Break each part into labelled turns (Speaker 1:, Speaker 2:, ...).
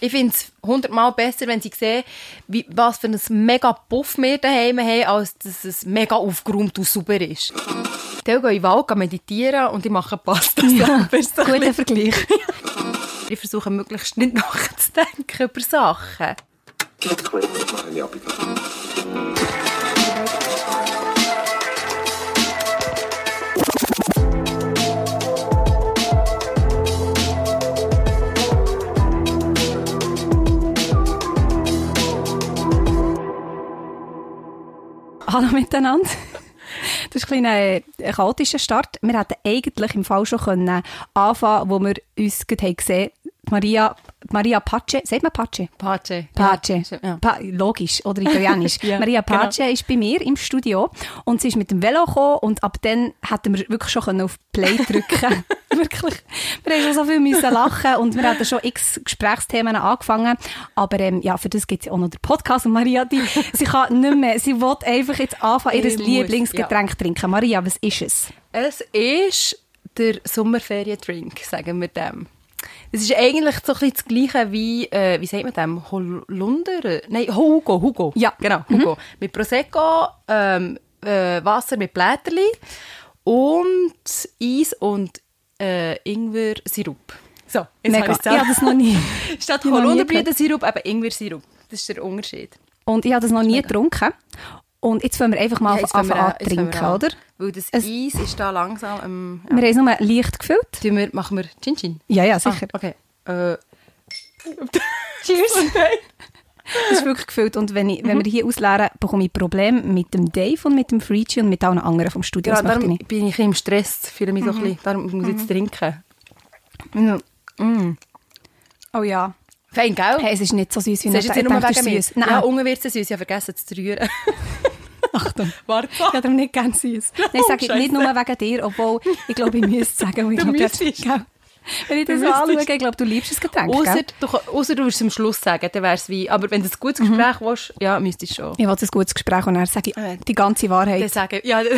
Speaker 1: Ich finde es hundertmal besser, wenn sie sehen, wie, was für ein mega Puff wir daheim haben, als dass es mega aufgeräumt und sauber ist. Dann gehe ich in den Wald gehen meditieren und ich mache Pasta selber. Ist so ein
Speaker 2: Guter
Speaker 1: bisschen-
Speaker 2: Vergleich.
Speaker 1: Ich versuche möglichst nicht nachzudenken über Sachen.
Speaker 2: Hallo miteinander. Das ist ein kleiner äh, chaotischer Start. Wir hätten eigentlich im Fall schon können anfangen wo wir uns gerade haben gesehen Maria, Maria Pace, sagt man Pace?
Speaker 1: Pace.
Speaker 2: Pace.
Speaker 1: Ja.
Speaker 2: Pa logisch, oder italienisch.
Speaker 1: Ja,
Speaker 2: Maria
Speaker 1: genau.
Speaker 2: Pace ist bei mir im Studio und sie ist mit dem Velo gekommen und ab dann hätten wir wirklich schon können auf Play drücken Wirklich. Wir haben schon so viel müssen lachen und wir hatten schon x Gesprächsthemen angefangen. Aber ähm, ja, für das gibt es auch noch den Podcast. Und Maria, die, sie kann nicht mehr. Sie will einfach jetzt anfangen,
Speaker 1: Ich
Speaker 2: ihr
Speaker 1: muss,
Speaker 2: Lieblingsgetränk trinken. Maria, was ist es?
Speaker 1: Es ist der Sommerferientrink, sagen wir dem. Das ist eigentlich so ein bisschen das Gleiche wie, äh, wie sagt man dem, Holunder? Nein, Hugo, Hugo.
Speaker 2: Ja. Mhm.
Speaker 1: Genau, Hugo. Mit Prosecco, ähm, äh, Wasser mit Blätterli und Eis und äh, Ingwer-Sirup. So, jetzt habe
Speaker 2: Mega.
Speaker 1: ich
Speaker 2: Ich habe das noch nie.
Speaker 1: Statt
Speaker 2: Ich habe noch nie
Speaker 1: Holunderblütensirup, eben Ingwer-Sirup. Das ist der Unterschied.
Speaker 2: Und ich habe das noch nie getrunken. Und jetzt wollen wir einfach mal
Speaker 1: Ja, jetzt fangen wir
Speaker 2: anfangen
Speaker 1: an,
Speaker 2: an
Speaker 1: jetzt fangen wir
Speaker 2: trinken,
Speaker 1: an.
Speaker 2: oder?
Speaker 1: Weil das
Speaker 2: Es-
Speaker 1: Eis ist da langsam... Ähm, ja.
Speaker 2: Wir haben es nur leicht gefüllt.
Speaker 1: Tun wir, machen wir Chin-Chin.
Speaker 2: Ja, ja, sicher.
Speaker 1: Ah, okay. Äh,
Speaker 2: Cheers! Das ist wirklich gefüllt. Und wenn, ich, wenn
Speaker 1: Mhm.
Speaker 2: wir hier ausleeren, bekomme ich Probleme mit dem Dave und mit dem Freechy und mit allen anderen vom Studio.
Speaker 1: ja,
Speaker 2: das möchte ich
Speaker 1: Genau, darum
Speaker 2: nicht. Mhm.
Speaker 1: bin ich ein bisschen im Stress, fühle mich so ein bisschen, darum muss ich jetzt trinken. Mm.
Speaker 2: Oh ja.
Speaker 1: Fein, gell?
Speaker 2: Oh. Hey, es ist nicht so süß, wie
Speaker 1: das ist jetzt nicht nur
Speaker 2: denkt,
Speaker 1: wegen mir.
Speaker 2: es ist süß. Nein,
Speaker 1: Ja, oh. unten wird es süß, ich habe vergessen zu rühren.
Speaker 2: Achtung.
Speaker 1: Warte.
Speaker 2: Ich habe darum nicht ganz süß. Nein, ich sage
Speaker 1: Scheiße.
Speaker 2: nicht nur wegen dir, obwohl ich glaube, ich müsste sagen, weil ich
Speaker 1: Du
Speaker 2: glaube,
Speaker 1: müsstest.
Speaker 2: gell? wenn ich das
Speaker 1: Du
Speaker 2: so
Speaker 1: müsstest.
Speaker 2: anschaue, ich glaube, du liebst das Getränk,
Speaker 1: Ausser
Speaker 2: gell?
Speaker 1: du, ausser du wirst es am Schluss sagen, dann wäre es wie... Aber wenn du ein gutes Gespräch willst, ja, müsstest du schon.
Speaker 2: Mhm. Ich will ein gutes Gespräch und dann sage
Speaker 1: Ja.
Speaker 2: ich die ganze Wahrheit.
Speaker 1: Dann sagen, ja,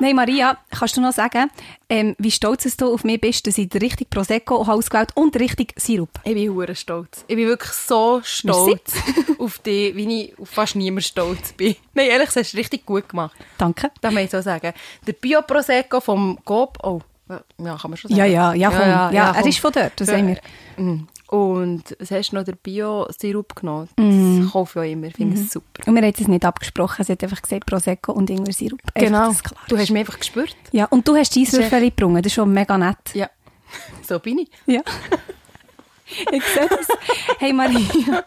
Speaker 2: Nein, Maria, kannst du noch sagen, ähm, wie stolz dass du auf mich bist, dass ich den richtigen Prosecco habe ausgewählt und den richtigen Sirup?
Speaker 1: ich bin hure stolz. Ich bin wirklich so stolz auf dich, wie ich auf fast niemand stolz bin. Nein, ehrlich, das hast du richtig gut gemacht.
Speaker 2: Danke.
Speaker 1: Das muss ich so sagen. Der Bio-Prosecco vom GOP, oh, ja, kann man schon sagen.
Speaker 2: Ja, ja, ja, komm. Ja, er
Speaker 1: komm.
Speaker 2: ist von dort, das
Speaker 1: Ja.
Speaker 2: sehen wir.
Speaker 1: Mhm. Und es hast du noch den Bio-Sirup genommen. Das
Speaker 2: Mhm.
Speaker 1: kaufe ich auch immer, finde es super.
Speaker 2: Und wir haben es nicht abgesprochen, sie hat einfach gesagt Prosecco und Ingwer-Sirup. Einfach, dass es klar
Speaker 1: Genau. Du
Speaker 2: ist.
Speaker 1: hast mich einfach gespürt.
Speaker 2: Ja, und du hast dein
Speaker 1: echt-
Speaker 2: Würfel gebrungen, das ist schon mega nett.
Speaker 1: Ja. So bin ich.
Speaker 2: Ja. ich sehe das. Hey Maria.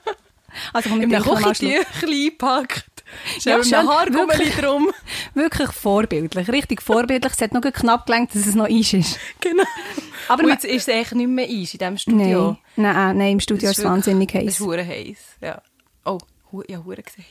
Speaker 2: Also komm, wir
Speaker 1: Im
Speaker 2: trinken noch mal einen Schluck.
Speaker 1: Küchentüchchen eingepackt.
Speaker 2: Ja,
Speaker 1: Ja, mit einem
Speaker 2: schön,
Speaker 1: Haargummi
Speaker 2: wirklich.
Speaker 1: drum.
Speaker 2: Wirklich vorbildlich, richtig vorbildlich. Es hat noch knapp gelangt, dass es noch Eis ist.
Speaker 1: Genau. Aber
Speaker 2: Aber
Speaker 1: Und
Speaker 2: ma-
Speaker 1: jetzt ist es eigentlich nicht mehr Eis in diesem
Speaker 2: Nein,
Speaker 1: Studio.
Speaker 2: nein, nein, im Studio ist es
Speaker 1: wirklich-
Speaker 2: wahnsinnig
Speaker 1: Es ist
Speaker 2: heiß.
Speaker 1: hure heiß. Ja. Oh, hu- ich habe hure gesagt.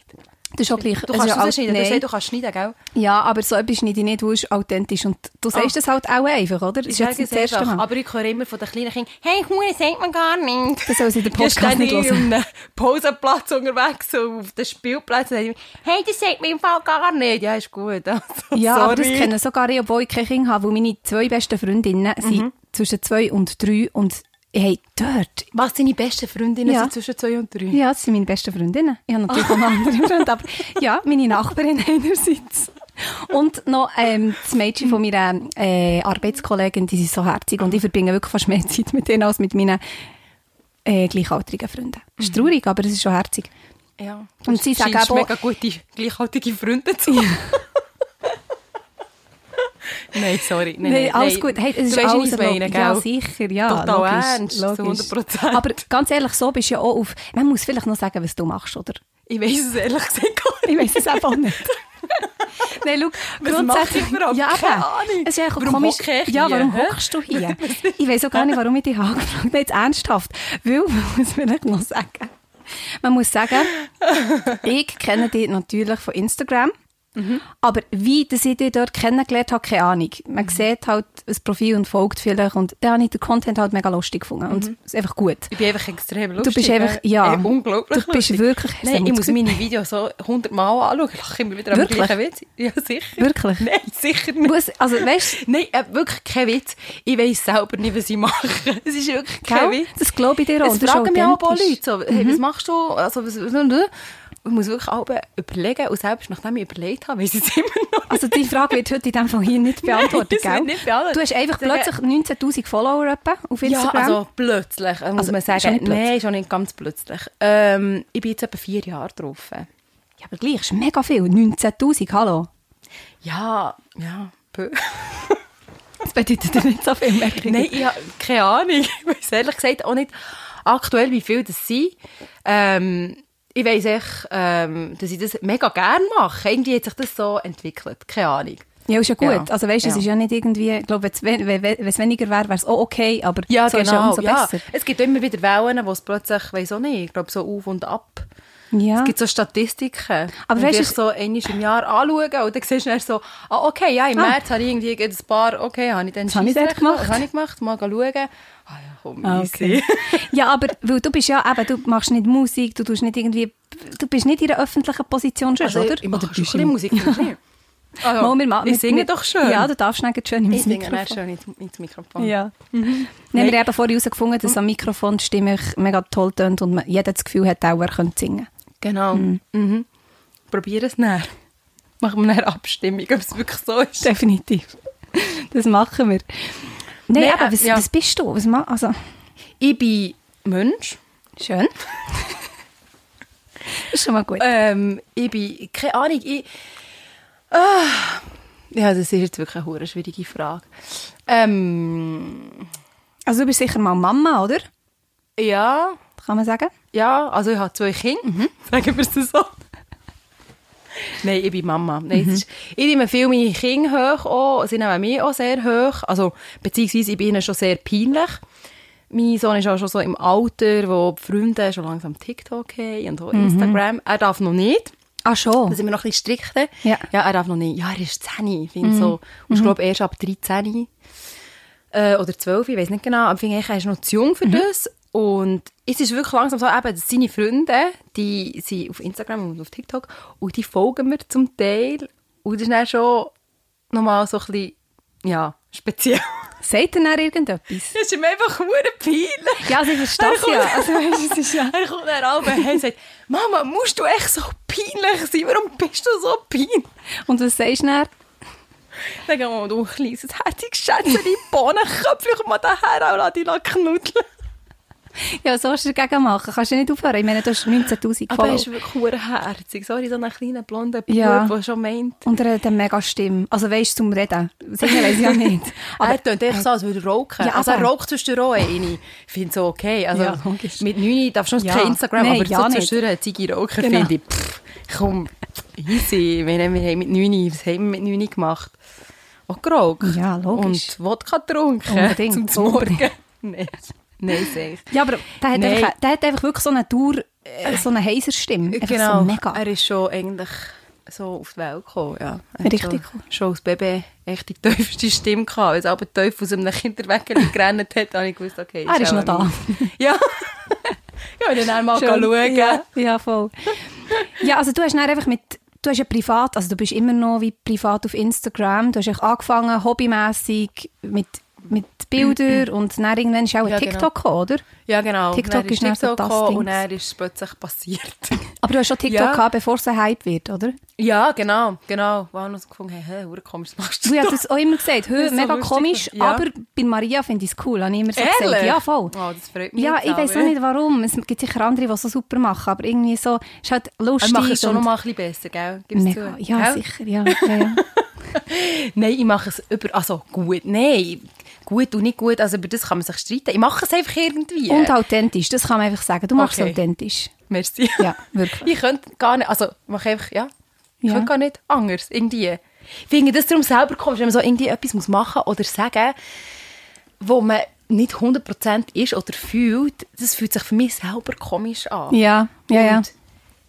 Speaker 2: Das ist auch gleich.
Speaker 1: Du
Speaker 2: es ist
Speaker 1: kannst
Speaker 2: ja
Speaker 1: es
Speaker 2: alles-
Speaker 1: schneiden. Du
Speaker 2: nein.
Speaker 1: sagst, du kannst schneiden, gell?
Speaker 2: Ja, aber so etwas schneide ich nicht, du bist authentisch. Und du sagst das halt auch einfach, oder? Das ist jetzt nicht das erste Mal.
Speaker 1: Aber Ah. ich höre immer von den kleinen Kindern, hey, Hure, sagt man gar nicht.
Speaker 2: Das soll sie den Podcast
Speaker 1: Gestern
Speaker 2: nicht
Speaker 1: war ich
Speaker 2: hören.
Speaker 1: auf einem Pausenplatz unterwegs, so auf dem Spielplatz. Und dann habe ich mir, hey, das sagt man im Fall gar nicht. Ja, ist gut. Also,
Speaker 2: Ja,
Speaker 1: sorry.
Speaker 2: aber das kennen sogar ich, obwohl ich keine Kinder habe, weil meine zwei besten Freundinnen
Speaker 1: Mhm.
Speaker 2: sind zwischen zwei und drei und hey, dort.
Speaker 1: Was deine besten Freundinnen
Speaker 2: Ja.
Speaker 1: sind zwischen zwei und drei?
Speaker 2: Ja, das sind meine besten Freundinnen. Ich habe natürlich auch noch andere Freunde, aber ja, meine Nachbarin einerseits. Und noch ähm, das Mädchen von meiner äh, Arbeitskollegin, die sind so herzig und ich verbringe wirklich fast mehr Zeit mit denen als mit meinen äh, gleichaltrigen Freunden. ist
Speaker 1: Mhm.
Speaker 2: traurig, aber es ist schon herzig.
Speaker 1: Ja.
Speaker 2: Und sie sagen
Speaker 1: scheinst
Speaker 2: eben auch-
Speaker 1: mega gute, gleichaltige Freunde zu Nein, sorry. Nein,
Speaker 2: Nein,
Speaker 1: nein,
Speaker 2: alles
Speaker 1: nein.
Speaker 2: gut. Hey, es
Speaker 1: du
Speaker 2: ist
Speaker 1: weißt, was
Speaker 2: alles
Speaker 1: ich meine,
Speaker 2: erlaubt. Ja,
Speaker 1: gell?
Speaker 2: sicher, ja.
Speaker 1: Total
Speaker 2: logisch,
Speaker 1: ernst, zu 100%.
Speaker 2: Aber ganz ehrlich, so bist du ja auch auf... Man muss vielleicht noch sagen, was du machst, oder?
Speaker 1: Ich weiß es ehrlich gesagt gar nicht.
Speaker 2: Ich weiß es einfach nicht. Nein, schau,
Speaker 1: Was mache ich überhaupt?
Speaker 2: Ja,
Speaker 1: Keine
Speaker 2: eben.
Speaker 1: Ahnung.
Speaker 2: Es ist einfach
Speaker 1: Warum
Speaker 2: komisch.
Speaker 1: hocke ich
Speaker 2: ja,
Speaker 1: hier,
Speaker 2: warum
Speaker 1: hä?
Speaker 2: hockst du hier? ich weiß auch gar nicht, warum ich dich angefragt habe. Jetzt ernsthaft. Weil, man muss vielleicht noch sagen. Man muss sagen, ich kenne dich natürlich von Instagram.
Speaker 1: Mhm.
Speaker 2: Aber wie das ich dich dort kennengelernt habe, keine Ahnung. Man
Speaker 1: Mhm.
Speaker 2: sieht halt ein Profil und folgt vielleicht. Und da habe ich den Content halt mega lustig gefunden. Und
Speaker 1: Mhm.
Speaker 2: es ist einfach gut.
Speaker 1: Ich bin einfach extrem
Speaker 2: Du
Speaker 1: lustig.
Speaker 2: bist einfach,
Speaker 1: gell?
Speaker 2: ja.
Speaker 1: Ey, unglaublich
Speaker 2: Du bist
Speaker 1: lustig.
Speaker 2: wirklich,
Speaker 1: Nein, ich muss meine Videos so 100 Mal anschauen, ich lache immer wieder am
Speaker 2: Wirklich?
Speaker 1: gleichen Witz. Ja, sicher.
Speaker 2: Wirklich?
Speaker 1: Nein, sicher nicht.
Speaker 2: Muss- Also, weißt
Speaker 1: Nein, äh, wirklich kein Witz. Ich weiss selber nicht, was ich mache. Es ist wirklich
Speaker 2: du,
Speaker 1: kein
Speaker 2: gell?
Speaker 1: Witz.
Speaker 2: das glaube ich dir auch.
Speaker 1: Es
Speaker 2: und das ist
Speaker 1: fragen mich auch ein paar
Speaker 2: authentisch. Mhm.
Speaker 1: Leute, so, hey, was machst du? Also, was, ich muss wirklich auch überlegen und selbst nachdem ich überlegt habe, weiss ich es immer noch.
Speaker 2: Also, die Frage wird heute in dem Fall hier nicht beantwortet,
Speaker 1: das wird
Speaker 2: gell?
Speaker 1: nicht beantwortet.
Speaker 2: Du hast einfach
Speaker 1: Sagen-
Speaker 2: plötzlich 19.000 Follower etwa auf Instagram.
Speaker 1: Ja, also plötzlich, äh, muss
Speaker 2: Also,
Speaker 1: man sagen.
Speaker 2: schon nicht plötzlich.
Speaker 1: Nein, schon nicht ganz plötzlich. Ähm, ich bin jetzt etwa vier Jahre drauf.
Speaker 2: Ja, aber gleich, ist mega viel. 19.000, hallo.
Speaker 1: Ja, ja, peu.
Speaker 2: Das bedeutet ja nicht so viel, merke ich.
Speaker 1: Äh, Nein, ich habe keine Ahnung. Ich weiß ehrlich gesagt auch nicht aktuell, wie viel das sind. Ähm, ich weiss echt, ähm, dass ich das mega gerne mache. Irgendwie hat sich das so entwickelt. Keine Ahnung.
Speaker 2: Ja, ist ja gut.
Speaker 1: Ja.
Speaker 2: Also weißt du, es
Speaker 1: Ja.
Speaker 2: ist ja nicht irgendwie, ich glaube, wenn's we- we- wenn es weniger wäre, wäre es auch okay, aber so ist ja umso
Speaker 1: ja.
Speaker 2: besser.
Speaker 1: Es gibt immer wieder Wellen, wo es plötzlich, weiss auch nicht, ich glaube so auf und ab.
Speaker 2: Ja.
Speaker 1: Es gibt so Statistiken.
Speaker 2: Aber
Speaker 1: Aber
Speaker 2: weisst
Speaker 1: weißt
Speaker 2: du,
Speaker 1: du, ich so einmal im Jahr anschauen und dann siehst du dann so, ah, okay, ja, im
Speaker 2: Ah.
Speaker 1: März habe ich irgendwie gerade ein paar, okay, habe ich dann
Speaker 2: habe ich dort
Speaker 1: Scheissdreck gemacht,
Speaker 2: gemacht.
Speaker 1: Was habe ich gemacht, mal schauen. Ah ja, komm,
Speaker 2: Ah,
Speaker 1: easy.
Speaker 2: okay. ja, aber weil du bist ja eben, du machst nicht Musik, du tust nicht irgendwie, du bist nicht in einer öffentlichen Position schon,
Speaker 1: Also,
Speaker 2: oder?
Speaker 1: ich- Ich mache
Speaker 2: oder
Speaker 1: schon ein
Speaker 2: du?
Speaker 1: bisschen Musik. nicht? Also,
Speaker 2: Mal, wir ma-
Speaker 1: ich
Speaker 2: wir-
Speaker 1: singe
Speaker 2: wir-
Speaker 1: doch schön.
Speaker 2: Ja, du darfst nicht schön in
Speaker 1: ich
Speaker 2: mein
Speaker 1: singe dann
Speaker 2: Mikrofon.
Speaker 1: schön ins, ins Mikrofon.
Speaker 2: Ja.
Speaker 1: Mhm.
Speaker 2: Nein, wir
Speaker 1: Nein.
Speaker 2: haben eben vorher herausgefunden, dass am Mikrofon die Stimme mega toll tönt und man jeder das Gefühl hat, auch er könnte singen.
Speaker 1: Genau. Mhm. Probier es näher. Machen wir eine Abstimmung, ob es wirklich so ist.
Speaker 2: Definitiv. Das machen wir. Nein,
Speaker 1: Nein,
Speaker 2: aber
Speaker 1: äh,
Speaker 2: was,
Speaker 1: ja.
Speaker 2: was bist du? Was ma also,
Speaker 1: Ich bin Mensch.
Speaker 2: schön. ist schon mal gut.
Speaker 1: Ähm, ich bin, keine Ahnung, ich... Ah. ja, das ist jetzt wirklich eine hure schwierige Frage. Ähm,
Speaker 2: Also du bist sicher mal Mama, oder?
Speaker 1: ja,
Speaker 2: Kann man sagen?
Speaker 1: ja, also ich habe zwei Kinder, sagen wir es so. Nein, ich bin Mama. Nein, es ist, ich nehme viel meine Kinder hoch, auch, sie nehmen mich auch sehr hoch, also beziehungsweise ich bin ihnen schon sehr peinlich. Mein Sohn ist auch schon so im Alter, wo die Freunde schon langsam TikTok haben und auch Instagram. Er darf noch nicht.
Speaker 2: Ah schon.
Speaker 1: Da sind wir noch ein bisschen strikter.
Speaker 2: Ja. Mhm.
Speaker 1: ja, er darf noch nicht. Ja, er ist 10. Ich finde so. Und ich glaube, erst ab 13. Äh, oder 12, ich weiß nicht genau. Aber ich finde, eigentlich, er ist noch zu jung
Speaker 2: Mhm.
Speaker 1: für das. Und es ist wirklich langsam so, eben, dass seine Freunde, die sind auf Instagram und auf TikTok und die folgen mir zum Teil. Und das ist dann schon nochmal so ein bisschen, ja, speziell.
Speaker 2: Sagt er dann irgendetwas?
Speaker 1: Das ist ihm einfach verdammt peinlich.
Speaker 2: Ja, also ich verstehe es ja. Also, weißt, du, es ist ja.
Speaker 1: Er kommt dann runter und sagt, «Mama, musst du echt so peinlich sein? Warum bist du so peinlich?»
Speaker 2: Und was sagst du dann?
Speaker 1: Dann gehen wir, du kleines Herzigschätzchen, die Bohnenköpfe, komm mal daher und lass dich knuddeln.
Speaker 2: Ja, so hast du dagegen machen. Kannst du nicht aufhören. Ich meine, du hast 19'000
Speaker 1: Aber er
Speaker 2: Follower.
Speaker 1: ist wirklich verdammt herzig. Sorry, so ein kleiner blonder Bub,
Speaker 2: Ja.
Speaker 1: der schon meint.
Speaker 2: Und er hat eine mega Stimme. Also weißt du, zum Reden. Singen weiss ich ja nicht.
Speaker 1: Aber
Speaker 2: Aber äh,
Speaker 1: er tönt echt so, als würde er rauchen.
Speaker 2: Ja,
Speaker 1: also er
Speaker 2: aber-
Speaker 1: raucht zwischendurch auch eine. eh, Ich finde es okay. Also
Speaker 2: Ja, logisch.
Speaker 1: mit 9 darfst du schon
Speaker 2: Ja.
Speaker 1: kein Instagram,
Speaker 2: Nein,
Speaker 1: aber
Speaker 2: ja
Speaker 1: so
Speaker 2: nicht.
Speaker 1: zwischendurch eine Ziege rauchen,
Speaker 2: Genau.
Speaker 1: finde ich, pff, komm, easy. Wir haben, wir haben mit 9, was haben wir mit 9 gemacht? Auch geraucht.
Speaker 2: Ja, logisch.
Speaker 1: Und Wodka getrunken.
Speaker 2: Unbedingt,
Speaker 1: Zum Morgen.
Speaker 2: unbedingt.
Speaker 1: Nein, nein, sag ich.
Speaker 2: ja, aber der hat,
Speaker 1: Nein.
Speaker 2: einfach, der hat einfach wirklich so eine Tour, äh, so eine heiser Stimme. Einfach
Speaker 1: Eh, Genau.
Speaker 2: so mega.
Speaker 1: Er ist schon eigentlich so auf die Welt gekommen. Ja. Er hat
Speaker 2: Richtig.
Speaker 1: Schon, schon als Baby echt die tiefste Stimme gehabt. Als aber tief aus einem Kinderwagen gerannt hat, habe ich gewusst, okay.
Speaker 2: Ah, Er ist
Speaker 1: auch
Speaker 2: noch da.
Speaker 1: ein- Ja. ja, wenn ich dann mal
Speaker 2: Schön.
Speaker 1: schauen.
Speaker 2: Ja, ja, voll. ja, also du hast dann einfach mit, du hast ja privat, also du bist immer noch wie privat auf Instagram, du hast echt angefangen, hobbymässig mit, mit Bildern und dann irgendwann ist auch
Speaker 1: Ja,
Speaker 2: TikTok gekommen, oder?
Speaker 1: ja, genau.
Speaker 2: TikTok nou
Speaker 1: Dann
Speaker 2: ist dann so das
Speaker 1: gekommen
Speaker 2: Ding.
Speaker 1: Und er ist es plötzlich passiert.
Speaker 2: Aber du hast schon TikTok
Speaker 1: Ja.
Speaker 2: gehabt, bevor es ein Hype wird, oder?
Speaker 1: ja, genau. Genau. Wo ich auch noch so gefunden habe, hä, hure komisch, was machst du
Speaker 2: Du
Speaker 1: da?
Speaker 2: hast das auch immer gesagt,
Speaker 1: Das
Speaker 2: hö,
Speaker 1: ist so
Speaker 2: mega
Speaker 1: lustig.
Speaker 2: komisch,
Speaker 1: Ja.
Speaker 2: aber bei Maria finde ich es cool, habe ich immer so gesagt. Ja, voll.
Speaker 1: Oh, das freut mich
Speaker 2: Ja,
Speaker 1: jetzt
Speaker 2: ich
Speaker 1: auch,
Speaker 2: weiß
Speaker 1: ja.
Speaker 2: auch nicht warum. Es gibt sicher andere, die es so super machen, aber irgendwie so, ist halt lustig.
Speaker 1: Er macht es schon
Speaker 2: und
Speaker 1: noch mal ein bisschen besser, gell? Gib's
Speaker 2: mega.
Speaker 1: zu.
Speaker 2: Ja,
Speaker 1: Gell?
Speaker 2: sicher, ja. ja, ja.
Speaker 1: Nein, ich mache es über, also gut, nein, gut und nicht gut, also über das kann man sich streiten. Ich mache es einfach irgendwie.
Speaker 2: Und authentisch, das kann man einfach sagen. Du machst
Speaker 1: Okay.
Speaker 2: es authentisch.
Speaker 1: Merci.
Speaker 2: Ja, wirklich.
Speaker 1: Ich könnte gar nicht, also ich mache einfach, ja, ich
Speaker 2: Ja.
Speaker 1: könnte gar nicht anders, irgendwie. Ich finde das darum selber komisch, wenn man so irgendwie etwas muss machen oder sagen, wo man nicht 100% ist oder fühlt, das fühlt sich für mich selber komisch an.
Speaker 2: Ja, ja, ja.
Speaker 1: Und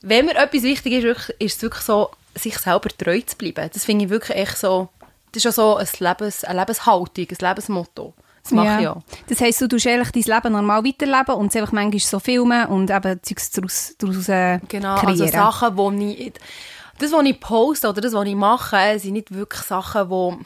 Speaker 1: wenn mir etwas wichtig ist, wirklich, ist es wirklich so, sich selber treu zu bleiben. Das finde ich wirklich echt so, das ist ja so ein Lebens, eine Lebenshaltung, ein Lebensmotto. Das mache ich auch.
Speaker 2: Das heisst, du tust eigentlich dein Leben normal weiterleben und es einfach manchmal so filmen und eben Zeugs daraus, daraus äh,
Speaker 1: Genau,
Speaker 2: kreieren.
Speaker 1: also Sachen, die ich... Das, was ich poste oder das, was ich mache, sind nicht wirklich Sachen, wo...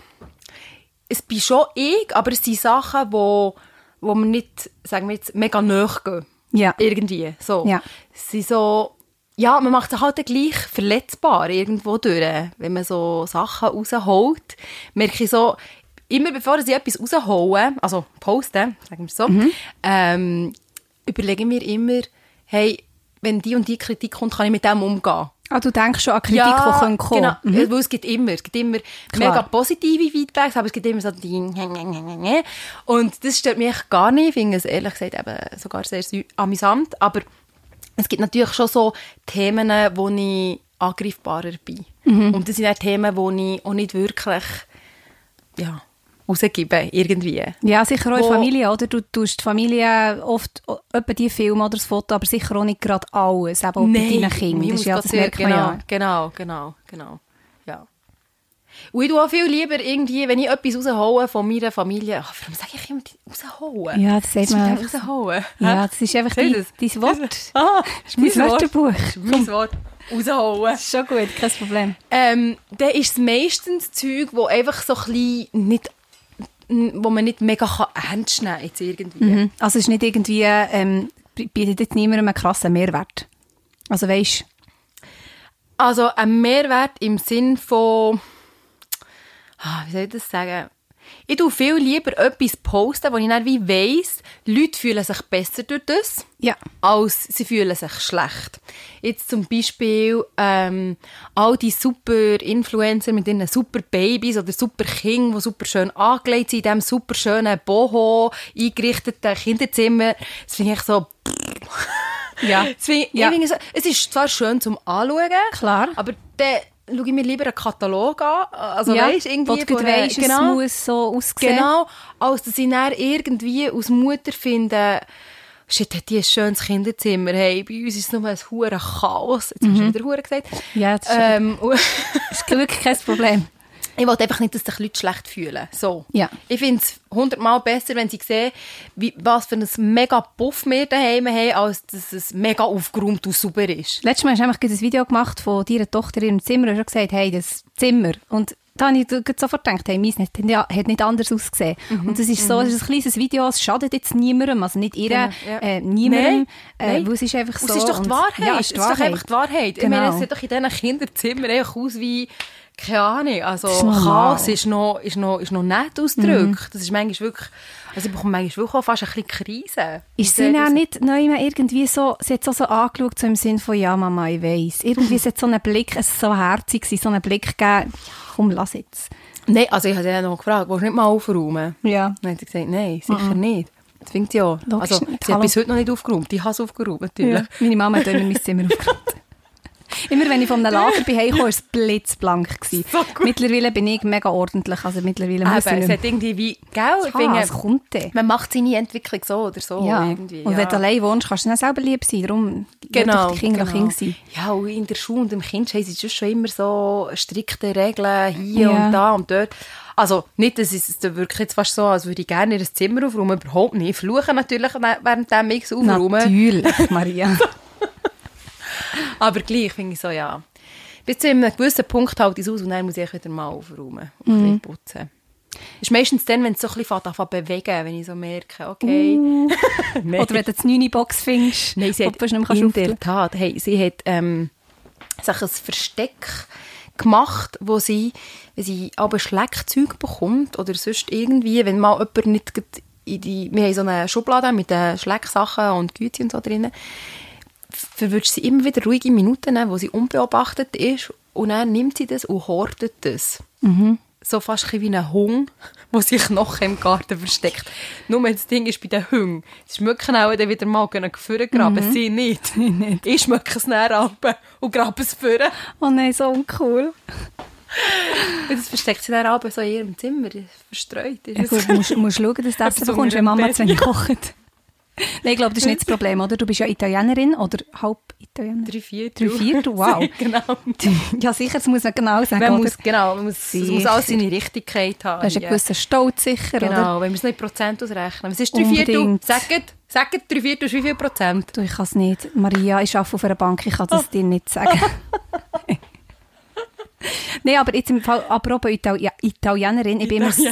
Speaker 1: Es bin schon ich, aber es sind Sachen, wo, wo mir nicht, sagen wir jetzt, mega nahe gehen.
Speaker 2: Ja.
Speaker 1: Irgendwie, so.
Speaker 2: Ja.
Speaker 1: Es sind so... Ja, man macht sich halt dann gleich verletzbar irgendwo durch. Wenn man so Sachen rausholt, merke ich so... Immer bevor ich etwas raushole, also poste, sagen wir es so, ähm, überlege ich mir immer, hey, wenn die und die Kritik kommt, kann ich mit dem umgehen.
Speaker 2: Ah, du denkst schon an Kritik, die können kommen
Speaker 1: Genau,
Speaker 2: Mhm.
Speaker 1: weil es gibt immer, es gibt immer
Speaker 2: Klar.
Speaker 1: mega positive Feedbacks, aber es gibt immer so die und das stört mich echt gar nicht, ich finde es ehrlich gesagt eben sogar sehr sü- amüsant, aber es gibt natürlich schon so Themen, wo ich angreifbarer bin.
Speaker 2: Mhm.
Speaker 1: Und das sind auch Themen, wo ich auch nicht wirklich ja, rausgebe, irgendwie.
Speaker 2: Ja, sicher auch in
Speaker 1: Wo-
Speaker 2: der Familie, oder? Du tust die Familie eh, oft o- etwa die Filme oder das Foto, aber sicher auch nicht gerade alles,
Speaker 1: Oh,
Speaker 2: eben auch bei deinen Kindern. Das, ist Dus ja, das merkt man
Speaker 1: genau,
Speaker 2: ja.
Speaker 1: Genau, genau, genau. Ja. Und ich tue auch viel lieber irgendwie, wenn ich etwas raushole von meiner Familie. Ach, warum sage ich immer die- rausholen?
Speaker 2: Ja, das sagt
Speaker 1: Was ist
Speaker 2: man
Speaker 1: mit dem
Speaker 2: einfach
Speaker 1: rausholen.
Speaker 2: Ja,
Speaker 1: Hä?
Speaker 2: das ist einfach
Speaker 1: Seht
Speaker 2: dein,
Speaker 1: ihr das?
Speaker 2: dein Wort.
Speaker 1: Ah, das
Speaker 2: Dein
Speaker 1: ist mein Wort.
Speaker 2: Wörterbuch.
Speaker 1: Das ist mein Wort. Rausholen.
Speaker 2: Das ist schon gut, kein Problem.
Speaker 1: Ähm, dann ist es meistens Zeug, wo einfach so ein bisschen nicht, wo man nicht mega kann ernst nehmen kann, jetzt irgendwie.
Speaker 2: Mhm. Also es ist nicht irgendwie, ähm, bietet jetzt niemandem einen krassen Mehrwert. Also weisst
Speaker 1: Also ein Mehrwert im Sinn von, Ah, wie soll ich das sagen? Ich tue viel lieber etwas posten, wo ich dann wie weiss, Leute fühlen sich besser durch das,
Speaker 2: ja.
Speaker 1: als sie fühlen sich schlecht. Jetzt zum Beispiel ähm, all die super Influencer mit ihren super Babys oder super Kindern, die super schön angelegt sind, in diesem super schönen boho eingerichteten Kinderzimmer. Das finde ich so...
Speaker 2: Ja.
Speaker 1: Das finde ich,
Speaker 2: Ja.
Speaker 1: ich finde so es ist zwar schön zum Anschauen,
Speaker 2: Klar.
Speaker 1: aber dann schaue ich mir lieber einen Katalog an. Also
Speaker 2: ja,
Speaker 1: weißt, irgendwie
Speaker 2: wo du
Speaker 1: von
Speaker 2: gut
Speaker 1: einer-
Speaker 2: weisst, es muss so aussehen.
Speaker 1: genau, als dass ich dann irgendwie aus Mutter finde, shit, hat die ein schönes Kinderzimmer, hey, bei uns ist es nur ein hure Chaos. Jetzt hast du wieder hure gesagt.
Speaker 2: Mhm. Ja, das ist,
Speaker 1: Ähm, und-
Speaker 2: das ist wirklich kein Problem.
Speaker 1: ich wollte einfach nicht, dass sich Leute schlecht fühlen. So.
Speaker 2: Ja.
Speaker 1: Ich finde es hundertmal besser, wenn sie sehen, wie, was für ein mega Puff wir daheim haben, als dass es mega aufgeräumt und sauber ist.
Speaker 2: Letztes Mal hast du nämlich gerade ein Video gemacht von deiner Tochter in ihrem Zimmer und hast gesagt, hey, das Zimmer. Und da habe ich gerade sofort gedacht, hey, meins hat, ja- hat nicht anders ausgesehen.
Speaker 1: Mhm.
Speaker 2: Und das ist so, es ist ein kleines Video, es schadet jetzt niemandem, also nicht ihr,
Speaker 1: Genau, ja.
Speaker 2: äh,
Speaker 1: Nein,
Speaker 2: niemandem, Äh,
Speaker 1: nein.
Speaker 2: weil es ist einfach so.
Speaker 1: Und es ist doch die
Speaker 2: und-
Speaker 1: Wahrheit.
Speaker 2: Ja,
Speaker 1: es
Speaker 2: es
Speaker 1: ist doch einfach die Wahrheit. Ich meine,
Speaker 2: Genau.
Speaker 1: es sieht doch in diesen Kinderzimmern einfach aus wie, keine Ahnung, also
Speaker 2: Das ist normal.
Speaker 1: Chaos ist noch, ist, noch, ist noch nett ausgedrückt.
Speaker 2: Mhm.
Speaker 1: Das ist manchmal wirklich, also ich bekomme manchmal wirklich auch fast ein bisschen Krise.
Speaker 2: Ist
Speaker 1: Und
Speaker 2: sie
Speaker 1: dann-
Speaker 2: dann nicht neu mehr irgendwie so, sie hat so, so angeschaut, so im Sinn von, ja, Mama, ich weiss. Irgendwie sie hat so einen Blick, es ist so herzig, gewesen, so einen Blick gegeben, ja, komm, lass jetzt.
Speaker 1: Nein, also ich habe sie ja noch gefragt, willst du nicht mal aufräumen?
Speaker 2: Ja. Mhm.
Speaker 1: Dann hat sie gesagt, nein, sicher nicht. Das fängt ja an.
Speaker 2: Logisch
Speaker 1: Also,
Speaker 2: nicht.
Speaker 1: sie hat
Speaker 2: Hallo.
Speaker 1: bis heute noch nicht aufgeräumt. Ich habe es aufgeräumt, natürlich.
Speaker 2: Ja. Meine Mama hat immer mein Zimmer aufgeräumt. Immer wenn ich von einem Lager bin, heimgekommen, war es blitzblank. Gewesen.
Speaker 1: So gut. Ah,
Speaker 2: mittlerweile bin ich mega ordentlich. Also mittlerweile muss
Speaker 1: Aber
Speaker 2: ich
Speaker 1: es
Speaker 2: nicht
Speaker 1: hat irgendwie wie, gell? Ich
Speaker 2: mehr.
Speaker 1: finde,
Speaker 2: Ah, es kommt dann.
Speaker 1: man macht seine Entwicklung so oder so.
Speaker 2: Ja.
Speaker 1: Irgendwie,
Speaker 2: Und wenn
Speaker 1: ja.
Speaker 2: du allein wohnst, kannst du dann selber lieb sein. Darum lass doch die Kinder genau. Kind sein.
Speaker 1: Ja, und in der Schule und im Kindheit sind es schon immer so strikte Regeln hier
Speaker 2: Ja.
Speaker 1: und da und dort. Also nicht, dass es da wirklich jetzt fast so, als würde ich gerne ihr Zimmer aufräumen, überhaupt nicht. Ich fluche natürlich ne- während dem Mix aufräumen,
Speaker 2: Natürlich, Maria.
Speaker 1: aber gleich finde ich so, ja. Bis zu einem gewissen Punkt halte ich es aus und dann muss ich wieder mal aufräumen
Speaker 2: Mhm.
Speaker 1: und ein bisschen putzen. Ist meistens dann, wenn es so ein bisschen anfängt zu bewegen, wenn ich so merke, okay... Nein.
Speaker 2: Uh. Oder wenn du eine 9-Box findest,
Speaker 1: Nein, sie
Speaker 2: ob
Speaker 1: hat
Speaker 2: du es nicht mehr
Speaker 1: in
Speaker 2: kannst
Speaker 1: der
Speaker 2: aufmachen.
Speaker 1: Tat, hey, sie hat ähm, sich ein Versteck gemacht, wo sie, wenn sie aber Schleckzeug bekommt oder sonst irgendwie, wenn mal jemand nicht gerade in die, wir haben so eine Schublade mit den Schlecksachen und Güte und so drinnen, verwünscht sie immer wieder ruhige Minuten, wo sie unbeobachtet ist und dann nimmt sie das und hortet das.
Speaker 2: Mhm.
Speaker 1: So fast ein bisschen wie ein Hung, der sich noch im Garten versteckt. Nur das Ding ist bei den Hungen, sie schmücken auch dann wieder mal gehen vorne graben, Mhm. sie nicht. Ich schmücke es näher ab und grabe es vorne.
Speaker 2: Oh nein, so uncool.
Speaker 1: Und das versteckt sie dann ab so in ihrem Zimmer, verstreut.
Speaker 2: Ja,
Speaker 1: Ist
Speaker 2: gut, du musst, musst schauen, dass du das
Speaker 1: Etwas
Speaker 2: bekommst, wenn
Speaker 1: unter
Speaker 2: Mama
Speaker 1: dem
Speaker 2: zu wenig kocht. Nein, ich glaube, das ist nicht das Problem, oder? Du bist ja Italienerin oder halb Italienerin.
Speaker 1: Drei Viertel.
Speaker 2: Drei Viertel, wow.
Speaker 1: genau.
Speaker 2: ja, sicher, das muss man genau sagen,
Speaker 1: Man
Speaker 2: oder?
Speaker 1: muss, genau, man muss, es muss
Speaker 2: Sicher.
Speaker 1: alles seine Richtigkeit haben.
Speaker 2: Du hast einen
Speaker 1: Ja.
Speaker 2: gewissen Stolz sicher, oder?
Speaker 1: äh, Genau, wenn wir es nicht Prozent ausrechnen. Was ist drei Viertel?
Speaker 2: Unbedingt.
Speaker 1: Sagt, sagt drei Viertel ist wie viel Prozent?
Speaker 2: Du, ich kann es nicht. Maria, ich arbeite auf einer Bank, ich kann das
Speaker 1: Oh.
Speaker 2: dir nicht sagen. Nein, aber jetzt im Fall, apropos Itali ja, Italienerin, ich bin immer so...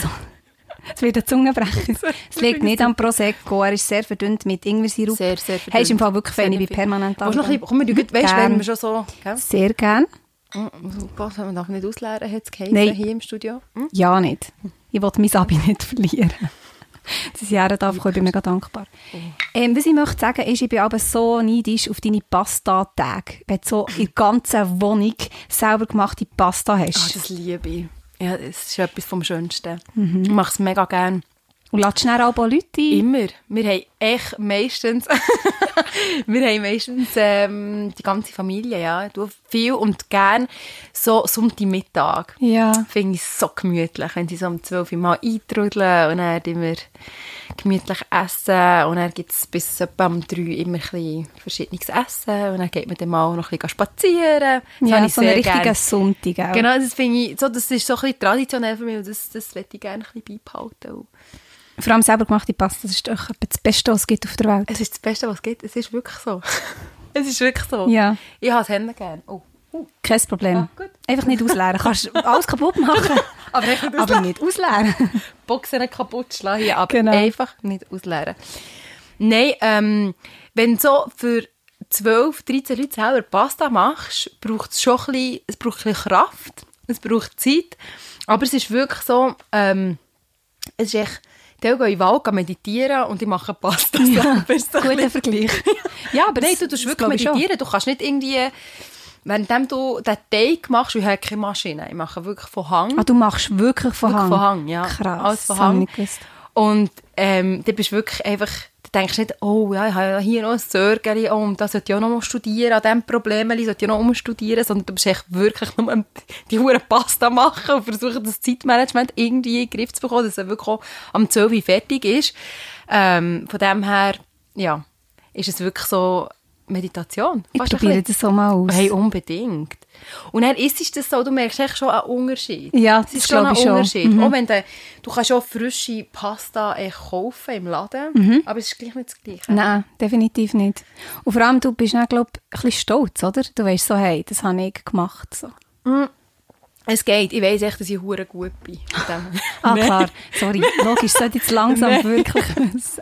Speaker 2: Es wird ein Zungenbrecher. Es liegt nicht am Prosecco, er ist sehr verdünnt mit Ingwersirup.
Speaker 1: Sehr, sehr verdünnt.
Speaker 2: Hey, ist im Fall wirklich fein, ich
Speaker 1: Sehr
Speaker 2: bin permanent
Speaker 1: Willst du noch ein bisschen, komm, wir tun gut- weißt, wenn wir schon so, gell?
Speaker 2: Sehr gern.
Speaker 1: Pass, wenn man darf nicht ausleeren, hat es
Speaker 2: Mm, Nein.
Speaker 1: hier im Studio. Hm?
Speaker 2: Ja, nicht. Ich will mein Abi nicht verlieren. Dass ich her darf, kommen, ich bin mega dankbar.
Speaker 1: Oh.
Speaker 2: Ähm, was ich möchte sagen ist, ich bin aber so neidisch auf deine Pasta-Tage. Wenn du so in der ganzen Wohnung selber gemachte Pasta
Speaker 1: Ah,
Speaker 2: hast.
Speaker 1: das liebe ich. Ja, das ist etwas vom Schönsten.
Speaker 2: Mhm.
Speaker 1: Ich mache es mega gerne.
Speaker 2: Und lässt schnell auch Leute ein.
Speaker 1: Immer. Wir haben echt meistens, wir haben meistens ähm, die ganze Familie, ja. Du viel und gern so Sonntagmittag.
Speaker 2: Ja.
Speaker 1: Finde ich so gemütlich, wenn sie so um 12 Uhr mal eintrudeln und dann immer gemütlich essen und dann gibt es bis etwa um 3 Uhr immer ein bisschen verschiedenes Essen und dann geht man dann mal noch ein bisschen spazieren. Das habe
Speaker 2: ja
Speaker 1: ich
Speaker 2: so einen
Speaker 1: sehr
Speaker 2: richtigen
Speaker 1: gerne.
Speaker 2: Sonntag. Auch.
Speaker 1: Genau, das finde ich, so, das ist so ein bisschen traditionell für mich und das, das möchte ich gerne ein bisschen beibehalten. Und
Speaker 2: Vor allem selber gemachte Pasta, das ist doch etwa das Beste, was es gibt auf der Welt.
Speaker 1: Es ist das Beste, was es gibt. Es ist wirklich so. es ist wirklich so.
Speaker 2: Ja,
Speaker 1: Ich habe es Hände gerne. Oh.
Speaker 2: kein Problem.
Speaker 1: Ah, gut.
Speaker 2: Einfach nicht ausleeren. Kannst alles kaputt machen,
Speaker 1: Aber einfach nicht
Speaker 2: aber
Speaker 1: ausleeren.
Speaker 2: nicht ausleeren.
Speaker 1: Boxen nicht kaputt schlagen, hier, aber
Speaker 2: Genau.
Speaker 1: einfach nicht ausleeren. Nein, ähm, wenn du so für 12, 13 Leute selber Pasta machst, braucht es schon ein bisschen, es braucht ein bisschen Kraft, es braucht Zeit, aber es ist wirklich so, ähm, es ist echt, ich gehe in den Wald gehen meditieren und ich mache Pasta selber. Es ist so ein bisschen-
Speaker 2: Guter Vergleich. Ja, aber
Speaker 1: Nein,
Speaker 2: das-
Speaker 1: du tust
Speaker 2: das
Speaker 1: wirklich
Speaker 2: glaube ich schon.
Speaker 1: meditieren. Du kannst nicht irgendwie, währenddem du den Teig machst, ich habe keine Maschine, ich mache wirklich von Hang.
Speaker 2: Ah, du machst wirklich von
Speaker 1: Wirklich
Speaker 2: Hang?
Speaker 1: von Hang, ja.
Speaker 2: Krass,
Speaker 1: Alles von
Speaker 2: das habe ich
Speaker 1: Hang.
Speaker 2: nicht gewusst.
Speaker 1: Und ähm, dann bist du wirklich einfach, dann denkst du nicht, oh ja, ich habe ja hier noch ein Sorgen, oh, und das sollte ich auch noch mal studieren, an diesem Problem sollte ich auch noch umstudieren, sondern du bist echt wirklich nur am- die hure Pasta machen und versuchen, das Zeitmanagement irgendwie in den Griff zu bekommen, dass es wirklich auch am 12 Uhr fertig ist. Ähm, von dem her, ja, ist es wirklich so Meditation.
Speaker 2: Ich
Speaker 1: Fast ein
Speaker 2: probiere
Speaker 1: bisschen.
Speaker 2: das so mal aus.
Speaker 1: Hey, unbedingt. Und dann ist es das so, du merkst echt schon einen Unterschied.
Speaker 2: Ja,
Speaker 1: es ist
Speaker 2: das
Speaker 1: schon Mhm.
Speaker 2: glaube
Speaker 1: ein
Speaker 2: ich schon.
Speaker 1: Unterschied. Auch wenn du, du kannst auch frische Pasta äh, kaufen im Laden, aber es ist gleich nicht das Gleiche.
Speaker 2: Nein, definitiv nicht. Und vor allem, du bist dann, glaube ich, ein bisschen stolz, oder? Du weißt so, hey, das habe ich gemacht. So.
Speaker 1: Es geht. Ich weiss echt, dass ich hure gut bin. Mit dem-
Speaker 2: Ah, klar. Sorry. Logisch, sollte jetzt langsam wirklich wissen.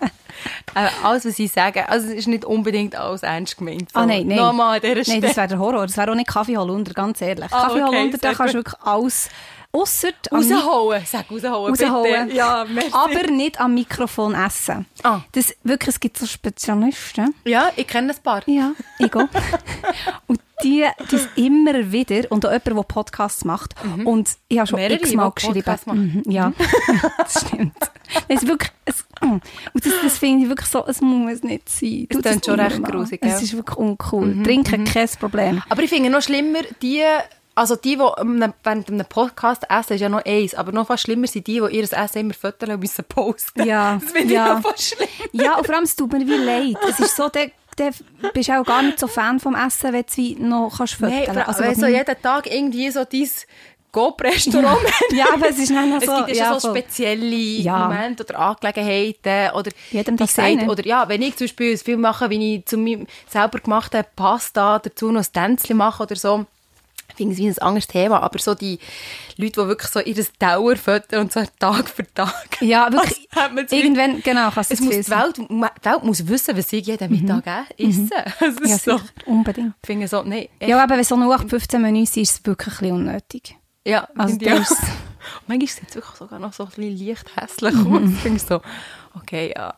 Speaker 1: äh, alles, was ich sage, also es ist nicht unbedingt alles ernst gemeint.
Speaker 2: Ah, nein, nein.
Speaker 1: Nochmal an dieser Stelle.
Speaker 2: Nein, das wäre der Horror. Das wäre auch nicht Kaffeeholunder, ganz ehrlich.
Speaker 1: Ah, okay,
Speaker 2: Kaffeeholunder, da
Speaker 1: sehr
Speaker 2: kannst du
Speaker 1: gut.
Speaker 2: wirklich alles, ausser am Mikrofon
Speaker 1: Raushauen. Sag Ah, raushauen,
Speaker 2: raushauen.
Speaker 1: bitte. Ja, merci.
Speaker 2: aber nicht am Mikrofon essen.
Speaker 1: Ah.
Speaker 2: Das, wirklich, es gibt so Spezialisten.
Speaker 1: ja, ich kenne ein paar.
Speaker 2: Ja, ich auch. und die, die ist immer wieder, und auch jemand, der Podcasts macht, und ich habe schon
Speaker 1: Mhm. Mehrere,
Speaker 2: x-mal
Speaker 1: die
Speaker 2: geschrieben.
Speaker 1: Podcasts
Speaker 2: Mhm,
Speaker 1: machen.
Speaker 2: ja, das stimmt. Es ist wirklich, es, und das, das finde ich wirklich so, es muss nicht sein.
Speaker 1: Es
Speaker 2: Tu das
Speaker 1: klingt schon recht
Speaker 2: niemand an.
Speaker 1: grusig, Mhm,
Speaker 2: Es
Speaker 1: gell?
Speaker 2: ist wirklich uncool. Trinken, kein Problem.
Speaker 1: Aber ich finde noch schlimmer, die, also die, die am- während einem Podcast essen, ist ja noch eins, aber noch fast schlimmer sind die, die ihr Essen immer föteln und müssen posten.
Speaker 2: Ja,
Speaker 1: Das finde
Speaker 2: ja.
Speaker 1: ich noch fast schlimm.
Speaker 2: Ja, und vor allem, es tut mir wie leid. Es ist so, der, der bist auch gar nicht so Fan vom Essen, wenn du es wie noch kannst föteln
Speaker 1: Nein, also
Speaker 2: was
Speaker 1: wenn so
Speaker 2: mir-
Speaker 1: jeden Tag irgendwie so dein GoP-Restaurant
Speaker 2: ja, aber es ist dann noch
Speaker 1: Es
Speaker 2: so...
Speaker 1: gibt ja schon so
Speaker 2: voll.
Speaker 1: spezielle
Speaker 2: Ja.
Speaker 1: Momente oder Angelegenheiten oder
Speaker 2: Jedem
Speaker 1: die
Speaker 2: das seine.
Speaker 1: oder ja, wenn ich zum Beispiel ein Film mache, wie ich zu meinem selber gemachten Pasta dazu noch ein Tänzchen mache oder so, finde ich es wie ein anderes Thema, aber so die Leute, die wirklich so ihr Dauer fördern und so Tag für Tag.
Speaker 2: Ja, wirklich.
Speaker 1: Also hat man zu viel-
Speaker 2: irgendwann, genau, kannst du
Speaker 1: Es muss, die, Welt, die Welt muss wissen, was ich jeden Mittag äh, esse. Das ist
Speaker 2: Mhm. Ja,
Speaker 1: so.
Speaker 2: sicher. Unbedingt.
Speaker 1: Ich finde so, nein, echt,
Speaker 2: Ja, aber wenn so eine 15 Menü sind, ist es wirklich ein bisschen unnötig.
Speaker 1: Ja,
Speaker 2: Also
Speaker 1: finde ich
Speaker 2: da
Speaker 1: auch.
Speaker 2: ist-
Speaker 1: Manchmal sieht es wirklich sogar noch so ein bisschen leicht hässlich aus. Ich finde so, okay, ja.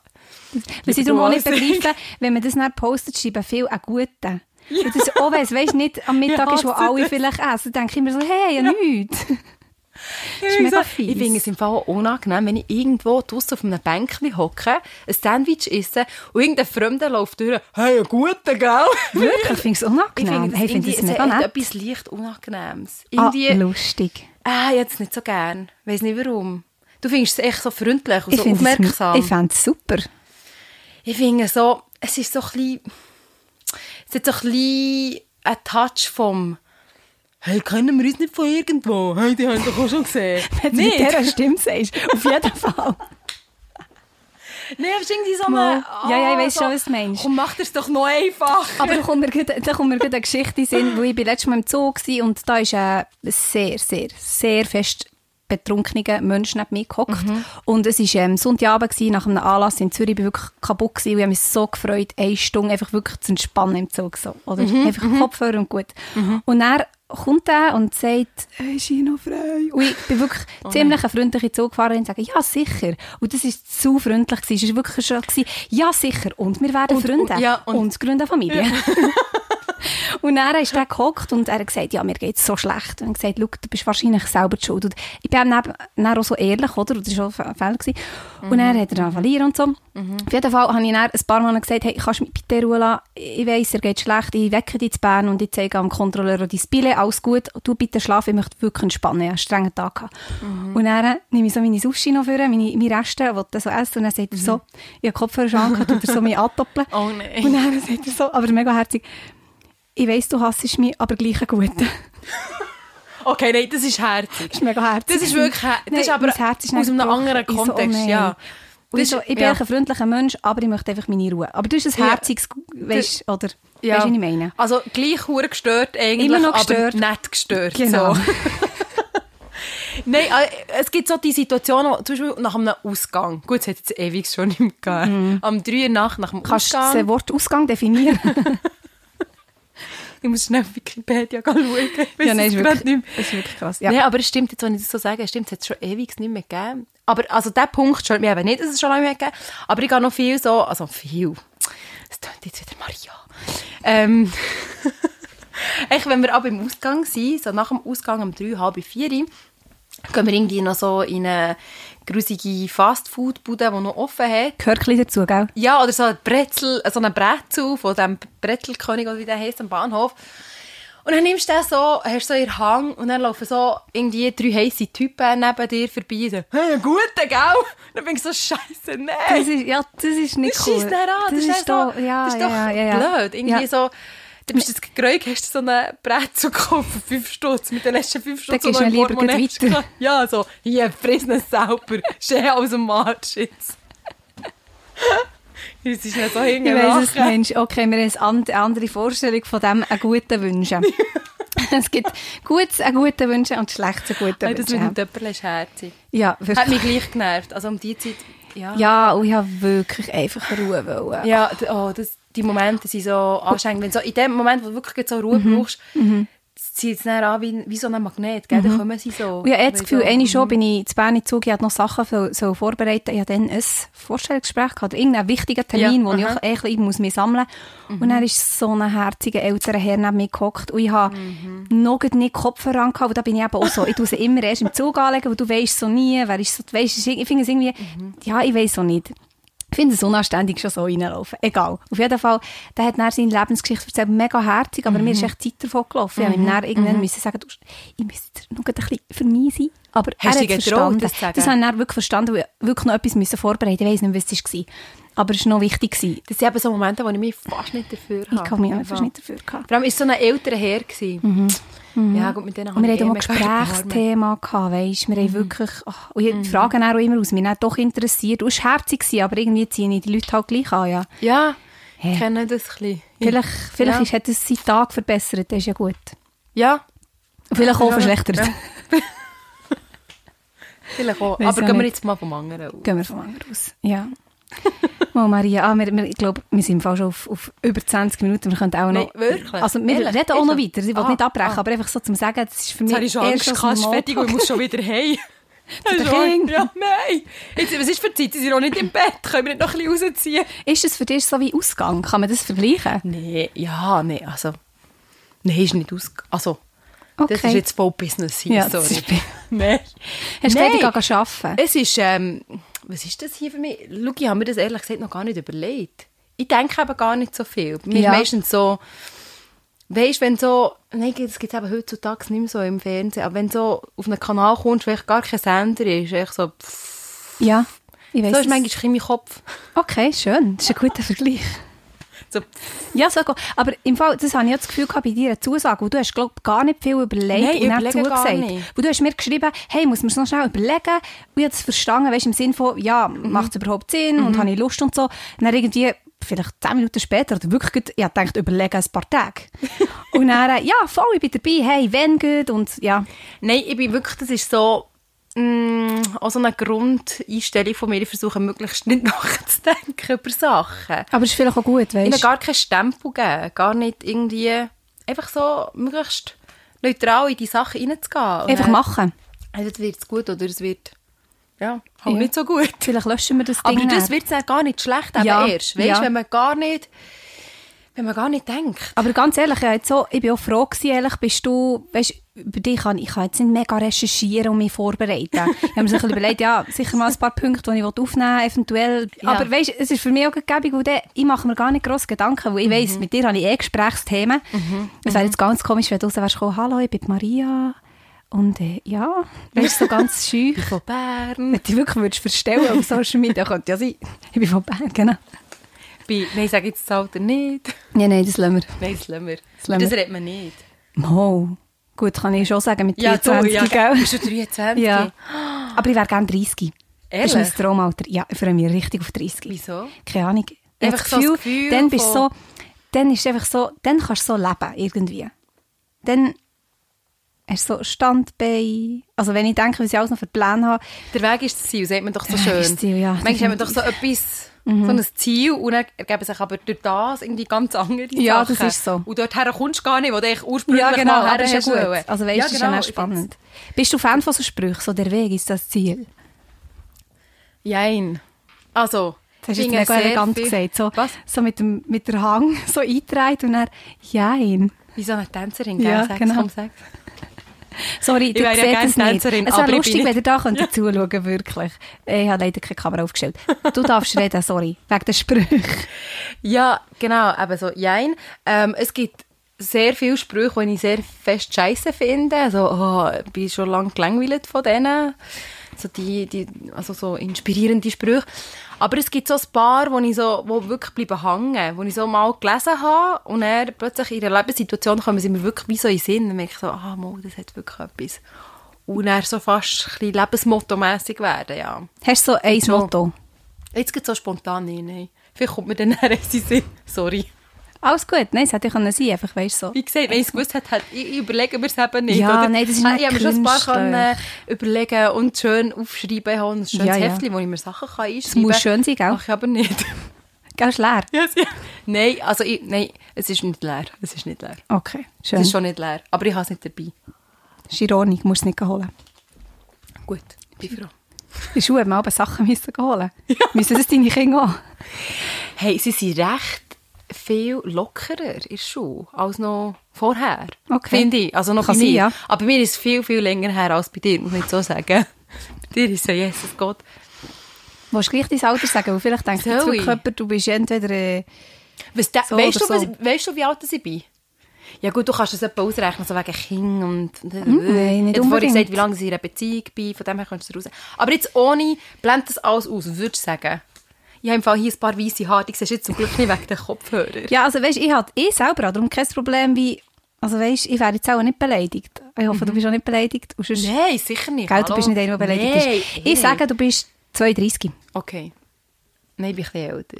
Speaker 2: Was ich
Speaker 1: du
Speaker 2: darum auch nicht
Speaker 1: alles.
Speaker 2: begreife, wenn man das nicht postet, schreiben viel einen guten. Und das, auch wenn es weißt, nicht am Mittag
Speaker 1: Ja,
Speaker 2: ist, wo
Speaker 1: hasse
Speaker 2: alle
Speaker 1: das.
Speaker 2: vielleicht essen, denke ich immer so, hey, ja, nichts.
Speaker 1: Das
Speaker 2: ist mega fies.
Speaker 1: Ich finde es im Fall auch unangenehm, wenn ich irgendwo draussen auf einem Bänkchen hocke, ein Sandwich esse und irgendein Fremder läuft durch. Hey, einen guten, gell?
Speaker 2: Wirklich, ich finde es unangenehm. Hey, Ich finde
Speaker 1: irgendwie-
Speaker 2: es
Speaker 1: es
Speaker 2: mega
Speaker 1: hat
Speaker 2: nett.
Speaker 1: etwas leicht Unangenehmes.
Speaker 2: Ah,
Speaker 1: Irgendwie,
Speaker 2: lustig.
Speaker 1: ah, jetzt nicht so gern. Weiß nicht warum. Du findest es echt so freundlich und
Speaker 2: Ich
Speaker 1: so
Speaker 2: finde es
Speaker 1: aufmerksam.
Speaker 2: ich fände es super.
Speaker 1: Ich, ich finde so, es ist so ein bisschen, es hat so ein bisschen einen Touch vom «Hey, kennen wir uns nicht von irgendwo? Hey, die haben doch auch schon gesehen.»
Speaker 2: Wenn du mit dieser Stimme sagst, auf jeden Fall.
Speaker 1: Nein, aber es ist irgendwie so
Speaker 2: Mal.
Speaker 1: eine...
Speaker 2: Ja, ja, ich weiss
Speaker 1: so,
Speaker 2: schon, was du meinst.
Speaker 1: Komm, mach das doch noch einfach.
Speaker 2: Aber da kommt mir gerade da kommt mir gerade eine Geschichte in den Sinn, weil ich bin letztes Mal im Zoo gsi und da ist äh, ein sehr, sehr, sehr fest betrunkener Mensch neben mir gehockt. Und es war ähm, Sonntagabend gsi, nach einem Anlass in Zürich. Ich war wirklich kaputt gewesen, und ich habe mich so gefreut, eine Stunde einfach wirklich zu entspannen im Zug. So, oder? Einfach Kopfhörer und gut. Und dann kommt er und sagt, «Hey, «Ist hier noch frei?» Und ich bin wirklich ziemlich eine freundliche Zugfahrerin und sage, «Ja, sicher.» Und das war zu freundlich. gewesen. Es war wirklich schon so, «Ja, sicher.» Und wir werden
Speaker 1: Und-
Speaker 2: Freunde.
Speaker 1: und- ja, und-
Speaker 2: und und gründen eine Familie. und dann ist er gehockt und er hat gesagt, ja, mir geht's so schlecht. Und ich gesagt, schau, du bist wahrscheinlich selber die schuld. Und ich bin ihm dann, dann auch so ehrlich, oder? Und das war schon ein Fehler. gewesen. Und dann hat er dann verlieren und so. Auf jeden Fall habe ich dann ein paar Mal gesagt, hey, kannst du mich bitte ruhen lassen? Ich weiss, er geht schlecht. Ich wecke dich zu Bern und ich zeige am Kontrolleur dein Billet. Alles gut. Du bitte schlaf, ich möchte wirklich entspannen. Ich habe einen strengen Tag gehabt. Und dann nehme ich so meine Sushi noch vor, meine, meine Reste, die ich so esse. Und dann sagt er so, ich habe Kopfhörer schon angehabt, und er so mich antoppeln.
Speaker 1: Oh nein.
Speaker 2: Und dann sagt er so, aber mega herzig, ich weiss, du hasst mich, aber gleich ein guter.
Speaker 1: Okay, nein, das ist herzig.
Speaker 2: Das ist mega herzig.
Speaker 1: Das ist wirklich he- das
Speaker 2: Nein,
Speaker 1: ist aber
Speaker 2: mein Herz ist
Speaker 1: aus
Speaker 2: dann
Speaker 1: einem
Speaker 2: gebrochen.
Speaker 1: anderen
Speaker 2: Ich so,
Speaker 1: Kontext,
Speaker 2: nein.
Speaker 1: ja.
Speaker 2: Und
Speaker 1: Das
Speaker 2: ich, so,
Speaker 1: ist-
Speaker 2: ich bin
Speaker 1: ja.
Speaker 2: eigentlich ein freundlicher Mensch, aber ich möchte einfach meine Ruhe. Aber dus du bist ein
Speaker 1: Ja.
Speaker 2: herziges, weißt du, oder?
Speaker 1: Ja.
Speaker 2: Weißt du, was ich meine?
Speaker 1: Also gleich hure gestört eigentlich,
Speaker 2: Immer noch gestört.
Speaker 1: aber nicht gestört.
Speaker 2: Genau.
Speaker 1: So. Nein, äh, es gibt so die Situationen, wo zum Beispiel nach einem Ausgang. Gut, es hat jetzt ewig schon nicht mehr gegeben. Am 3 Uhr Nacht nach dem
Speaker 2: Mhm. Kannst du
Speaker 1: Ausgang.
Speaker 2: das Wort Ausgang definieren?
Speaker 1: Ich muss schnell auf Wikipedia schauen. Ich weiss es grad nicht mehr.
Speaker 2: das ist wirklich krass. Ja.
Speaker 1: Ja. Nein, aber es stimmt, jetzt, wenn ich das so sage, es stimmt, es hat schon ewig nicht mehr gegeben. Aber also der Punkt stört mich eben nicht, dass es schon lange nicht mehr gegeben hat. Aber ich gehe noch viel so, also viel, es tönt jetzt wieder Maria. Ähm, echt, wenn wir aber im Ausgang sind, so nach dem Ausgang um drei, halb vier, gehen wir irgendwie noch so in eine grusige Fastfood-Bude, die noch offen hat.
Speaker 2: Gehört ein bisschen dazu, gell?
Speaker 1: Ja, oder so ein Brezel, so ein Brezel von dem Brezelkönig, oder wie der heisst, am Bahnhof. Und dann nimmst du den so, hast so ihren Hang und dann laufen so irgendwie drei heisse Typen neben dir vorbei. So, hey, einen guten, gell? Dann bin ich so, scheiße,
Speaker 2: Das
Speaker 1: nein.
Speaker 2: ist, ja, das ist nicht
Speaker 1: Das
Speaker 2: cool.
Speaker 1: schießt dann an. Das, ist, echt so,
Speaker 2: doch, ja,
Speaker 1: das ist doch
Speaker 2: ja, ja, ja.
Speaker 1: blöd. Irgendwie
Speaker 2: Ja.
Speaker 1: so, du bist jetzt gekreugt, hast du so einen Brezel gekauft für fünf Stutz, mit den letzten fünf Stutz,
Speaker 2: gehst
Speaker 1: noch
Speaker 2: du
Speaker 1: im
Speaker 2: ja lieber
Speaker 1: Portemonnaie
Speaker 2: gleich weiter.
Speaker 1: hast. Ja, so, hier, friss ihn selber. Schön aus dem Marsch jetzt. Es ist nicht so
Speaker 2: Ich
Speaker 1: hingelachen.
Speaker 2: weiss es, Mensch. Okay, wir haben eine and- andere Vorstellung von dem, einen guten Wünschen. es gibt Gutes, einen guten Wünschen und Schlechtes, einen guten
Speaker 1: Nein, das mit dem
Speaker 2: Wünschen.
Speaker 1: Töpperl ist herzig.
Speaker 2: Ja,
Speaker 1: Hat
Speaker 2: wirklich.
Speaker 1: mich gleich genervt. Also um die Zeit, ja.
Speaker 2: Ja, und ich habe wirklich einfach Ruhe wollen.
Speaker 1: Ja, d- oh, das, die Momente sind so anstrengend. Wenn so, in dem Moment, wo du wirklich so Ruhe
Speaker 2: Mhm.
Speaker 1: brauchst, zieht es dann an wie, wie so ein Magnet, gell? Dann kommen sie so.
Speaker 2: Mhm. Und ich habe jetzt das Gefühl,
Speaker 1: Weil so-
Speaker 2: eine schon bin ich zu Bern gezogen, ich hatte noch Sachen für, so vorbereitet. Ich hatte dann ein Vorstellungsgespräch gehabt, oder irgendeinen wichtigen Termin,
Speaker 1: Ja,
Speaker 2: wo ich
Speaker 1: aha. Mhm.
Speaker 2: auch echt, ich muss mich sammeln Und dann ist so ein herziger älterer Herr neben mir gehockt und ich habe
Speaker 1: Mhm.
Speaker 2: noch grad nicht Kopfhörer an, weil da bin ich eben auch so. Ich tue sie immer erst im Zug anlegen, weil du weißt so nie, wer ist so, du weisst, es ist irgendwie- ich finde es irgendwie,
Speaker 1: Mhm.
Speaker 2: ja, ich weiß so nicht. Ich finde es unanständig, schon so reinlaufen. Egal. Auf jeden Fall, der hat dann seine Lebensgeschichte erzählt, mega herzig, aber
Speaker 1: Mhm.
Speaker 2: mir ist echt die Zeit davon gelaufen. Ich musste ihm dann irgendwann müssen sagen, du, ich müsste jetzt noch grad ein bisschen für mich sein. Aber
Speaker 1: Hast
Speaker 2: er
Speaker 1: du dich
Speaker 2: hat's
Speaker 1: getraut,
Speaker 2: verstanden.
Speaker 1: das zu sagen?
Speaker 2: Das habe ich dann wirklich verstanden, weil ich wirklich noch etwas müssen vorbereiten Ich weiss nicht, mehr, was es war. Aber es war noch wichtig. Gewesen.
Speaker 1: Das sind eben so Momente, wo ich mich fast nicht dafür habe.
Speaker 2: Ich habe mich auch fast nicht dafür gehabt.
Speaker 1: Vor allem ist so ein älterer Herr. Mhm. Ja, gut, mit denen
Speaker 2: Und wir
Speaker 1: ich
Speaker 2: hatten auch ein
Speaker 1: eh mega Mhm. Erbarmen.
Speaker 2: Gesprächsthema, gehabt, weisst du. Wir haben wirklich, ach, und ich
Speaker 1: Mhm.
Speaker 2: die Fragen auch immer aus mir dann doch interessiert. Du warst herzig, gewesen, aber irgendwie ziehe ich die Leute halt gleich an, ja.
Speaker 1: Ja,
Speaker 2: Hä?
Speaker 1: ich kenne das ein bisschen.
Speaker 2: Vielleicht, vielleicht
Speaker 1: Ja.
Speaker 2: ist, hat es seinen Tag verbessert, das ist ja gut.
Speaker 1: Ja,
Speaker 2: Vielleicht auch
Speaker 1: Ja,
Speaker 2: verschlechtert.
Speaker 1: ja. vielleicht auch.
Speaker 2: Weiss
Speaker 1: Aber
Speaker 2: auch
Speaker 1: gehen wir
Speaker 2: nicht.
Speaker 1: jetzt mal vom anderen aus.
Speaker 2: Gehen wir von anderen aus. Ja. Mal Maria, ah, wir, wir, ich glaube, wir sind im Fall schon auf, auf über 20 Minuten. Wir können auch
Speaker 1: Nein,
Speaker 2: noch...
Speaker 1: wirklich?
Speaker 2: Also wir
Speaker 1: Ehrlich?
Speaker 2: reden auch
Speaker 1: Ist
Speaker 2: noch
Speaker 1: so?
Speaker 2: weiter. Ich will
Speaker 1: Ah,
Speaker 2: nicht abbrechen,
Speaker 1: ah.
Speaker 2: aber einfach so zum Sagen, das ist für mich
Speaker 1: Jetzt habe ich schon Angst,
Speaker 2: erst
Speaker 1: Kass,
Speaker 2: ein
Speaker 1: fertig und ich muss schon wieder heim.
Speaker 2: den
Speaker 1: Schon-
Speaker 2: Kindern.
Speaker 1: Ja, nein. Jetzt, was ist für die Zeit? Sie sind noch nicht im Bett. Können wir nicht noch ein bisschen rausziehen?
Speaker 2: Ist es für dich so wie Ausgang? Kann man das vergleichen?
Speaker 1: Nein, ja, nein, also... Nein, ist nicht aus... Also, das
Speaker 2: Okay.
Speaker 1: ist jetzt voll Business hier,
Speaker 2: Ja, das
Speaker 1: sorry.
Speaker 2: ist-
Speaker 1: nein.
Speaker 2: Hast du
Speaker 1: Nein.
Speaker 2: gesagt, ich gehe arbeiten?
Speaker 1: Es ist, ähm, was ist das hier für mich? Schau, ich habe mir das ehrlich gesagt noch gar nicht überlegt. Ich denke eben gar nicht so viel. Mir
Speaker 2: Ja.
Speaker 1: ist meistens so, weißt wenn so, nein, das gibt es eben heutzutage nicht mehr so im Fernsehen, aber wenn du so auf einen Kanal kommst, wo echt gar kein Sender ist, echt so, pff,
Speaker 2: Ja. Ich weiss
Speaker 1: Äh, so ist
Speaker 2: es.
Speaker 1: manchmal ein bisschen mein Kopf.
Speaker 2: Okay, schön. Das ist ein guter Vergleich.
Speaker 1: So,
Speaker 2: Ja, so gut. Aber im Fall, das habe ich ja das Gefühl gehabt bei deiner Zusage, weil du hast, glaube gar nicht viel überlegt
Speaker 1: Nein,
Speaker 2: und dann
Speaker 1: überlege gar
Speaker 2: zugesagt.
Speaker 1: nicht.
Speaker 2: Weil du hast mir geschrieben, hey, muss man es noch schnell überlegen. Und ich habe es verstanden, weißt du, im Sinn von, ja, macht es überhaupt Sinn und habe ich Lust und so. Und dann irgendwie, vielleicht zehn Minuten später, oder wirklich, gut, ich habe gedacht, überlegen ein paar Tage. und dann, äh, ja, voll, ich bin dabei, hey, wenn gut und ja.
Speaker 1: nein, ich bin wirklich, das ist so, mh, auch so eine Grundeinstellung von mir. Ich versuche möglichst nicht nachzudenken über Sachen.
Speaker 2: Aber es ist vielleicht auch gut,
Speaker 1: Ich will
Speaker 2: weißt du.
Speaker 1: gar keinen Stempel geben, gar nicht irgendwie, einfach so möglichst neutral in die Sache reinzugehen. Und
Speaker 2: Einfach
Speaker 1: dann-
Speaker 2: machen.
Speaker 1: Also, es wird gut oder es wird, ja, halt
Speaker 2: Ja.
Speaker 1: nicht so gut.
Speaker 2: Vielleicht löschen wir das Ding
Speaker 1: Aber das
Speaker 2: dann.
Speaker 1: wird es gar nicht schlecht, eben
Speaker 2: Ja,
Speaker 1: erst. Weißt,
Speaker 2: ja.
Speaker 1: wenn man gar nicht, wenn man gar nicht denkt.
Speaker 2: Aber ganz ehrlich, ja, jetzt so, ich bin auch froh gewesen, ehrlich, bist du, weißt, über dich kann ich kann jetzt nicht mega recherchieren und mich vorbereiten. ich habe mir so ein bisschen überlegt, ja, sicher mal ein paar Punkte, die ich aufnehmen will, eventuell.
Speaker 1: Ja.
Speaker 2: Aber weißt, es ist für mich auch gegeben, weil dann- ich mache mir gar nicht gross Gedanken, weil ich weiss, mit dir habe ich eh Gesprächsthemen. Es wäre jetzt ganz komisch, wenn du raus wärst gekommen, hallo, ich bin die Maria und äh, ja, weißt du, so ganz schüch.
Speaker 1: Von Bern.
Speaker 2: Wenn du dich wirklich würdest verstellen auf Social Media, könnte ja sein, ich bin von Bern, genau.
Speaker 1: Bei, nein, sag jetzt das Alter nicht.
Speaker 2: Nein, nein, das lassen wir.
Speaker 1: Nein, das lassen wir.
Speaker 2: lassen wir.
Speaker 1: Das redet man nicht.
Speaker 2: Mo. Gut, kann ich schon sagen, mit 23,
Speaker 1: ja.
Speaker 2: gell?
Speaker 1: Bist du 23?
Speaker 2: Ja. Aber ich wäre gerne 30.
Speaker 1: Ehrlich?
Speaker 2: Das ist mein Traumalter. Ja, ich freue mich richtig auf 30.
Speaker 1: Wieso?
Speaker 2: Keine Ahnung. Ich habe
Speaker 1: Einfach so das Gefühl
Speaker 2: dann bist du
Speaker 1: von-
Speaker 2: so, dann ist es einfach so, dann kannst du so leben, irgendwie. Dann hast du so Standbein. Also wenn ich denke, was ich alles noch für Pläne habe,
Speaker 1: Der Weg ist das Ziel, sagt man doch so
Speaker 2: Der Weg
Speaker 1: schön.
Speaker 2: ist das Ziel, ja,
Speaker 1: Manchmal hat man doch so
Speaker 2: definitiv. Mhm.
Speaker 1: etwas, so ein Ziel und dann ergeben sich aber durch das irgendwie ganz andere
Speaker 2: Ja,
Speaker 1: Sachen.
Speaker 2: das ist so.
Speaker 1: Und dorther kommst du gar nicht, wo du eigentlich ursprünglich
Speaker 2: ja genau,
Speaker 1: mal
Speaker 2: aber ist ja
Speaker 1: herhast
Speaker 2: gut.
Speaker 1: wollen.
Speaker 2: Also weißt du, das ist ja
Speaker 1: genau,
Speaker 2: auch
Speaker 1: ich find's-
Speaker 2: spannend. Bist du Fan von so Sprüchen? So, der Weg ist das Ziel.
Speaker 1: Jein. Also,
Speaker 2: Das hast du jetzt
Speaker 1: finde
Speaker 2: mega
Speaker 1: sehr
Speaker 2: elegant
Speaker 1: viel-
Speaker 2: gesagt. So,
Speaker 1: Was?
Speaker 2: so mit, dem, mit der Hang so eingetragen und dann, jein.
Speaker 1: Wie so eine Tänzerin, gell?
Speaker 2: Ja,
Speaker 1: Sag's,
Speaker 2: genau.
Speaker 1: komm, sag's.
Speaker 2: Sorry, du
Speaker 1: wäre ja
Speaker 2: seht
Speaker 1: gerne
Speaker 2: es nicht.
Speaker 1: Tänzerin,
Speaker 2: es wäre
Speaker 1: aber ich
Speaker 2: lustig,
Speaker 1: bin
Speaker 2: wenn ihr da könnt zuschauen wirklich. Ich habe leider keine Kamera aufgestellt. Du darfst reden, sorry, wegen der Sprüche.
Speaker 1: Ja, genau, eben so, jein. Ähm, es gibt sehr viele Sprüche, die ich sehr fest scheiße finde. Also, oh, ich bin schon lange gelangweilt von denen. So die, die, also so inspirierende Sprüche. Aber es gibt so ein paar, wo ich so, wo wirklich bleiben hängen, wo ich so mal gelesen habe und dann plötzlich in der Lebenssituation kommen sie mir wirklich wie so in den Sinn. Dann merke ich so, ah, mo, das hat wirklich etwas. Und dann so fast ein bisschen lebensmottomässig werden, ja.
Speaker 2: Hast du so ein Motto?
Speaker 1: Jetzt geht es so spontan nicht, nein. Vielleicht kommt mir dann nachher eins in den Sinn. Sorry.
Speaker 2: Alles gut, nein, es hätte ja können sein, einfach, weißt du, so.
Speaker 1: Wie gesagt, wenn ich es gewusst hätte, halt, hätte ich ich überlege mir es eben nicht.
Speaker 2: Ja,
Speaker 1: oder?
Speaker 2: nein, das ist
Speaker 1: Ah,
Speaker 2: nicht
Speaker 1: Ich habe mir schon ein paar
Speaker 2: künstlich.
Speaker 1: können, äh, überlegen und schön aufschreiben. Ich habe ein schönes
Speaker 2: Ja, ja.
Speaker 1: Heftchen, wo ich mir Sachen kann einschreiben kann.
Speaker 2: muss schön sein, gell?
Speaker 1: Mach ich aber nicht.
Speaker 2: Gell, ist leer?
Speaker 1: Yes, ja. Nein, also ich, nein, es ist nicht leer. Es ist nicht leer.
Speaker 2: Okay,
Speaker 1: Es
Speaker 2: schön.
Speaker 1: ist schon nicht leer, aber ich habe es nicht dabei.
Speaker 2: ist ironisch, musst es nicht holen.
Speaker 1: Gut, ich bin froh.
Speaker 2: In Schuhe haben wir aber Sachen müssen holen. Müssen das deine Kinder auch?
Speaker 1: Hey, sie sind recht viel lockerer in der Schule als noch vorher.
Speaker 2: Okay.
Speaker 1: Finde ich. Also noch
Speaker 2: Kann
Speaker 1: bei
Speaker 2: sein,
Speaker 1: mir.
Speaker 2: ja.
Speaker 1: Aber bei mir ist es viel, viel länger her als bei dir, muss ich so sagen. Bei dir ist es ja, Jesus Gott.
Speaker 2: Willst du gleich dein Alter sagen? Weil vielleicht denkt
Speaker 1: Soll
Speaker 2: jetzt
Speaker 1: ich?
Speaker 2: wirklich jemand, du bist entweder... Äh,
Speaker 1: Was da,
Speaker 2: So
Speaker 1: weißt, du,
Speaker 2: oder so.
Speaker 1: was, weißt du, wie alt ich bin? Ja gut, du kannst das etwa ausrechnen, so wegen Kind und...
Speaker 2: Mm, nein, nicht
Speaker 1: ich habe vorhin
Speaker 2: unbedingt.
Speaker 1: gesagt, wie lange ich in einer Beziehung bin, von dem her kannst du es raus. Aber jetzt ohne, blend das alles aus, was würdest du sagen? Ich habe im Fall hier ein paar weiße Haare, die siehst du jetzt zum Glück nicht wegen den Kopfhörer.
Speaker 2: Ja, also weißt, ich hatte ich selber auch darum kein Problem, wie, also weißt, ich wäre jetzt auch nicht beleidigt. Ich hoffe, du bist auch nicht beleidigt. Und sonst,
Speaker 1: Nein, sicher nicht.
Speaker 2: Gell, du
Speaker 1: Hallo.
Speaker 2: bist nicht einer, der beleidigt
Speaker 1: Nein,
Speaker 2: ist. Ich
Speaker 1: nein.
Speaker 2: sage, du bist 32.
Speaker 1: Okay. Nein, ich bin ein bisschen älter.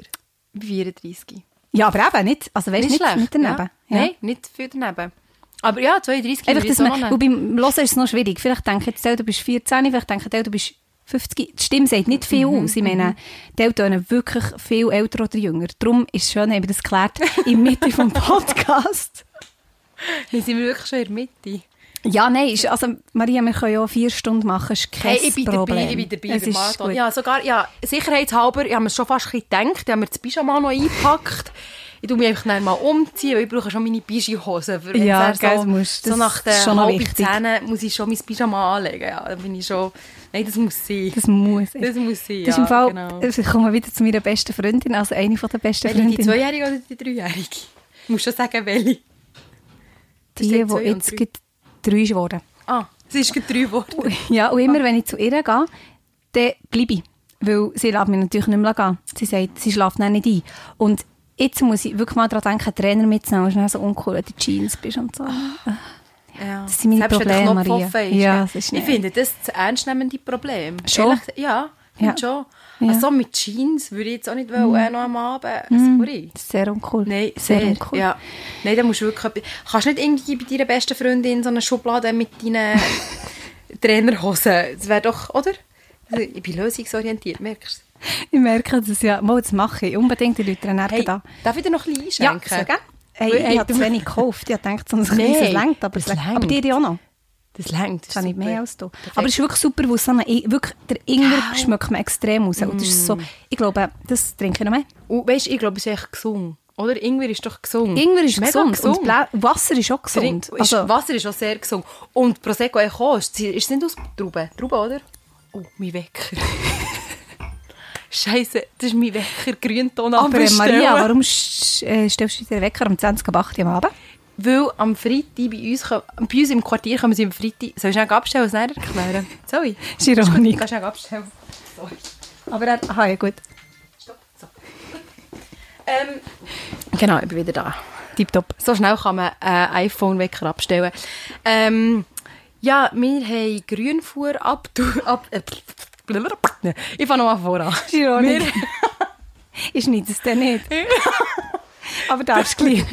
Speaker 1: Ich bin 34.
Speaker 2: Ja, aber eben nicht, also weißt, nicht, nicht, daneben.
Speaker 1: Ja.
Speaker 2: Ja.
Speaker 1: Nein, nicht viel daneben. Aber ja, 32
Speaker 2: Einfach,
Speaker 1: würde ich
Speaker 2: dass
Speaker 1: so
Speaker 2: man,
Speaker 1: nehmen.
Speaker 2: weil beim Hören ist es noch schwierig. Vielleicht denken jetzt die, du bist 14, vielleicht denken die, du bist 50. Die Stimme sagt nicht viel aus. Ich meine, die Eltern wirklich viel älter oder jünger. Darum ist es schön, haben wir das geklärt, in der Mitte vom Podcast.
Speaker 1: Dann sind wir wirklich schon in der Mitte.
Speaker 2: Ja, nein, ist, also Maria, wir können ja auch vier Stunden machen, ist kein
Speaker 1: Hey, ich bin
Speaker 2: Problem.
Speaker 1: dabei, ich bin dabei
Speaker 2: Es
Speaker 1: beim
Speaker 2: ist
Speaker 1: Marathon.
Speaker 2: gut.
Speaker 1: Ja, sogar, ja, sicherheitshalber, ich habe mir schon fast ein bisschen gedacht, ich habe mir das Pyjama noch eingepackt. Ich tue mich einfach schnell mal umziehen, weil ich brauche schon meine Pyjihose. Für wenn
Speaker 2: Ja,
Speaker 1: es
Speaker 2: gell,
Speaker 1: so,
Speaker 2: das musst-
Speaker 1: so
Speaker 2: das
Speaker 1: nach den
Speaker 2: ist schon noch
Speaker 1: halben
Speaker 2: wichtig.
Speaker 1: Zähnen muss ich schon mein Pyjama anlegen. Ja, dann bin ich schon... Nein, das muss sein.
Speaker 2: Das muss
Speaker 1: Das muss sein, ja,
Speaker 2: Das ist im Fall, also,
Speaker 1: genau.
Speaker 2: ich komme wieder zu meiner besten Freundin, also eine von der besten
Speaker 1: Welche, die
Speaker 2: Freundinnen.
Speaker 1: Zweijährige oder die Dreijährige? Du musst schon sagen, welche.
Speaker 2: Die,
Speaker 1: steht
Speaker 2: die,
Speaker 1: zwei und
Speaker 2: jetzt
Speaker 1: drei.
Speaker 2: gerade drei ist geworden.
Speaker 1: Ah, es ist gerade drei geworden.
Speaker 2: Ja, und immer wenn ich zu ihr gehe, dann bleibe ich. Weil sie lässt mich natürlich nicht mehr gehen. Sie sagt, sie schläft dann nicht ein. Und jetzt muss ich wirklich mal daran denken, einen Trainer mitzunehmen. Es ist dann so uncool, wenn du in Jeans bist und so.
Speaker 1: Ah, Ja.
Speaker 2: Das sind meine
Speaker 1: Selbst wenn der
Speaker 2: Probleme,
Speaker 1: Knopf
Speaker 2: Maria.
Speaker 1: offen Ist,
Speaker 2: Ja,
Speaker 1: ne?
Speaker 2: das ist
Speaker 1: ich
Speaker 2: nicht-
Speaker 1: finde das ist das ernstnehmende Problem.
Speaker 2: Schon?
Speaker 1: Ehrlich, ja, ich
Speaker 2: Ja.
Speaker 1: finde schon.
Speaker 2: Ja.
Speaker 1: Also mit Jeans würde ich jetzt auch nicht wollen, auch noch am Abend. Sorry.
Speaker 2: Das ist Mhm. sehr uncool.
Speaker 1: Nein, sehr. Ja. Nein, da musst du wirklich... etwas- Kannst nicht irgendwie bei deiner besten Freundin so eine Schublade mit deinen Trainerhosen... Das wäre doch... Oder? Also, ich bin lösungsorientiert, merkst du?
Speaker 2: Ich merke das ja. Mal, das mache ich. Unbedingt die Leute nerven
Speaker 1: Hey,
Speaker 2: da.
Speaker 1: darf ich dir noch ein bisschen
Speaker 2: Ja,
Speaker 1: einschenken?
Speaker 2: so, gell? Hey,
Speaker 1: Weil, hey,
Speaker 2: ich habe zu
Speaker 1: du-
Speaker 2: wenig gekauft. Ich dachte, so ein
Speaker 1: Nein,
Speaker 2: kleines lenkt, aber,
Speaker 1: das
Speaker 2: es lenkt.
Speaker 1: lenkt.
Speaker 2: aber dir ja auch noch.
Speaker 1: Das längt.
Speaker 2: Das habe ich mehr als du.
Speaker 1: Perfekt.
Speaker 2: Aber es ist wirklich super, weil es so eine, wirklich, der Ingwer schmeckt mir extrem raus. Und das ist
Speaker 1: Mm.
Speaker 2: so, ich glaube, das trinke ich noch mehr.
Speaker 1: Und weißt du, ich glaube, es ist echt gesund. Oder? Ingwer ist doch gesund.
Speaker 2: Ingwer ist
Speaker 1: Mega
Speaker 2: gesund. Und Blau Wasser ist auch
Speaker 1: Trink-
Speaker 2: gesund.
Speaker 1: Ist,
Speaker 2: Also,
Speaker 1: Wasser ist auch sehr gesund. Und Prosecco Echo ist, ist nicht aus Trauben. Trauben, oder? Oh, mein Wecker. Scheiße, das ist mein Wecker. Grünton
Speaker 2: aber äh,
Speaker 1: abstellen.
Speaker 2: Maria, warum sch- äh, stellst du dir den Wecker um 20.08 Uhr am Abend?
Speaker 1: Weil am Freitag bei uns, ko- bei uns im Quartier kommen sie am Freitag... Soll ich schnell abstellen und es dann erklären? Sorry.
Speaker 2: Ist ironisch.
Speaker 1: Kannst du schnell abstellen? Sorry.
Speaker 2: Aber er, aha, ja gut.
Speaker 1: Stopp. So. ähm,
Speaker 2: Genau, ich bin wieder da. Tipptopp.
Speaker 1: So schnell kann man einen iPhone-Wecker abstellen. Ähm, ja, wir haben Grünfuhr ab... ab äh, ich fange nochmal voran.
Speaker 2: Ist ironisch. Ich schneide es dann nicht. aber darfst du gleich.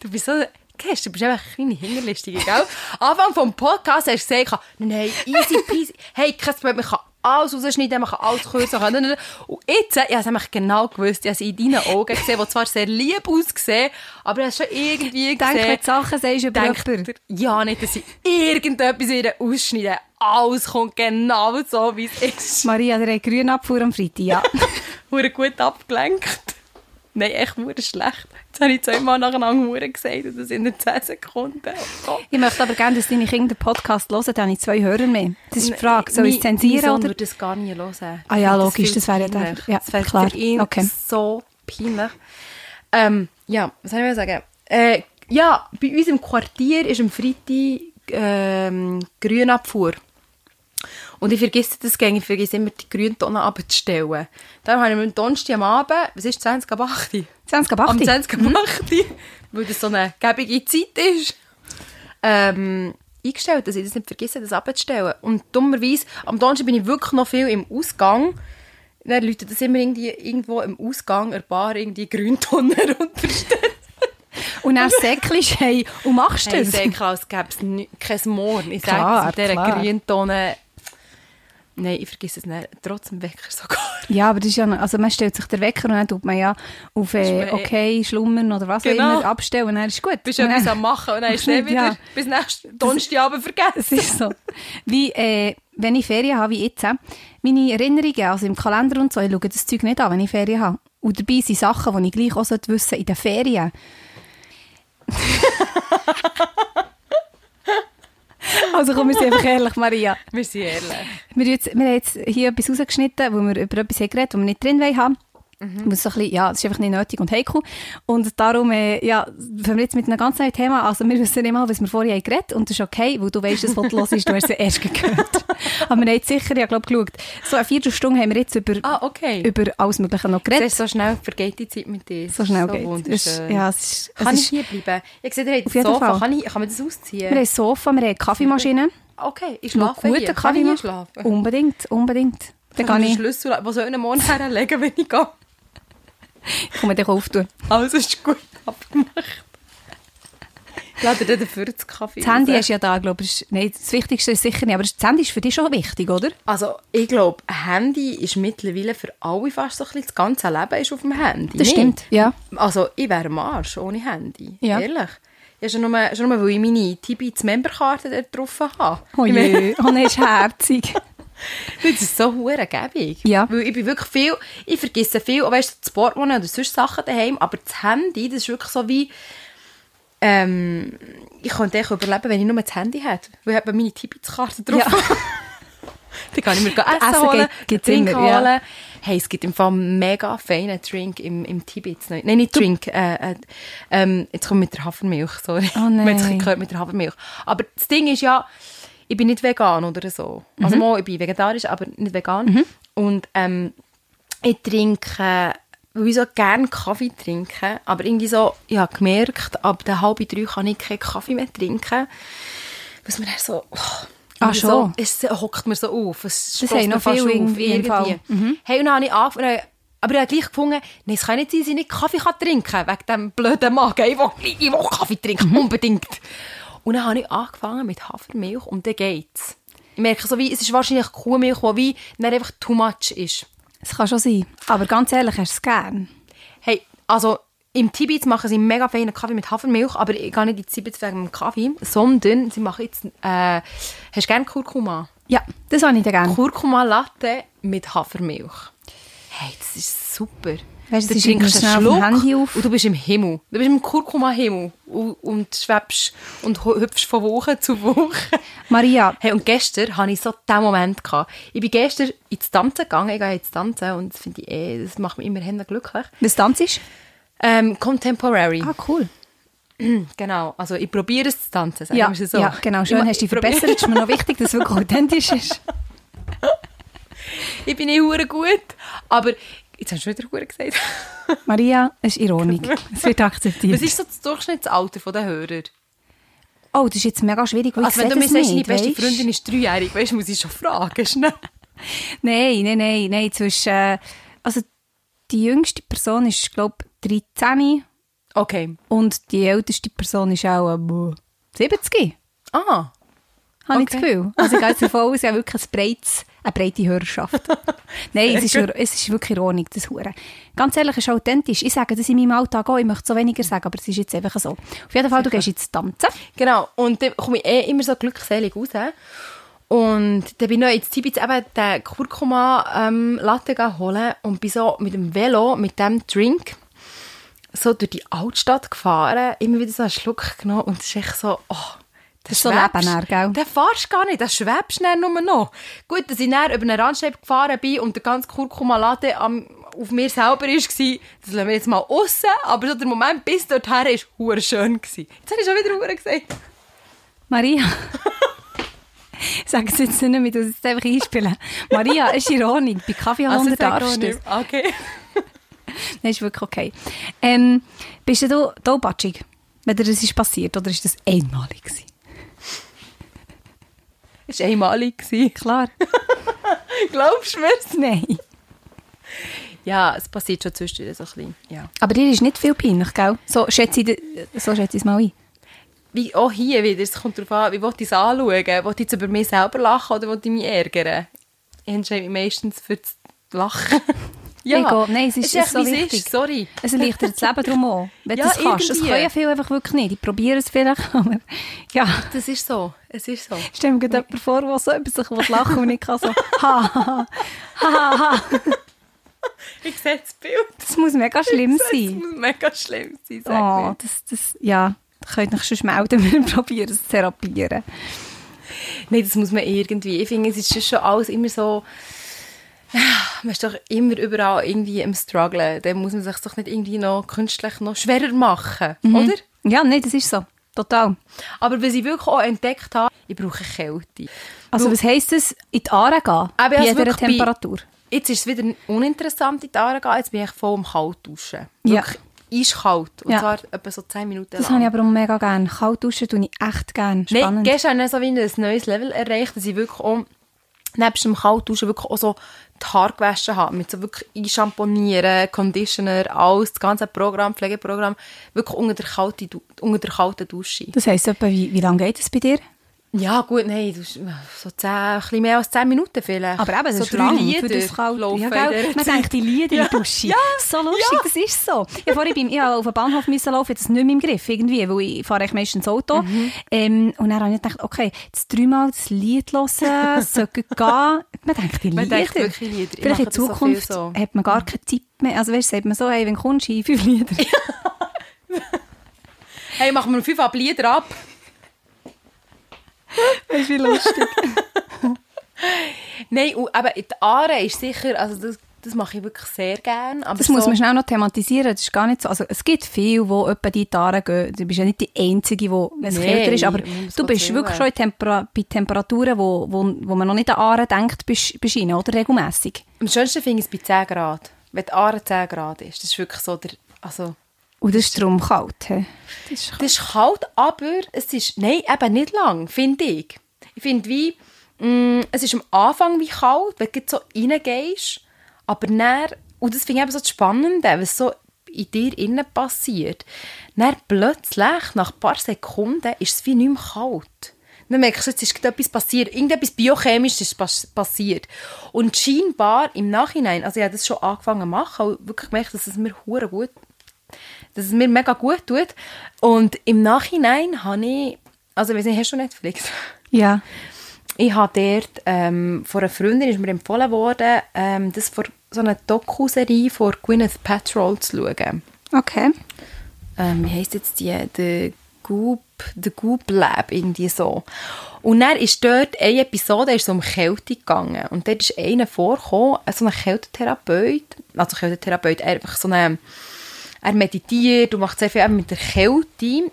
Speaker 1: Du bist so... Kennst, du du bist einfach eine kleine Hinterlistige, gell? Anfang vom Podcast hast du gesagt, nein, easy peasy. Hey, kein Problem, man kann alles rausschneiden, man kann alles kürzen. Man kann, und jetzt, äh, ich habe es nämlich genau gewusst, ich habe es in deinen Augen gesehen, die zwar sehr lieb aussehen, aber ich habe es schon irgendwie
Speaker 2: Denk, wenn
Speaker 1: gesehen.
Speaker 2: du Sachen sagst über
Speaker 1: denkt
Speaker 2: jemanden.
Speaker 1: er, ja nicht, dass sie irgendetwas in ihr ausschneiden. Alles kommt genau so, wie es ist.
Speaker 2: Maria, der hat Grünabfuhr am Freitag, ja.
Speaker 1: Hure gut abgelenkt. Nein, echt hure schlecht. Jetzt habe ich zweimal nacheinander hure gesagt und das in den 10 Sekunden. Oh Gott.
Speaker 2: Ich möchte aber gerne, dass deine Kinder den Podcast hören, dann habe ich zwei Hörer mehr. Das ist die Frage. Soll ich es
Speaker 1: Mein- mein
Speaker 2: zensieren
Speaker 1: Sohn
Speaker 2: oder?
Speaker 1: würde das gar nie hören.
Speaker 2: Ah
Speaker 1: Ich
Speaker 2: ja,
Speaker 1: finde
Speaker 2: logisch,
Speaker 1: viel
Speaker 2: das wäre ja der-
Speaker 1: peinlich.
Speaker 2: ja,
Speaker 1: Das wäre
Speaker 2: klar.
Speaker 1: für ihn
Speaker 2: Okay.
Speaker 1: so peinlich. Ähm, ja, was soll ich mal sagen? Äh, ja, bei uns im Quartier ist am Freitag ähm, Grünabfuhr. Und ich vergesse das gerne, ich vergesse immer die Grüntonne abzustellen. Dann habe ich mir am Donnerstag am Abend, was ist 20 ab 8 Uhr?
Speaker 2: 20 ab
Speaker 1: Am
Speaker 2: 8.
Speaker 1: 20 ab 8 Uhr, weil das so eine gäbige Zeit ist, ähm, eingestellt, dass ich das nicht vergesse, das abzustellen. Und dummerweise, am Donnerstag bin ich wirklich noch viel im Ausgang. Dann läutet das immer irgendwie, irgendwo im Ausgang, ein paar irgendwie Grüntonne runterstellen.
Speaker 2: Und dann säckelst hey, und machst
Speaker 1: Hey,
Speaker 2: das.
Speaker 1: sehr klar, es gäbe es ni- kein Morgen. Ich
Speaker 2: Klar,
Speaker 1: sage es mit dieser
Speaker 2: klar.
Speaker 1: Grüntonne. Nein, ich vergesse es nicht. Trotzdem Wecker sogar.
Speaker 2: Ja, aber das ist ja, noch- also man stellt sich den Wecker und dann tut man ja auf äh,
Speaker 1: man eh-
Speaker 2: okay, schlummern oder was
Speaker 1: Genau.
Speaker 2: auch immer abstellen und dann ist gut.
Speaker 1: Bist du
Speaker 2: Und dann-
Speaker 1: etwas am Machen und dann ist es
Speaker 2: Ja.
Speaker 1: wieder bis nächsten Donnerstagabend vergessen.
Speaker 2: Es ist so. Wie, äh, wenn ich Ferien habe, wie jetzt, äh, meine Erinnerungen, also im Kalender und so, ich schaue das Zeug nicht an, wenn ich Ferien habe. Und dabei sind Sachen, die ich gleich auch sollte wissen in den Ferien. also komm, wir sind einfach ehrlich, Maria.
Speaker 1: Wir sind ehrlich.
Speaker 2: Wir, haben jetzt, wir haben jetzt hier etwas rausgeschnitten, wo wir über etwas haben geredet, das wir nicht drin wollen haben. Mhm. So ein bisschen, ja, es ist einfach nicht nötig und heikel. Und darum, äh, ja, fangen wir jetzt mit einem ganz neuen Thema Also wir wissen nicht mal, was wir vorher haben geredet und das ist okay, weil du weißt, dass was los ist, du hast es erst gehört. Aber wir haben jetzt sicher, ich glaube, geschaut, so eine Viertelstunde haben wir jetzt über,
Speaker 1: Ah, okay.
Speaker 2: über alles Mögliche noch geredet.
Speaker 1: Siehst du, so schnell vergeht die Zeit mit dir.
Speaker 2: So schnell
Speaker 1: so
Speaker 2: geht's. Es ist-
Speaker 1: Wunderschön.
Speaker 2: Ja, es ist, es
Speaker 1: kann
Speaker 2: ist,
Speaker 1: ich hier bleiben? Ich sehe, ihr habt
Speaker 2: Auf jeden
Speaker 1: Sofa.
Speaker 2: Fall.
Speaker 1: Kann, ich, kann man das
Speaker 2: wir haben ein
Speaker 1: ausziehen?
Speaker 2: Sofa, wir haben eine Kaffeemaschine.
Speaker 1: Okay, ich
Speaker 2: Noch
Speaker 1: schlafe hier. Kann ich
Speaker 2: guten Kaffee
Speaker 1: hier
Speaker 2: machen.
Speaker 1: schlafen?
Speaker 2: Unbedingt, unbedingt. Dann
Speaker 1: kann
Speaker 2: kann
Speaker 1: ich den
Speaker 2: ich,
Speaker 1: Schlüssel, wo soll ich ihn morgen herlegen, wenn ich gehe?
Speaker 2: ich kann mir den auftun.
Speaker 1: Alles ist gut abgemacht. Ich lade dir dafür das Kaffee
Speaker 2: Das Handy
Speaker 1: raus.
Speaker 2: hast du ja da, glaube ich. Nein, das Wichtigste ist sicher nicht, aber das Handy ist für dich schon wichtig, oder?
Speaker 1: Also, ich glaube, ein Handy ist mittlerweile für alle fast so ein bisschen, das ganze Leben ist auf dem Handy.
Speaker 2: Das
Speaker 1: Nicht?
Speaker 2: stimmt, ja.
Speaker 1: Also, ich wäre am Arsch ohne Handy.
Speaker 2: Ja.
Speaker 1: Ehrlich. Ja, schon nur, schon nur, weil ich meine Tibits-Memberkarte da drauf habe.
Speaker 2: Oh
Speaker 1: Ich meine,
Speaker 2: je, oh nein, ist herzig.
Speaker 1: Das ist so hure gäbig.
Speaker 2: Ja.
Speaker 1: Weil ich bin wirklich viel, ich vergesse viel, auch weißt du, das Portemonnaie oder sonst Sachen daheim, aber das Handy, das ist wirklich so wie, ähm, ich könnte echt überleben, wenn ich nur das Handy hätte. Weil ich habe meine Tippitskarte drauf.
Speaker 2: Ja.
Speaker 1: Dann kann ich mir gehen Essen,
Speaker 2: Essen
Speaker 1: holen,
Speaker 2: geht- geht's
Speaker 1: Drink
Speaker 2: immer, ja.
Speaker 1: holen. Hey, es gibt im Fall einen mega feinen Drink im, im Tibet. Nein, nicht Drink, äh, äh, ähm, jetzt kommt mit der Hafermilch, sorry.
Speaker 2: Oh nein.
Speaker 1: Man hat es ein bisschen gehört mit der Hafermilch. Aber das Ding ist ja,
Speaker 2: Mhm.
Speaker 1: ich bin nicht vegan oder so. Also mal, ich bin vegetarisch, aber nicht vegan. Und ähm, Ich trinke, weil ich so gerne Kaffee trinke, aber irgendwie so, ich habe gemerkt, ab der halben drei kann ich keinen Kaffee mehr trinken. Was mir dann so... Oh,
Speaker 2: Ah,
Speaker 1: mir
Speaker 2: schon?
Speaker 1: So, es hockt mir so auf. Es
Speaker 2: Das
Speaker 1: stösst
Speaker 2: haben
Speaker 1: mir
Speaker 2: noch
Speaker 1: fast
Speaker 2: viele
Speaker 1: auf,
Speaker 2: irgendwie im Fall.
Speaker 1: irgendwie. Mhm. Hey, und dann habe ich angefangen, äh, aber ich habe gleich gefunden, nein, es kann nicht sein, dass ich nicht Kaffee kann trinken kann, wegen diesem blöden Magen. Ich will, ich will Kaffee trinken, unbedingt. Und dann habe ich angefangen mit Hafermilch und dann geht's. Ich merke so wie, es ist wahrscheinlich Kuhmilch, die wie dann einfach too much ist.
Speaker 2: Das kann schon sein. Aber ganz ehrlich, hast du es gern?
Speaker 1: Hey, also im Tibet machen sie mega feinen Kaffee mit Hafermilch, aber ich gehe nicht in Tibet wegen dem Kaffee, sondern sie machen jetzt, äh, hast du gerne Kurkuma?
Speaker 2: Ja, das habe ich dir gern.
Speaker 1: Kurkuma Latte mit Hafermilch. Hey, das ist super.
Speaker 2: Weißt du,
Speaker 1: du
Speaker 2: sie schreiben
Speaker 1: trinkst
Speaker 2: mir
Speaker 1: einen
Speaker 2: schnell auf dem
Speaker 1: Schluck
Speaker 2: Handy auf.
Speaker 1: und du bist im Himmel. Du bist im Kurkuma-Himmel und, und schwebst und ho- hüpfst von Woche zu Woche.
Speaker 2: Maria,
Speaker 1: Hey, und gestern hatte ich so diesen Moment. Gehabt. Ich bin gestern ins Tanzen gegangen. Ich gehe jetzt tanzen und das finde ich eh, das macht mich immer hemmend glücklich.
Speaker 2: was Tanz ist?
Speaker 1: Ähm, contemporary.
Speaker 2: Ah, cool.
Speaker 1: Genau, also ich probiere es zu tanzen, sagen
Speaker 2: Ja,
Speaker 1: wir es so.
Speaker 2: ja, genau. Schön,
Speaker 1: ich,
Speaker 2: hast du dich
Speaker 1: ich probiere-
Speaker 2: verbessert. ist mir noch wichtig, dass es wirklich authentisch ist.
Speaker 1: Ich bin nicht hure gut, aber jetzt hast du wieder hure gesagt.
Speaker 2: Maria, es ist Ironik. Es wird akzeptiert.
Speaker 1: Was ist so das Durchschnittsalter der Hörer?
Speaker 2: Oh, das ist jetzt mega schwierig, weil
Speaker 1: Also
Speaker 2: ich
Speaker 1: wenn du mir
Speaker 2: sehe das
Speaker 1: sagst, deine
Speaker 2: nicht,
Speaker 1: beste
Speaker 2: weisst?
Speaker 1: Freundin ist dreijährig, weißt du, muss ich schon fragen, schnell.
Speaker 2: Nein, nein, nein, nein. Zwischen, äh, also die jüngste Person ist, glaube ich, 13
Speaker 1: Okay.
Speaker 2: und die älteste Person ist auch äh, boah, 70,
Speaker 1: Ah,
Speaker 2: habe ich
Speaker 1: Okay.
Speaker 2: das Gefühl. Also ich gehe jetzt davon aus, ich habe wirklich ein breites, eine breite Hörerschaft. nein, es ist,
Speaker 1: gut.
Speaker 2: es ist wirklich Ironik, das Hure. Ganz ehrlich, es ist authentisch. Ich sage das in meinem Alltag auch, ich möchte so weniger sagen, aber es ist jetzt einfach so. Auf jeden Fall, du gehst jetzt tanzen.
Speaker 1: genau. Und dann komme ich eh immer so glückselig raus. Und dann bin ich noch ins Tibet eben den Kurkuma-Latte holen und bin so mit dem Velo, mit dem Drink, so durch die Altstadt gefahren, immer wieder so einen Schluck genommen und es ist echt so, oh, das
Speaker 2: ist so Leben dann, gell?
Speaker 1: Dann fahrst du gar nicht, dann schwebst du dann nur noch. Gut, dass ich dann über eine Randscheibe gefahren bin und der ganze Kurkuma-Latte am- auf mir selber war, das lassen wir jetzt mal aussen, aber so der Moment bis dorthin war hure schön. gewesen. Jetzt habe ich schon wieder hure gesagt.
Speaker 2: Maria. Sag es jetzt nicht mehr, du musst es einfach einspielen. Maria, es ist Ironik. Bei Kaffee also
Speaker 1: Also,
Speaker 2: darfst du es.
Speaker 1: Akronym. Okay.
Speaker 2: Nein, ist wirklich okay. Ähm, bist du da batschig, wenn dir das ist passiert? Oder ist das einmalig gewesen?
Speaker 1: Das war einmalig. gewesen.
Speaker 2: Klar.
Speaker 1: Glaubst du mir?
Speaker 2: Nein.
Speaker 1: Ja, es passiert schon zwischendurch so ein bisschen. Ja.
Speaker 2: Aber dir ist nicht viel peinlich, gell? So schätze ich, de- so schätze ich es mal ein.
Speaker 1: Wie auch hier wieder, es kommt darauf an, wie will ich es anschauen? Will ich jetzt über mich selber lachen oder will ich mich ärgern? Ich entscheide mich meistens für das Lachen.
Speaker 2: Ego. Nein, es ist-
Speaker 1: echt,
Speaker 2: ist so
Speaker 1: wie es
Speaker 2: wichtig.
Speaker 1: Ist, sorry.
Speaker 2: Es erleichtert das Leben darum auch, wenn
Speaker 1: Ja,
Speaker 2: du es kannst. Das
Speaker 1: irgendwie.
Speaker 2: können ja viele einfach wirklich nicht. Ich probiere es vielleicht, aber ja.
Speaker 1: Das ist so. Es ist so.
Speaker 2: Ich stelle mir gerade jemanden vor, der so über sich lachen will und ich kann so, ha, ha, ha, ha, ha.
Speaker 1: Ich sehe das Bild.
Speaker 2: Das muss mega schlimm
Speaker 1: Es
Speaker 2: sein.
Speaker 1: muss mega schlimm sein, sag
Speaker 2: Oh,
Speaker 1: mir.
Speaker 2: das, das, ja, könnt euch schon melden, wir probieren es zu therapieren.
Speaker 1: Nein, das muss man irgendwie. Ich finde, es ist schon alles immer so. Man ist doch immer überall irgendwie am Strugglen. Dann muss man sich doch nicht irgendwie noch künstlich noch schwerer machen,
Speaker 2: Mhm.
Speaker 1: oder?
Speaker 2: Ja, nee, das ist so. Total.
Speaker 1: Aber was ich wirklich auch entdeckt habe, ich brauche Kälte.
Speaker 2: Also was heisst es, in die Aare gehen?
Speaker 1: Aber
Speaker 2: bei
Speaker 1: also
Speaker 2: jeder
Speaker 1: wirklich bei-
Speaker 2: Temperatur?
Speaker 1: Jetzt ist es wieder uninteressant in die Haare gehen, jetzt bin ich voll am Kaltduschen.
Speaker 2: Ja.
Speaker 1: Wirklich eiskalt. Und
Speaker 2: Ja.
Speaker 1: zwar etwa so 10 Minuten
Speaker 2: Das
Speaker 1: lang.
Speaker 2: habe ich aber auch mega gerne. Kalt duschen tue ich echt gerne.
Speaker 1: Nein,
Speaker 2: Spannend.
Speaker 1: gestern habe ich so wieder ein neues Level erreicht, dass ich wirklich auch nebst dem Kaltduschen wirklich auch so die Haare gewaschen habe. Mit so wirklich Einschamponieren, Conditioner, alles, das ganze Programm, Pflegeprogramm, wirklich unter der kalten, Du- unter der kalten Dusche.
Speaker 2: das heisst etwa, wie, wie lange geht es bei dir?
Speaker 1: Ja gut, nein, du, so zehn, ein bisschen mehr als 10 Minuten vielleicht.
Speaker 2: Aber eben, das
Speaker 1: so
Speaker 2: ist lang für das Kalt.
Speaker 1: laufen
Speaker 2: Ja,
Speaker 1: in
Speaker 2: gell?
Speaker 1: dieser
Speaker 2: Man
Speaker 1: Zeit.
Speaker 2: denkt, die Lieder in die Dusche.
Speaker 1: Ja.
Speaker 2: So lustig,
Speaker 1: Ja.
Speaker 2: das ist so. Ja, vorhin beim, ich habe auf den Bahnhof müssen laufen, ich hatte das nicht mehr im Griff irgendwie, weil ich fahre eigentlich meistens Auto.
Speaker 1: Mhm.
Speaker 2: Ähm, und dann habe ich gedacht, okay, jetzt dreimal das Lied hören, es sollte gehen. Man denkt, die Lieder.
Speaker 1: Man denkt wirklich Lieder. Ich
Speaker 2: Vielleicht
Speaker 1: mache
Speaker 2: in
Speaker 1: das so
Speaker 2: Zukunft
Speaker 1: viel so.
Speaker 2: hat man gar keine Zeit mehr. Also weißt, du, sagt man so, hey, wenn du kommst, in fünf Lieder.
Speaker 1: Hey, machen wir fünf ab Lieder ab.
Speaker 2: Weißt du, wie lustig.
Speaker 1: Nein, und eben in die Aare ist sicher, also das Das mache ich wirklich sehr gerne. Aber
Speaker 2: Das
Speaker 1: so,
Speaker 2: muss man schnell noch thematisieren. Das ist gar nicht so. Also, es gibt viele, die etwa die Tare gehen. Du bist ja nicht die Einzige, die, wenn es
Speaker 1: Nein,
Speaker 2: kälter ist, aber
Speaker 1: um Gottes
Speaker 2: du bist
Speaker 1: Willen.
Speaker 2: wirklich schon in Tempera bei Temperaturen, wo, wo, wo man noch nicht an Aare denkt, bist, bist rein, oder? Regelmässig.
Speaker 1: Am schönsten finde ich es bei 10 Grad. Wenn die Aare 10 Grad ist. Das ist wirklich so der... Also,
Speaker 2: Und das ist darum kalt. hä? Das ist
Speaker 1: das ist kalt, aber es ist... Nein, eben nicht lang, finde ich. Ich finde wie... mm, es ist am Anfang wie kalt, wenn du gerade so reingehst. Aber dann... Und das finde ich eben so das Spannende, was so in dir innen passiert. Dann plötzlich, nach ein paar Sekunden, ist es wie nicht mehr kalt. Dann merkst du, jetzt ist gerade etwas passiert. Irgendetwas Biochemisches ist pas passiert. Und scheinbar im Nachhinein, also ich habe das schon angefangen zu machen und wirklich gemerkt, dass es mir hure gut, dass es mir mega gut tut. Und im Nachhinein habe ich, also ich weiss nicht, hast du Netflix?
Speaker 2: Ja.
Speaker 1: Ich habe dort ähm, von einer Freundin, ist mir empfohlen worden, ähm, das vor so eine Doku-Serie von Gwyneth Paltrow zu schauen
Speaker 2: Okay.
Speaker 1: ähm, wie heisst jetzt die, The Goop, The Goop Lab, irgendwie so. Und dann ist dort eine Episode ist so um Kälte gegangen. Und dort ist einer vorgekommen, äh, so ein Kältetherapeut, also Kältetherapeut, er einfach so eine, er meditiert und macht sehr viel eben mit der Kälte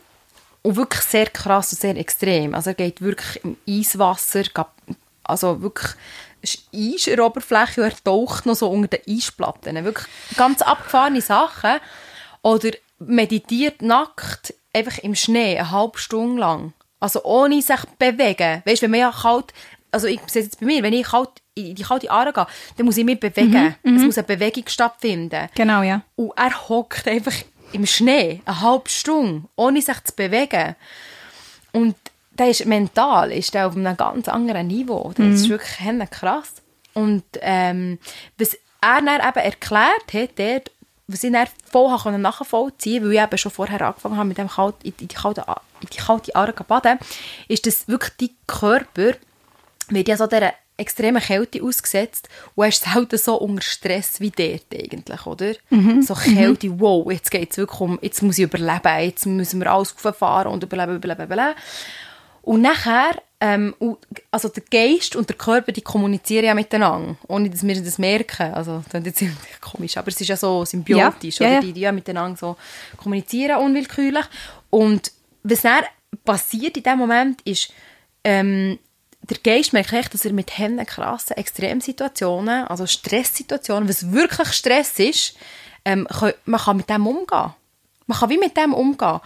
Speaker 1: und wirklich sehr krass und sehr extrem. Also er geht wirklich im Eiswasser, gab- also wirklich ist Eis in der Oberfläche und er taucht noch so unter den Eisplatten. Wirklich ganz abgefahrene Sachen. Oder meditiert nackt einfach im Schnee eine halbe Stunde lang. Also ohne sich bewegen. Weißt du, wenn man ja kalt, also ich sehe es jetzt bei mir, wenn ich kalt in die kalte Aare gehe, dann muss ich mich bewegen. es muss eine Bewegung stattfinden.
Speaker 2: Genau, ja.
Speaker 1: Und er hockt einfach im Schnee eine halbe Stunde, ohne sich zu bewegen. Und der ist mental ist der auf einem ganz anderen Niveau. Das ist wirklich henne krass. Und ähm, was er dann eben erklärt hat, dort, was ich dann voll habe können nachvollziehen konnte, weil ich eben schon vorher angefangen habe, mit dem kalt, in, die- in die kalte, A- in die kalte Aare zu baden, ist, dass wirklich dein Körper wird ja so dieser extremen Kälte ausgesetzt und er ist selten so unter Stress wie dort eigentlich, oder?
Speaker 2: Mhm.
Speaker 1: So Kälte, wow, jetzt geht es wirklich um, jetzt muss ich überleben, jetzt müssen wir alles fahren und überleben, überleben, überleben. Und nachher, ähm, und- also der Geist und der Körper, die kommunizieren ja miteinander, ohne dass wir das merken. Also, das klingt jetzt irgendwie komisch, aber es ist ja so symbiotisch,
Speaker 2: Ja, ja,
Speaker 1: oder?
Speaker 2: ja.
Speaker 1: Die, die ja miteinander so kommunizieren unwillkürlich. Und was dann passiert in dem Moment ist, ähm, der Geist merkt echt, dass er mit Händen krassen Extremsituationen, also Stresssituationen, was wirklich Stress ist, ähm, kö- man kann mit dem umgehen. Man kann wie mit dem umgehen.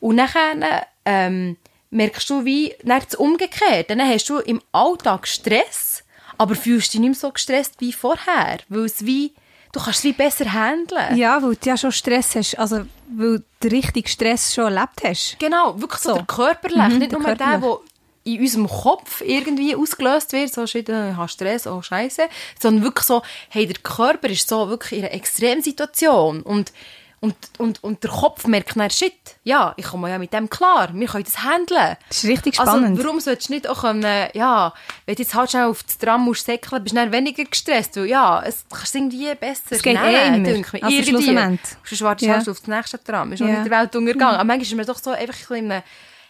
Speaker 1: Und nachher ähm, merkst du wie, dann das Umgekehrte. Dann hast du im Alltag Stress, aber fühlst dich nicht mehr so gestresst wie vorher, weil es wie, du kannst es wie besser handeln.
Speaker 2: Ja, weil du ja schon Stress hast. Also, weil du richtig Stress schon erlebt hast.
Speaker 1: Genau, wirklich so,
Speaker 2: So.
Speaker 1: der körperlich,
Speaker 2: Mhm,
Speaker 1: nicht
Speaker 2: der
Speaker 1: nur der,
Speaker 2: körperlich.
Speaker 1: der in unserem Kopf irgendwie ausgelöst wird, so shit, äh, ich habe Stress, oh scheiße, sondern wirklich so, hey, der Körper ist so wirklich in einer Extremsituation und, und, und, und der Kopf merkt dann, shit, ja, ich komme ja mit dem klar, wir können das handeln.
Speaker 2: Das ist richtig spannend.
Speaker 1: Also, warum solltest du nicht auch können, ja, wenn du jetzt halt schnell auf das Tram musst säckeln, bist du dann weniger gestresst, weil ja, es kannst du irgendwie besser
Speaker 2: Es geht eh
Speaker 1: nehmen,
Speaker 2: immer.
Speaker 1: denke ich mir.
Speaker 2: Also
Speaker 1: Irgendwie.
Speaker 2: schlussendlich.
Speaker 1: Sonst wartest
Speaker 2: Ja.
Speaker 1: du auf das nächste Tram, ist noch
Speaker 2: Ja. Mm.
Speaker 1: nicht der Weltuntergang. Aber manchmal ist man doch so einfach ein bisschen in einem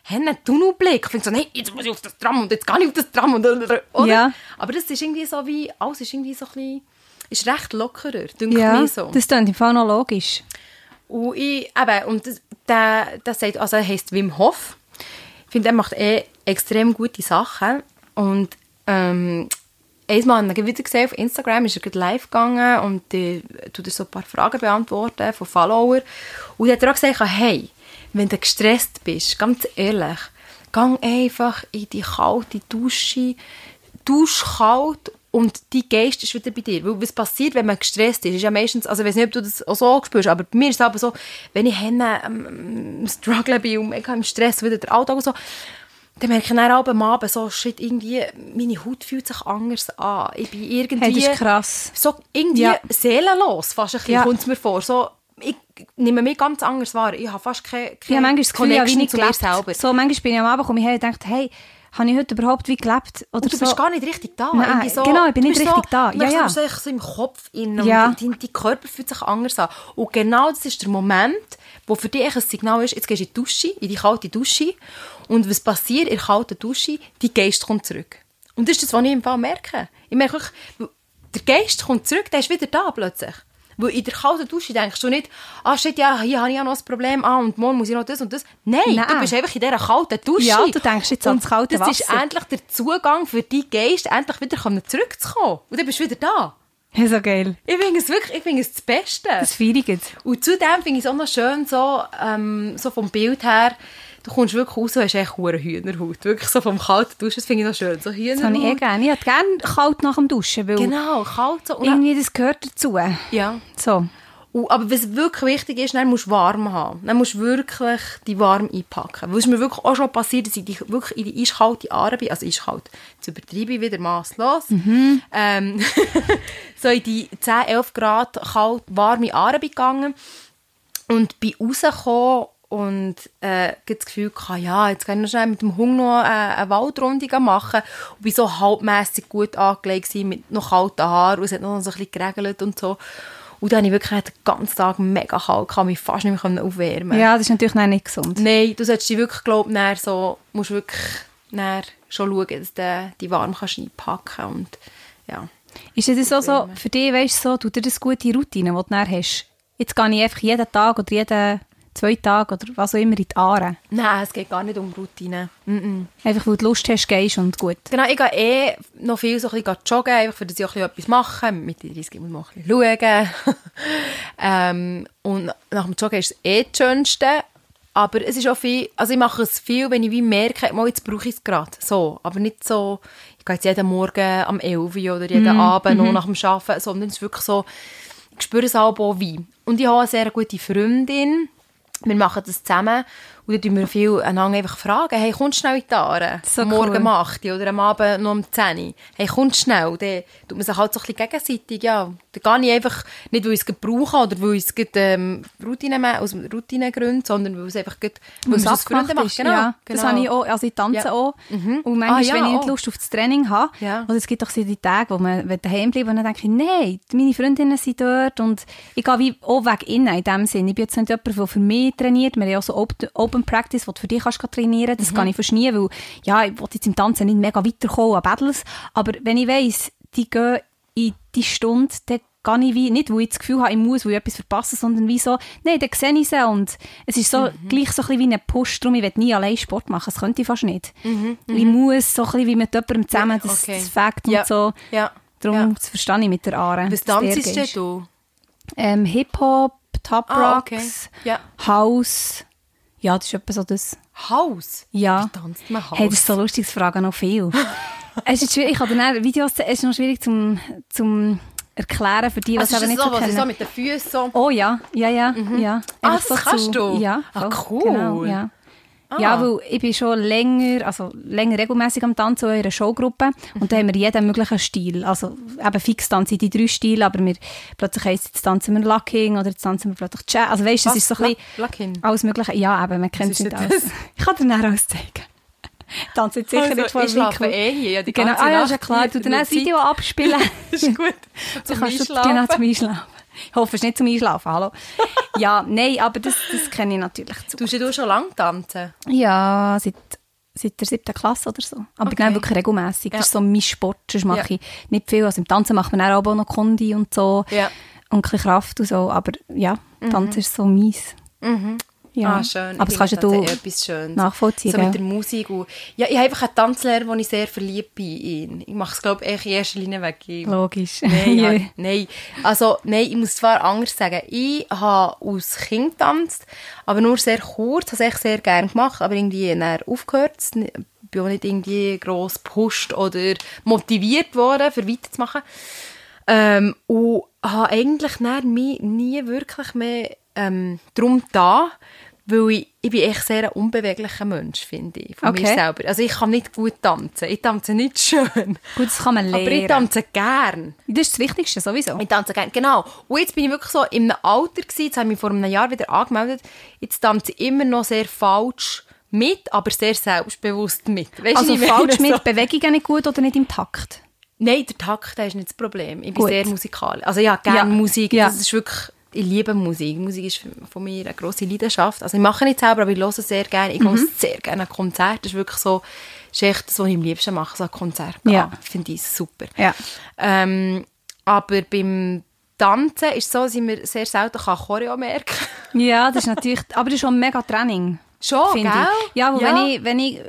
Speaker 1: einen Tunnelblick. Ich finde so, nein, jetzt muss ich auf das Tram und jetzt gehe ich auf das Tram. dus Und, oder?
Speaker 2: Ja.
Speaker 1: Aber das ist irgendwie so wie, oh, alles ist irgendwie so ein bisschen, ist recht lockerer, denke ich
Speaker 2: ja,
Speaker 1: mir so.
Speaker 2: das klingt im Fall noch logisch.
Speaker 1: Und ich, eben, und das, der, der sagt, also er heisst Wim Hof. Ich finde, er macht eh extrem gute Sachen. Und ähm, einmal habe ich ihn wieder gesehen auf Instagram, ist er gerade live gegangen und äh, tut er so ein paar Fragen beantworten von Followern. Und er hat er auch gesagt, hey, wenn du gestresst bist, ganz ehrlich, gang einfach in die kalte Dusche, dusch kalt und dein Geist ist wieder bei dir. Weil was passiert, wenn man gestresst ist, ist ja meistens, also ich weiß nicht, ob du das auch so spürst, aber bei mir ist es aber so, wenn ich hinten ähm, am struggle bin und mega im Stress, wieder der Alltag und so, dann merke ich dann auch am Abend so, shit, irgendwie, meine Haut fühlt sich anders an. Ich bin irgendwie
Speaker 2: Hey, das ist krass.
Speaker 1: so irgendwie
Speaker 2: Ja.
Speaker 1: seelenlos, fast ein bisschen,
Speaker 2: Ja.
Speaker 1: kommt es mir vor. So, ich nehme mich ganz anders wahr. Ich habe fast keine,
Speaker 2: Ich
Speaker 1: keine
Speaker 2: habe manchmal das Gefühl, ich habe wie nicht
Speaker 1: zu mir
Speaker 2: gelebt.
Speaker 1: selber.
Speaker 2: So, manchmal bin ich am Abend komme ich her und denke, hey, habe ich heute überhaupt wie gelebt? Oder
Speaker 1: Und du
Speaker 2: so.
Speaker 1: bist gar nicht richtig da.
Speaker 2: Nein,
Speaker 1: Irgendwie so,
Speaker 2: genau, ich bin
Speaker 1: du
Speaker 2: nicht
Speaker 1: bist so,
Speaker 2: richtig da.
Speaker 1: du
Speaker 2: Ja,
Speaker 1: merkst,
Speaker 2: ja.
Speaker 1: Du bist echt so im Kopf in und
Speaker 2: Ja.
Speaker 1: dein, dein Körper fühlt sich anders an. Und genau das ist der Moment, wo für dich echt ein Signal ist, jetzt gehst du in die Dusche, in die kalte Dusche und was passiert in der kalten Dusche? Dein Geist kommt zurück. Und das ist das, was ich im Fall merke. Ich merke wirklich, der Geist kommt zurück, der ist wieder da plötzlich. Weil in der kalten Dusche denkst du nicht, ah shit, ja, hier habe ich ja noch ein Problem, ah, und morgen muss ich noch das und das. Nein,
Speaker 2: Nein.
Speaker 1: du bist einfach in dieser kalten Dusche.
Speaker 2: Ja, du denkst jetzt an
Speaker 1: Und
Speaker 2: das kalte
Speaker 1: Oh, Das ist
Speaker 2: Wasser.
Speaker 1: endlich der Zugang für deinen Geist, endlich wieder können zurückzukommen. Und dann bist du wieder da.
Speaker 2: Ja, so geil.
Speaker 1: Ich finde es wirklich, ich finde es das Beste.
Speaker 2: Das feiere ich jetzt.
Speaker 1: Und zudem finde ich es auch noch schön, so, ähm, so vom Bild her, du kommst wirklich raus und hast echt hohe Hühnerhaut. Wirklich so vom kalten Duschen, das finde ich noch schön. So
Speaker 2: Das habe ich eh
Speaker 1: Hühnerhaut.
Speaker 2: gerne. Ich hätte gerne kalt nach dem Duschen, weil
Speaker 1: Genau, kalt so. Und dann-
Speaker 2: irgendwie das gehört dazu.
Speaker 1: ja.
Speaker 2: So.
Speaker 1: Und, aber was wirklich wichtig ist, dann musst du warm haben. Dann musst du wirklich die warm einpacken. Weil es mir wirklich auch schon passiert, dass ich die, wirklich in die eiskalte Aare bin, also eiskalt, jetzt übertreibe ich wieder masslos, ähm, so in die 10, 11 Grad kalt, warme Aare bin gegangen und bin rausgekommen und äh, ich das Gefühl hatte, ja, jetzt kann ich noch schnell mit dem Hund noch äh, eine Waldrunde machen. Und bin so halbmässig gut angelegt gewesen, mit noch kalten Haaren und es hat noch so ein bisschen geregelt und so. Und dann hatte ich wirklich den ganzen Tag mega kalt, kann mich fast nicht mehr aufwärmen.
Speaker 2: Ja, das ist natürlich dann nicht gesund.
Speaker 1: Nein, du solltest dich wirklich, glaub ich, nachher so, musst wirklich nachher schon schauen, dass du die warm kannst einpacken und ja.
Speaker 2: Ist es so, so für dich, weißt du, so, tut dir das gute Routine, die du dann hast? Jetzt gehe ich einfach jeden Tag oder jeden zwei Tage oder was auch immer in die Aare.
Speaker 1: Nein, es geht gar nicht um Routine. Mm-mm.
Speaker 2: Einfach, weil du Lust hast, gehst und gut.
Speaker 1: Genau, ich gehe eh noch viel so ein bisschen joggen, einfach für dass ich auch ein bisschen etwas mache. Mit den 30 muss man auch ein bisschen schauen. ähm, und nach dem Joggen ist es eh das Schönste. Aber es ist auch viel, also ich mache es viel, wenn ich wie merke, mal, jetzt brauche ich es gerade. So, aber nicht so, ich gehe jetzt jeden Morgen am 11 Uhr oder
Speaker 2: Mhm,
Speaker 1: jeden Abend noch nach dem Arbeiten, sondern es ist wirklich so, ich spüre es auch wie. Und ich habe eine sehr gute Freundin, wir machen das zusammen und dann tun wir viel einander einfach fragen, hey, kommst du schnell in die Aare?
Speaker 2: So
Speaker 1: Morgen
Speaker 2: cool.
Speaker 1: um 8 Uhr oder am Abend noch um 10 Uhr. Hey, kommst du schnell? Dann tut man sich halt so ein bisschen gegenseitig, ja. Dann gehe ich einfach, nicht weil ich es gerade brauche oder weil ich es gerade, ähm, Routine, ma- aus Routinegründen, sondern weil es einfach gerade, weil es aus Gründen macht. Genau,
Speaker 2: ja,
Speaker 1: genau.
Speaker 2: Das habe ich auch, also ich tanze
Speaker 1: Ja.
Speaker 2: auch. Und manchmal,
Speaker 1: Ah, ja,
Speaker 2: wenn ich nicht
Speaker 1: auch.
Speaker 2: Lust auf das Training habe,
Speaker 1: Ja.
Speaker 2: oder es gibt doch so die Tage, wo man will daheim bleiben und dann denke ich, nein, meine Freundinnen sind dort und ich gehe wie auch weg innen in dem Sinn. Ich bin jetzt nicht jemand, der für mich trainiert. Wir haben auch so Open, Open Practice, wo du für dich kannst gehen trainieren kannst. Das kann ich fast nie, weil ja, ich will jetzt im Tanzen nicht mega weiterkommen an Battles. Aber wenn ich weiss, die gehen in die Stunde, dann gehe ich wie, nicht weil ich das Gefühl habe, ich muss, weil ich etwas verpasse, sondern wie so, nein, dann sehe ich sie und es ist so gleich so ein bisschen wie ein Push, darum ich will nie allein Sport machen, das könnte ich fast nicht. Ich muss so ein bisschen wie mit jemandem zusammen, das,
Speaker 1: Okay.
Speaker 2: das Fakt
Speaker 1: Ja.
Speaker 2: und so.
Speaker 1: Ja.
Speaker 2: Darum
Speaker 1: Ja.
Speaker 2: das verstehe ich mit der Aare.
Speaker 1: Was
Speaker 2: dass der
Speaker 1: tanzt denn
Speaker 2: gehst.
Speaker 1: du?
Speaker 2: Ähm, Hip-Hop, Top
Speaker 1: Ah,
Speaker 2: Rocks,
Speaker 1: okay. Ja.
Speaker 2: House. Ja, das ist etwa so das.
Speaker 1: Haus?
Speaker 2: Ja.
Speaker 1: Wie tanzt man Haus?
Speaker 2: Hey, das ist so lustig, das fragen noch viel. es ist jetzt schwierig, ich habe dann auch Videos, es ist noch schwierig zum, zum erklären für die, was
Speaker 1: also
Speaker 2: aber
Speaker 1: ist
Speaker 2: nicht
Speaker 1: das so,
Speaker 2: so
Speaker 1: was ist so
Speaker 2: kennen.
Speaker 1: mit den Füßen so?
Speaker 2: Oh ja, ja, ja, ja.
Speaker 1: Ah,
Speaker 2: Einfach
Speaker 1: das kannst du?
Speaker 2: Ja,
Speaker 1: Ah,
Speaker 2: voll,
Speaker 1: cool. Ah.
Speaker 2: Genau, ja. ja, weil ich bin schon länger, also länger regelmäßig am Tanzen in einer Showgruppe
Speaker 1: Mhm.
Speaker 2: und da haben wir jeden möglichen Stil. Also eben fix tanzen die drei Stile, aber wir, plötzlich heisst es, jetzt tanzen wir Locking oder jetzt tanzen wir plötzlich Jazz. Also weißt du,
Speaker 1: Was?
Speaker 2: es ist so ein
Speaker 1: La-
Speaker 2: bisschen
Speaker 1: Locking?
Speaker 2: alles mögliche. Ja, eben, man kennt
Speaker 1: ist
Speaker 2: es nicht
Speaker 1: denn
Speaker 2: alles.
Speaker 1: das?
Speaker 2: Ich kann dir dann alles zeigen. Tanzen jetzt sicher
Speaker 1: Also,
Speaker 2: nicht vor
Speaker 1: ich schlafe
Speaker 2: Mikro.
Speaker 1: eh hier, ja, die
Speaker 2: Genau,
Speaker 1: ganze
Speaker 2: ah ja,
Speaker 1: Nacht
Speaker 2: ist ja klar,
Speaker 1: hier
Speaker 2: du
Speaker 1: in
Speaker 2: dann
Speaker 1: der
Speaker 2: das Video abspielen.
Speaker 1: Das ist gut.
Speaker 2: Dann
Speaker 1: Zum
Speaker 2: kannst du-
Speaker 1: Einschlafen.
Speaker 2: Genau, zum Einschlafen. Ich hoffe, es ist nicht zum Einschlafen, hallo. ja, nein, aber das, das kenne ich natürlich zu.
Speaker 1: Tust du schon lange tanzen?
Speaker 2: Ja, seit, seit der siebten Klasse oder so. Aber
Speaker 1: Okay.
Speaker 2: genau wirklich regelmässig. Das ist so mein Sport, sonst mache
Speaker 1: Ja.
Speaker 2: ich nicht viel. Also im Tanzen macht man dann auch noch Kondi und so.
Speaker 1: Ja.
Speaker 2: Und ein bisschen Kraft und so. Aber ja, Tanzen ist so meins. Mhm. Ja.
Speaker 1: Ah, schön.
Speaker 2: Aber
Speaker 1: Ich
Speaker 2: das kannst ja
Speaker 1: finde,
Speaker 2: du
Speaker 1: hat etwas Schönes.
Speaker 2: nachvollziehen,
Speaker 1: So mit der
Speaker 2: gell?
Speaker 1: Musik. Und ja, ich habe einfach einen Tanzlehrer, wo ich sehr verliebt bin in. Ich mache es, glaube ich, in erster Linie wegen ihm.
Speaker 2: Logisch.
Speaker 1: Nein,
Speaker 2: Ja.
Speaker 1: ja. nein. Also, nein, ich muss zwar anders sagen. Ich habe als Kind getanzt, aber nur sehr kurz. Das habe ich sehr gerne gemacht, aber irgendwie dann aufgehört. Es n- Ich bin auch nicht irgendwie gross gepusht oder motiviert worden, für weiterzumachen. Ähm, und habe eigentlich dann mich nie wirklich mehr ähm, darum da, weil ich, ich bin echt sehr ein unbeweglicher Mensch, finde ich, von mir
Speaker 2: Okay.
Speaker 1: selber. Also ich kann nicht gut tanzen. Ich tanze nicht schön.
Speaker 2: Gut, das kann man
Speaker 1: Aber ich
Speaker 2: lernen.
Speaker 1: tanze gern.
Speaker 2: Das ist das Wichtigste sowieso.
Speaker 1: Ich tanze gerne, genau. Und jetzt bin ich wirklich so in einem Alter gewesen, jetzt habe ich mich vor einem Jahr wieder angemeldet, jetzt tanze ich immer noch sehr falsch mit, aber sehr selbstbewusst mit. Weißt
Speaker 2: Also
Speaker 1: du, was ich meine?
Speaker 2: falsch mit
Speaker 1: So.
Speaker 2: Bewegungen nicht gut oder nicht im Takt.
Speaker 1: Nein, der Takt der ist nicht das Problem. Ich bin
Speaker 2: Gut.
Speaker 1: sehr musikal. Also ja, gerne
Speaker 2: Ja.
Speaker 1: Musik.
Speaker 2: Ja.
Speaker 1: Das ist wirklich, ich liebe Musik. Musik ist für- von mir eine grosse Leidenschaft. Also ich mache nicht selber, aber ich höre sehr gerne. Ich gehe
Speaker 2: Mhm.
Speaker 1: sehr gerne an Konzerte. Das ist wirklich so, das ist echt das, was Ah, ich am liebsten mache, so ein Konzert. gehen.
Speaker 2: Ja.
Speaker 1: Finde ich super.
Speaker 2: Ja.
Speaker 1: Ähm, Aber beim Tanzen ist es so, dass ich mir sehr selten kann Choreo merken kann.
Speaker 2: Ja, das ist natürlich, aber das ist schon mega Training.
Speaker 1: Schon,
Speaker 2: finde
Speaker 1: gell?
Speaker 2: ich. Ja, weil
Speaker 1: Ja.
Speaker 2: Wenn ich, wenn ich,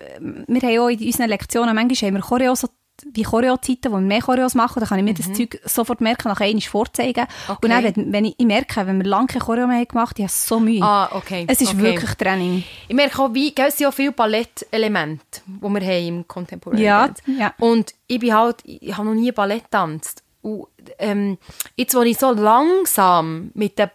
Speaker 2: wir haben auch in unseren Lektionen, manchmal haben wir Choreo so, wie Choreo-Zeiten, wo wir mehr Choreos machen, dann kann ich mir
Speaker 1: Mhm.
Speaker 2: das Zeug sofort merken, nachher einmal vorzeigen. Und dann,
Speaker 1: Okay.
Speaker 2: wenn, wenn ich, ich merke, wenn wir lange keine Choreo mehr haben gemacht haben, ich habe so Mühe.
Speaker 1: Ah, okay,
Speaker 2: Es ist
Speaker 1: okay.
Speaker 2: wirklich Training.
Speaker 1: Ich merke auch, wie, gell, es sind auch viele Ballettelemente, die wir haben im Contemporary
Speaker 2: Ja,
Speaker 1: Dance.
Speaker 2: ja.
Speaker 1: Und ich bin halt, ich habe noch nie Ballett getanzt. Und ähm, jetzt, wo ich so langsam mit den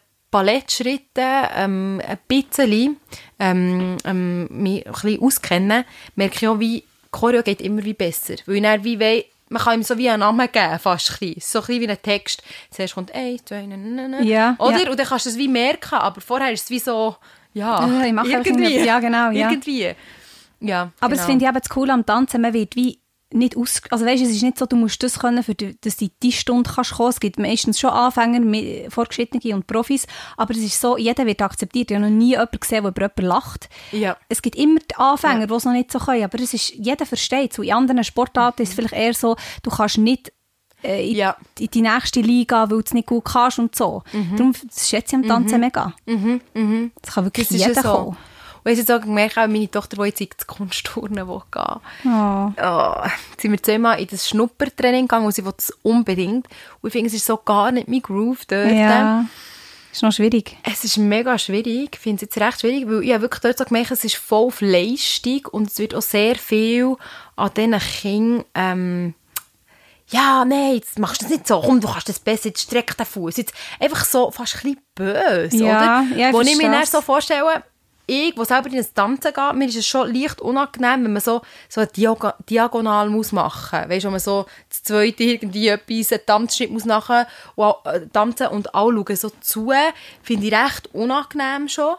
Speaker 1: Ballettschritten ähm, ein bisschen, ähm, ähm, mich ein bisschen auskenne, merke ich auch, wie die Choreo geht immer wie besser. Weil ich dann wie wei- man kann ihm so wie einen Namen geben, fast ein bisschen. So ein bisschen wie ein Text. Zuerst kommt eins, zwei, na, na, na.
Speaker 2: Ja,
Speaker 1: Oder?
Speaker 2: ja.
Speaker 1: Und dann kannst du es wie merken, aber vorher ist es wie so, ja,
Speaker 2: Ja, ich mache einfach irgendwas. Ja, genau, ja.
Speaker 1: Ah, Irgendwie. Ja,
Speaker 2: Aber
Speaker 1: genau.
Speaker 2: das finde ich eben das Coole am Tanzen, man wird wie nicht aus... Also weißt, es ist nicht so, du musst das können, für die, dass du in die Stunde kannst kommen. Es gibt meistens schon Anfänger, Mi- Fortgeschrittene und Profis, aber es ist so, jeder wird akzeptiert. Ich habe noch nie jemanden gesehen, der über jemanden lacht.
Speaker 1: Ja.
Speaker 2: Es gibt immer die Anfänger, die es noch nicht so können, aber es ist, jeder versteht es. Und In anderen Sportarten ist es vielleicht eher so, du kannst nicht äh, in,
Speaker 1: Ja. Mhm.
Speaker 2: in die nächste Liga, weil du es nicht gut kannst und so. Darum das schätze ich am Tanzen mega. Das kann wirklich
Speaker 1: Das ist ja
Speaker 2: jeder
Speaker 1: so.
Speaker 2: kommen.
Speaker 1: Und ich habe jetzt auch gemerkt, auch meine Tochter, die jetzt in die Kunstturnen will gehen
Speaker 2: Oh.
Speaker 1: oh, jetzt sind wir zweimal in das Schnuppertraining gegangen und sie will das unbedingt. Und ich finde, es ist so gar nicht mein Groove dort.
Speaker 2: Ja. Ist noch schwierig.
Speaker 1: Es ist mega schwierig. Ich finde es jetzt recht schwierig, weil ich habe wirklich dort so gemerkt, es ist voll auf Leistung und es wird auch sehr viel an diesen Kindern ähm, ja, nein, jetzt machst du das nicht so, komm, du kannst das besser, jetzt streck den Fuß. Jetzt einfach so fast ein bisschen böse,
Speaker 2: Ja,
Speaker 1: oder?
Speaker 2: ja, ich
Speaker 1: Wo ich mir
Speaker 2: verstehe
Speaker 1: dann
Speaker 2: es.
Speaker 1: so vorstelle, ich, die selber in das Tanzen geht, mir ist es schon leicht unangenehm, wenn man so, so eine Diago Diagonal muss machen muss. Weißt du, wenn man so das zweite irgendwie etwas, einen Tanzschritt muss machen und, auch, äh, tanzen und alle schauen so zu, finde ich recht unangenehm schon.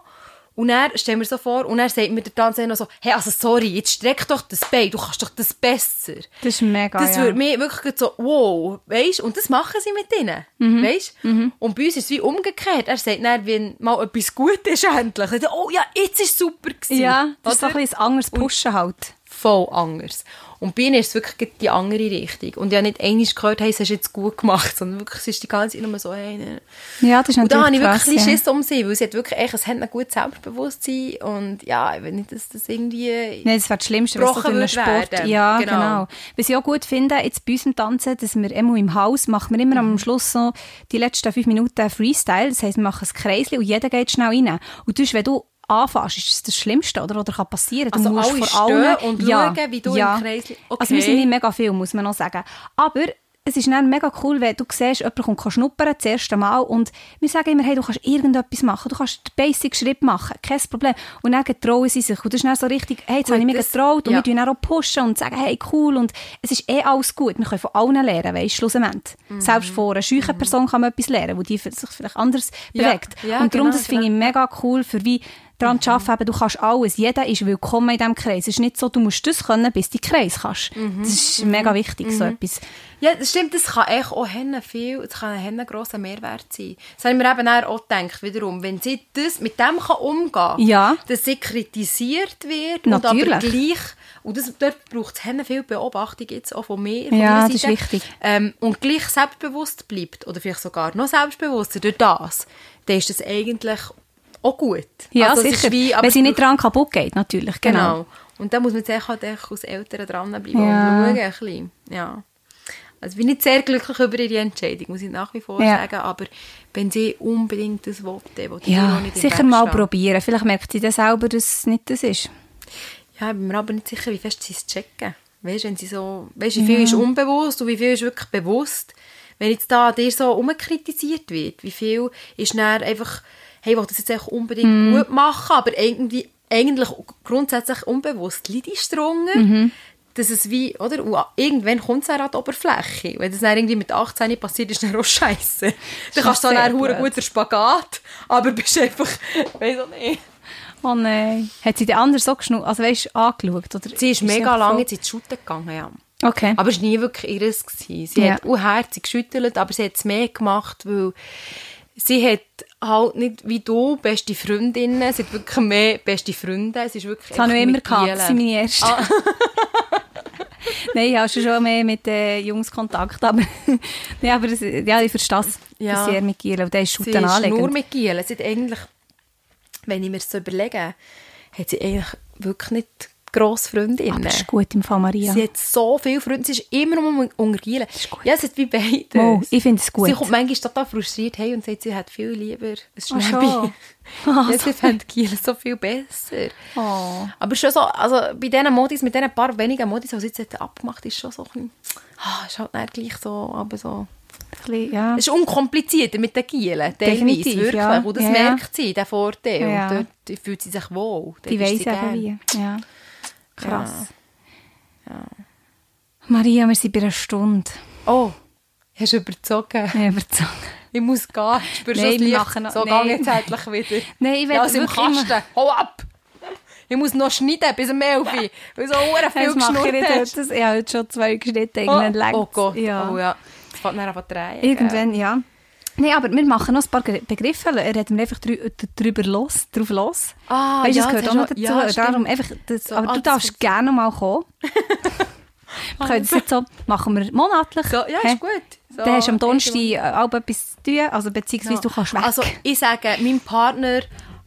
Speaker 1: Und er stellen wir so vor, und er sagt mir der Tanzer noch so, hey, also sorry, jetzt streck doch das Bein, du kannst doch das besser.
Speaker 2: Das ist mega.
Speaker 1: Das
Speaker 2: ja.
Speaker 1: würde mir wirklich gerade so, wow, weißt Und das machen sie mit ihnen,
Speaker 2: Mhm.
Speaker 1: weißt Und bei uns ist es wie umgekehrt. Er sagt dann, wenn mal etwas gut ist, endlich, dann, oh ja, jetzt ist es super gewesen.
Speaker 2: Ja, das ist so
Speaker 1: Oder?
Speaker 2: ein bisschen ein anderes Pushen halt.
Speaker 1: voll anders. Und bei ihnen ist es wirklich gerade die andere Richtung. Und ich habe nicht einmal gehört, hey, es hast du jetzt gut gemacht, sondern wirklich, es ist die ganze Zeit nur so, hey, ne.
Speaker 2: Ja, das ist
Speaker 1: Und da habe ich wirklich ein
Speaker 2: krass,
Speaker 1: bisschen Schiss um sie, weil sie hat wirklich, echt, es hat ein gutes Selbstbewusstsein und ja, ich will nicht, dass das irgendwie...
Speaker 2: Nein, das wäre das Schlimmste, wenn es so
Speaker 1: gebrochen
Speaker 2: durch einen
Speaker 1: würde
Speaker 2: Sport...
Speaker 1: werden.
Speaker 2: Ja,
Speaker 1: Genau.
Speaker 2: genau. Was ich auch gut finde, jetzt bei unserem Tanzen, dass wir immer im Haus, machen wir immer
Speaker 1: Mhm.
Speaker 2: am Schluss so die letzten fünf Minuten Freestyle. Das heisst, wir machen ein Kreisli und jeder geht schnell rein. Und sonst, wenn du anfängst, ist das das Schlimmste, oder? Oder kann passieren. Du
Speaker 1: Also
Speaker 2: musst
Speaker 1: alle
Speaker 2: vor allem...
Speaker 1: stehen und schauen, wie du im Kreisli-
Speaker 2: Also wir
Speaker 1: Okay.
Speaker 2: sind nicht mega viel, muss man noch sagen. Aber... Es ist dann mega cool, wenn du siehst, jemand kommt kann schnuppern, das erste Mal, und wir sagen immer, hey, du kannst irgendetwas machen, du kannst den Basic-Schritt machen, kein Problem. Und dann getrauen sie sich, und das ist dann so richtig, hey, jetzt
Speaker 1: Gut,
Speaker 2: habe ich mich
Speaker 1: das-
Speaker 2: getraut, und
Speaker 1: ja.
Speaker 2: wir tun dann auch pushen und sagen, hey, cool, und es ist eh alles gut. Wir können von allen lernen, weißt du, schlussendlich.
Speaker 1: Mhm.
Speaker 2: Selbst von einer scheuchen Person kann man etwas lernen, wo die sich vielleicht anders
Speaker 1: Ja,
Speaker 2: bewegt.
Speaker 1: ja,
Speaker 2: und darum,
Speaker 1: genau,
Speaker 2: das finde ich mega cool, für wie daran zu arbeiten, eben, du kannst alles, jeder ist willkommen in diesem Kreis. Es ist nicht so, du musst das können, bis du den Kreis kannst.
Speaker 1: Mhm.
Speaker 2: Das ist mega wichtig, so etwas.
Speaker 1: Ja, das stimmt, das kann echt auch Hennen viel, das kann ein grosser Mehrwert sein. Das habe ich mir eben dann auch gedacht, wiederum, wenn sie das mit dem kann umgehen kann,
Speaker 2: Ja.
Speaker 1: dass sie kritisiert wird und aber
Speaker 2: Natürlich.
Speaker 1: gleich, und das, dort braucht es Hennen viel Beobachtung jetzt auch von mir, von
Speaker 2: Ja,
Speaker 1: meiner
Speaker 2: das ist
Speaker 1: Seite.
Speaker 2: wichtig.
Speaker 1: Ähm, und gleich selbstbewusst bleibt, oder vielleicht sogar noch selbstbewusster durch das, dann ist das eigentlich auch gut.
Speaker 2: Ja,
Speaker 1: Also, es ist
Speaker 2: sicher.
Speaker 1: wie- aber
Speaker 2: Wenn
Speaker 1: es
Speaker 2: sie
Speaker 1: braucht-
Speaker 2: nicht dran kaputt geht, natürlich. Genau.
Speaker 1: Genau. Und da muss man jetzt echt halt echt als Eltern dranbleiben
Speaker 2: Ja.
Speaker 1: und schauen ein bisschen. Ja. Also bin nicht sehr glücklich über ihre Entscheidung, muss ich nach wie vor
Speaker 2: Ja.
Speaker 1: sagen, aber wenn sie unbedingt das will, dann will ich ihr auch
Speaker 2: Ja,
Speaker 1: nicht im
Speaker 2: sicher
Speaker 1: Weg
Speaker 2: mal
Speaker 1: stehen.
Speaker 2: probieren. Vielleicht merkt sie dann selber, dass es nicht das ist.
Speaker 1: Ja, ich bin mir aber nicht sicher, wie fest sie es checken. Weißt, wenn sie so, weißt, wie viel ist unbewusst und wie viel ist wirklich bewusst. Wenn jetzt da an dir so umkritisiert wird, wie viel ist dann einfach, hey, ich will das jetzt echt unbedingt gut machen, aber irgendwie, eigentlich grundsätzlich unbewusst leidest du darunter, dass es wie, oder, und irgendwann kommt es dann an die Oberfläche. Wenn das dann irgendwie mit 18 passiert, ist dann auch scheiße. Dann
Speaker 2: ist
Speaker 1: kannst du
Speaker 2: sehr
Speaker 1: dann einen
Speaker 2: blöd.
Speaker 1: guten Spagat, aber bist einfach, weiss auch nicht.
Speaker 2: Oh nein. Hat sie den anderen so geschnurrt, also weißt, angeschaut? Oder
Speaker 1: Sie ist mega
Speaker 2: einfach
Speaker 1: lange jetzt in die Schute gegangen, ja.
Speaker 2: So? Okay.
Speaker 1: Aber es war nie wirklich ihres. gewesen. Sie
Speaker 2: Ja.
Speaker 1: hat unherzig geschüttelt, aber sie hat es mehr gemacht, weil sie hat halt nicht wie du beste Freundinnen, sie hat wirklich mehr beste Freunde. Es ist wirklich
Speaker 2: das habe ich
Speaker 1: einfach
Speaker 2: immer
Speaker 1: mit
Speaker 2: gehabt.
Speaker 1: Gielen.
Speaker 2: Das sind meine ersten. Nein, ich habe schon mehr mit äh, Jungs Kontakt, aber, nee, aber es, ja, ich verstehe es
Speaker 1: Ja.
Speaker 2: sehr mit Giel. Und der ist
Speaker 1: Sie
Speaker 2: schuten
Speaker 1: ist nur
Speaker 2: anlegend.
Speaker 1: mit Giel. Sie hat eigentlich, wenn ich mir so überlege, hat sie eigentlich wirklich nicht grosse
Speaker 2: Aber
Speaker 1: Freundinnen.
Speaker 2: das ist gut im Fall Maria.
Speaker 1: Sie hat so viele Freunde, sie ist immer nur unter Gielen. Ja, sie hat wie beides.
Speaker 2: Mal, ich finde es gut.
Speaker 1: Sie kommt manchmal total frustriert hey und sagt, sie hat viel lieber ein
Speaker 2: Ach
Speaker 1: Schnäppchen.
Speaker 2: so.
Speaker 1: ja, sie fände Giel so viel besser.
Speaker 2: Oh.
Speaker 1: Aber schon so, also bei diesen Modis, mit diesen paar wenigen Modis, die sie jetzt hat abgemacht ist schon so ein bisschen, ah, ist halt nicht gleich so, aber so.
Speaker 2: Ein bisschen, ja.
Speaker 1: Es ist unkomplizierter mit den Gielen, teilweise,
Speaker 2: Definitiv,
Speaker 1: wirklich.
Speaker 2: ja.
Speaker 1: Und das
Speaker 2: Ja.
Speaker 1: merkt sie, den Vorteil.
Speaker 2: Ja.
Speaker 1: Und dort fühlt sie sich wohl. Dort
Speaker 2: Die
Speaker 1: ist
Speaker 2: weiss
Speaker 1: sie
Speaker 2: eben
Speaker 1: gern.
Speaker 2: wie. Ja. Krass. Maria, wir sind bei einer Stunde.
Speaker 1: Oh, hast du überzogen.
Speaker 2: Ich überzogen.
Speaker 1: Ich muss gehen. Ich spüre schon
Speaker 2: Nein,
Speaker 1: das
Speaker 2: wir
Speaker 1: Licht.
Speaker 2: machen noch-
Speaker 1: So
Speaker 2: nein.
Speaker 1: gehe jetzt endlich wieder.
Speaker 2: Nein, ich
Speaker 1: ja,
Speaker 2: will
Speaker 1: also im
Speaker 2: wirklich immer-
Speaker 1: Kasten. Hau ab! Ich muss noch schneiden bis um 11 Uhr, weil so verdammt viel
Speaker 2: Das mache ich
Speaker 1: geschnurrt
Speaker 2: nicht.
Speaker 1: hast.
Speaker 2: heute. Das- Ich habe heute schon zwei geschnitten. Irgendwann
Speaker 1: oh,
Speaker 2: längt's.
Speaker 1: oh Gott,
Speaker 2: Ja.
Speaker 1: oh ja. Es fängt nachher an zu drehen.
Speaker 2: Irgendwann, ja. Nein, aber wir machen noch ein paar Gre- Begriffe. Er hat mir einfach drü- äh, drüber los, drauf los.
Speaker 1: Ah,
Speaker 2: weißt du,
Speaker 1: ja,
Speaker 2: das gehört
Speaker 1: das
Speaker 2: auch noch
Speaker 1: hast
Speaker 2: dazu.
Speaker 1: du noch- ja,
Speaker 2: Darum
Speaker 1: stimmt.
Speaker 2: einfach das,
Speaker 1: So,
Speaker 2: aber
Speaker 1: ah,
Speaker 2: du
Speaker 1: das
Speaker 2: darfst
Speaker 1: kommt-
Speaker 2: gerne noch mal kommen. wir können das jetzt so, machen wir monatlich.
Speaker 1: So, ja,
Speaker 2: Hä?
Speaker 1: ist gut. So,
Speaker 2: Dann hast du am Donnerstag
Speaker 1: ist-
Speaker 2: äh, auch etwas zu tun, also beziehungsweise du kannst weg.
Speaker 1: Also ich sage meinem Partner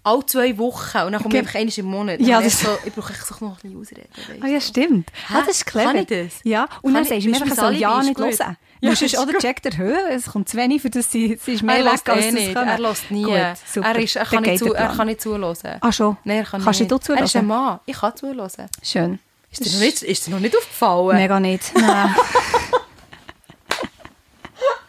Speaker 1: alle zwei Wochen und dann komme
Speaker 2: Ge-
Speaker 1: ich einfach einmal im Monat.
Speaker 2: Ja,
Speaker 1: Und
Speaker 2: das-
Speaker 1: dann so, ich brauche echt so noch ein bisschen Ausreden.
Speaker 2: Ah
Speaker 1: weisst
Speaker 2: ja,
Speaker 1: du.
Speaker 2: stimmt.
Speaker 1: Hä?
Speaker 2: Ah, das ist clever.
Speaker 1: Kann ich das?
Speaker 2: Ja, und
Speaker 1: Kann
Speaker 2: dann
Speaker 1: ich-
Speaker 2: sagst du mir
Speaker 1: ist
Speaker 2: einfach
Speaker 1: mein
Speaker 2: so,
Speaker 1: Alibi,
Speaker 2: ja,
Speaker 1: ist
Speaker 2: nicht
Speaker 1: gut.
Speaker 2: hören.
Speaker 1: Ja,
Speaker 2: Ja, ist,
Speaker 1: ist
Speaker 2: oder
Speaker 1: gut.
Speaker 2: checkt der Höhe, es kommt zu wenig, für das sie, sie ist mehr
Speaker 1: Er
Speaker 2: weg,
Speaker 1: lässt
Speaker 2: als
Speaker 1: eh
Speaker 2: sie
Speaker 1: nicht,
Speaker 2: können.
Speaker 1: er lässt nie.
Speaker 2: Gut, super.
Speaker 1: er, ist, er,
Speaker 2: Dann
Speaker 1: kann nicht
Speaker 2: geht
Speaker 1: zu,
Speaker 2: der
Speaker 1: er
Speaker 2: Plan.
Speaker 1: kann nicht zuhören.
Speaker 2: Ah, schon?
Speaker 1: Nein, er kann
Speaker 2: Kannst
Speaker 1: nicht.
Speaker 2: du zuhören?
Speaker 1: Er ist ein Mann, ich kann zuhören.
Speaker 2: Schön.
Speaker 1: Ist dir noch nicht, ist dir noch nicht aufgefallen?
Speaker 2: Mega nicht. Nein.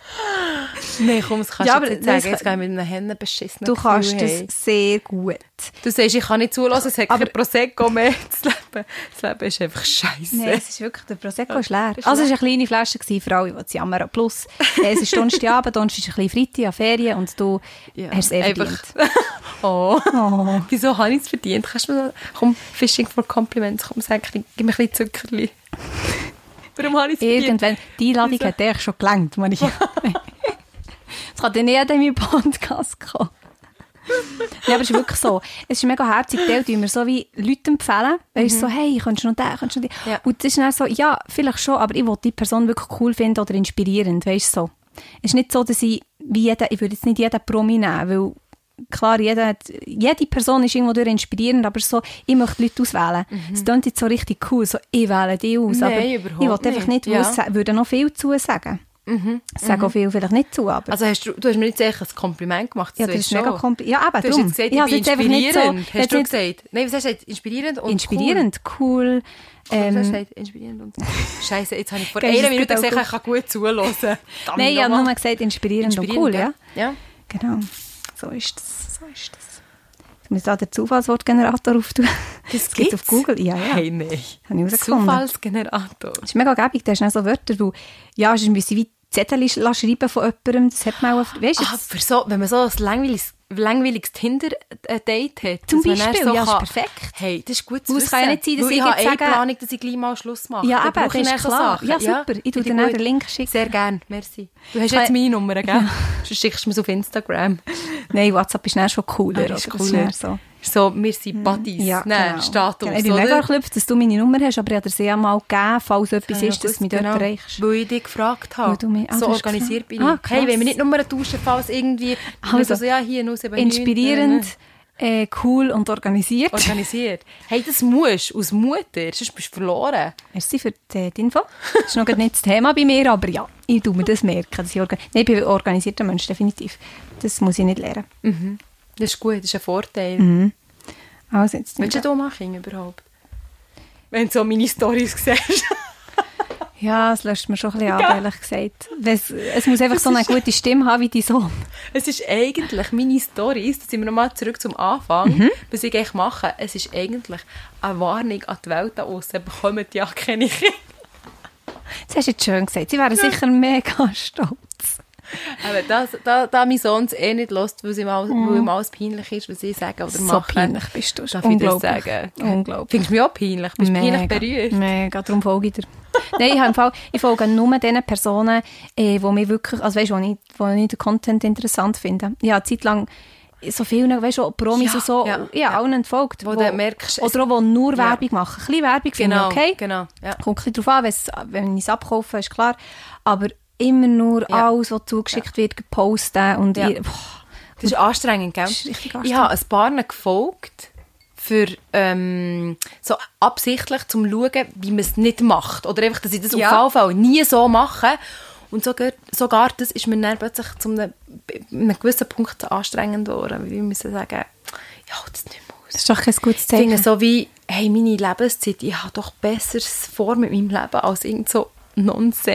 Speaker 1: Nein, komm, das kannst
Speaker 2: Ja,
Speaker 1: ja,
Speaker 2: aber
Speaker 1: du jetzt nicht
Speaker 2: nein,
Speaker 1: sagen.
Speaker 2: das
Speaker 1: Jetzt gehe ich mit einem Händen beschissen.
Speaker 2: du kannst
Speaker 1: Gefühl, hey.
Speaker 2: das sehr gut.
Speaker 1: Du sagst, ich kann nicht zuhören, es hat
Speaker 2: Aber-
Speaker 1: kein Prosecco mehr. Das Leben, das Leben ist einfach scheiße.
Speaker 2: Nein, es ist wirklich, der Prosecco ist leer.
Speaker 1: ist
Speaker 2: Also es war eine kleine Flasche gewesen für alle, die zu jammern. Plus, äh, es ist Donnerstagabend, Donnerstag ist ein bisschen Freitag, an Ferien und du
Speaker 1: Ja,
Speaker 2: hast es eh
Speaker 1: einfach-
Speaker 2: verdient.
Speaker 1: Oh.
Speaker 2: Oh.
Speaker 1: Wieso habe ich es verdient? Kannst du mir komm, Fishing for Compliments, komm, sag, gib mir ein bisschen Zuckerli. Warum habe ich es verdient?
Speaker 2: Irgendwann, die Einladung hat eigentlich schon gelangt, Maria. Es kann dann nicht in meinen Podcast kommen. Nein, aber es ist wirklich so. Es ist mega herzig geteilt, wie wir so wie Leute empfehlen. Weißt du, so, hey, könntest du noch den, könntest du noch den.
Speaker 1: Ja.
Speaker 2: Und das ist dann so, ja, vielleicht schon, aber ich will die Person wirklich cool finden oder inspirierend, weißt du so. Es ist nicht so, dass ich, wie jeder, ich würde jetzt nicht jeden Promi nehmen, weil klar, jeder, hat- jede Person ist irgendwo durch inspirierend, aber so, ich möchte Leute auswählen. Es klingt jetzt so richtig cool, so, ich wähle die aus,
Speaker 1: Nein,
Speaker 2: aber ich
Speaker 1: überhaupt
Speaker 2: will einfach
Speaker 1: nicht.
Speaker 2: nicht, weil
Speaker 1: Ja. Mhm,
Speaker 2: es sa- würden noch viel zu sagen. Ich sage auch viel vielleicht nicht zu, aber...
Speaker 1: Also hast du, du hast mir jetzt eigentlich ein Kompliment gemacht.
Speaker 2: ja,
Speaker 1: das
Speaker 2: das
Speaker 1: weiss
Speaker 2: ist mega
Speaker 1: schon.
Speaker 2: kompliziert. Ja, eben,
Speaker 1: Du hast jetzt
Speaker 2: darum.
Speaker 1: gesagt,
Speaker 2: Ich
Speaker 1: ich
Speaker 2: habe
Speaker 1: bin
Speaker 2: jetzt einfach nicht so-
Speaker 1: inspirierend.
Speaker 2: jetzt
Speaker 1: hast du
Speaker 2: nicht-
Speaker 1: gesagt? Nein, was hast du gesagt? Inspirierend und
Speaker 2: inspirierend, cool.
Speaker 1: cool.
Speaker 2: Ähm,
Speaker 1: Was hast du gesagt? Inspirierend und Scheiße, jetzt habe ich vor
Speaker 2: Gehst du
Speaker 1: einer
Speaker 2: es
Speaker 1: Minute
Speaker 2: gerade
Speaker 1: gesagt,
Speaker 2: auch
Speaker 1: ich kann gut zuhören. Verdammt
Speaker 2: nein, ich habe
Speaker 1: nochmal.
Speaker 2: nur gesagt, inspirierend, und cool, ja.
Speaker 1: ja.
Speaker 2: Genau, so ist das. So ist das. Ich muss da den Zufallswortgenerator auftun.
Speaker 1: Das
Speaker 2: gibt's auf
Speaker 1: gibt's?
Speaker 2: Google, ja, ja.
Speaker 1: Hey, nein.
Speaker 2: Habe ich herausgefunden.
Speaker 1: Zufallsgenerator.
Speaker 2: Es ist mega gäbig, da hast du auch so Wörter, wo ja, es ist ein bisschen wie Zettel schreiben von jemandem, das hat man auch, weißt du,
Speaker 1: Ah,
Speaker 2: das-
Speaker 1: für so, wenn man so ein langweiliges, langweiliges Tinder-Date hat.
Speaker 2: Zum
Speaker 1: dass man dann
Speaker 2: Beispiel,
Speaker 1: so
Speaker 2: ja, ist
Speaker 1: kann-
Speaker 2: perfekt.
Speaker 1: Hey, das ist gut zu
Speaker 2: Weil es
Speaker 1: wissen.
Speaker 2: kann ja nicht sein, dass
Speaker 1: Weil
Speaker 2: ich
Speaker 1: habe
Speaker 2: jetzt
Speaker 1: eh
Speaker 2: sage-
Speaker 1: Planung, dass ich gleich mal Schluss mache.
Speaker 2: Ja,
Speaker 1: Dann
Speaker 2: eben,
Speaker 1: brauche ich
Speaker 2: das
Speaker 1: dann
Speaker 2: ist
Speaker 1: so
Speaker 2: klar.
Speaker 1: Sachen.
Speaker 2: Ja, super. Ich tue
Speaker 1: finde
Speaker 2: dir dann
Speaker 1: gut.
Speaker 2: den Link schicken.
Speaker 1: Sehr gerne, merci. Du hast
Speaker 2: kann-
Speaker 1: jetzt meine Nummer, gell? Sonst schickst du mir auf Instagram.
Speaker 2: Nein, WhatsApp ist dann schon cooler.
Speaker 1: Ah, das ist
Speaker 2: oder?
Speaker 1: cooler.
Speaker 2: dann so.
Speaker 1: So, Hm. wir sind Buddies.
Speaker 2: ne?
Speaker 1: Nein, Status,
Speaker 2: genau. Ich bin
Speaker 1: genau. oder?
Speaker 2: mega erklüpft, dass du meine Nummer hast, aber ich habe dir sie ja mal gegeben, falls
Speaker 1: Ja,
Speaker 2: etwas
Speaker 1: ja,
Speaker 2: ist, dass
Speaker 1: gut,
Speaker 2: du mich dort
Speaker 1: genau.
Speaker 2: erreichst.
Speaker 1: Weil ich dich gefragt
Speaker 2: Weil
Speaker 1: habe.
Speaker 2: du mich- ah,
Speaker 1: so
Speaker 2: du hast
Speaker 1: organisiert bin
Speaker 2: gefragt.
Speaker 1: ich.
Speaker 2: Ah,
Speaker 1: hey, wenn wir
Speaker 2: krass.
Speaker 1: nicht nur tauschen, falls irgendwie...
Speaker 2: Also,
Speaker 1: Also, so, ja, hier, 079.
Speaker 2: Inspirierend, äh, cool und organisiert.
Speaker 1: organisiert. Hey, das musst du als Mutter, sonst bist du verloren.
Speaker 2: Merci für die, äh, die Info. Das ist noch grad nicht das Thema bei mir, aber ja, ich tue mir das merken. Dass ich, organ Nein, ich bin ein organisierter Mensch, definitiv. Das muss ich nicht lernen.
Speaker 1: Das ist gut, das ist ein Vorteil.
Speaker 2: Also jetzt
Speaker 1: Willst du da machen überhaupt? Wenn du so meine Storys siehst.
Speaker 2: Ja, es löscht mir schon ein bisschen ab, ehrlich gesagt. Es, es muss einfach so eine gute Stimme haben wie dein Sohn.
Speaker 1: es ist eigentlich meine Storys, da sind wir nochmal zurück zum Anfang, was ich eigentlich mache. Es ist eigentlich eine Warnung an die Welt da draussen, bekommen ja keine Kinder.
Speaker 2: Das hast du jetzt schön gesagt. Sie wären sicher mega stolz.
Speaker 1: Aber das, da, da mein Sohn es eh nicht lässt, weil, sie mal, weil ihm alles peinlich ist, was ich sage oder
Speaker 2: So
Speaker 1: mache.
Speaker 2: peinlich bist du.
Speaker 1: Darf ich das
Speaker 2: Unglaublich.
Speaker 1: sagen?
Speaker 2: Unglaublich.
Speaker 1: Findest du mich auch peinlich? Bist du peinlich berührt?
Speaker 2: Mega, darum folge ich dir. Nein, ich, habe im Fall, ich folge nur den Personen, äh, wo mich wirklich, also weißt, wo ich, wo ich den Content interessant finde. Ich habe eine Zeit lang so vielen, weißt du, Promis
Speaker 1: Ja,
Speaker 2: und so,
Speaker 1: ja,
Speaker 2: ja,
Speaker 1: ja.
Speaker 2: allen entfolgt.
Speaker 1: Wo du merkst, es-
Speaker 2: Oder auch, die nur
Speaker 1: Ja.
Speaker 2: Werbung machen. Ein bisschen Werbung finde ich
Speaker 1: Genau,
Speaker 2: okay.
Speaker 1: genau. Ja.
Speaker 2: Kommt ein bisschen drauf an, wenn's- wenn ich es abkaufe, ist klar. Aber immer nur
Speaker 1: Ja.
Speaker 2: alles, was zugeschickt wird, gepostet und
Speaker 1: Ja.
Speaker 2: ihr, boah,
Speaker 1: Das ist anstrengend, gell?
Speaker 2: Das ist richtig
Speaker 1: Ich habe ein paar gefolgt, für, ähm, so absichtlich zum schauen, wie man es nicht macht. Oder einfach, dass ich das
Speaker 2: Ja.
Speaker 1: auf jeden Fall nie so mache. Und sogar, sogar das ist mir dann plötzlich zu einem, einem gewissen Punkt anstrengend geworden. weil Wir müssen sagen, ich halte es nicht mehr aus.
Speaker 2: das ist doch kein gutes
Speaker 1: Ich
Speaker 2: Zeichen.
Speaker 1: finde so wie, hey, meine Lebenszeit, ich habe doch Besseres vor mit meinem Leben, als irgend so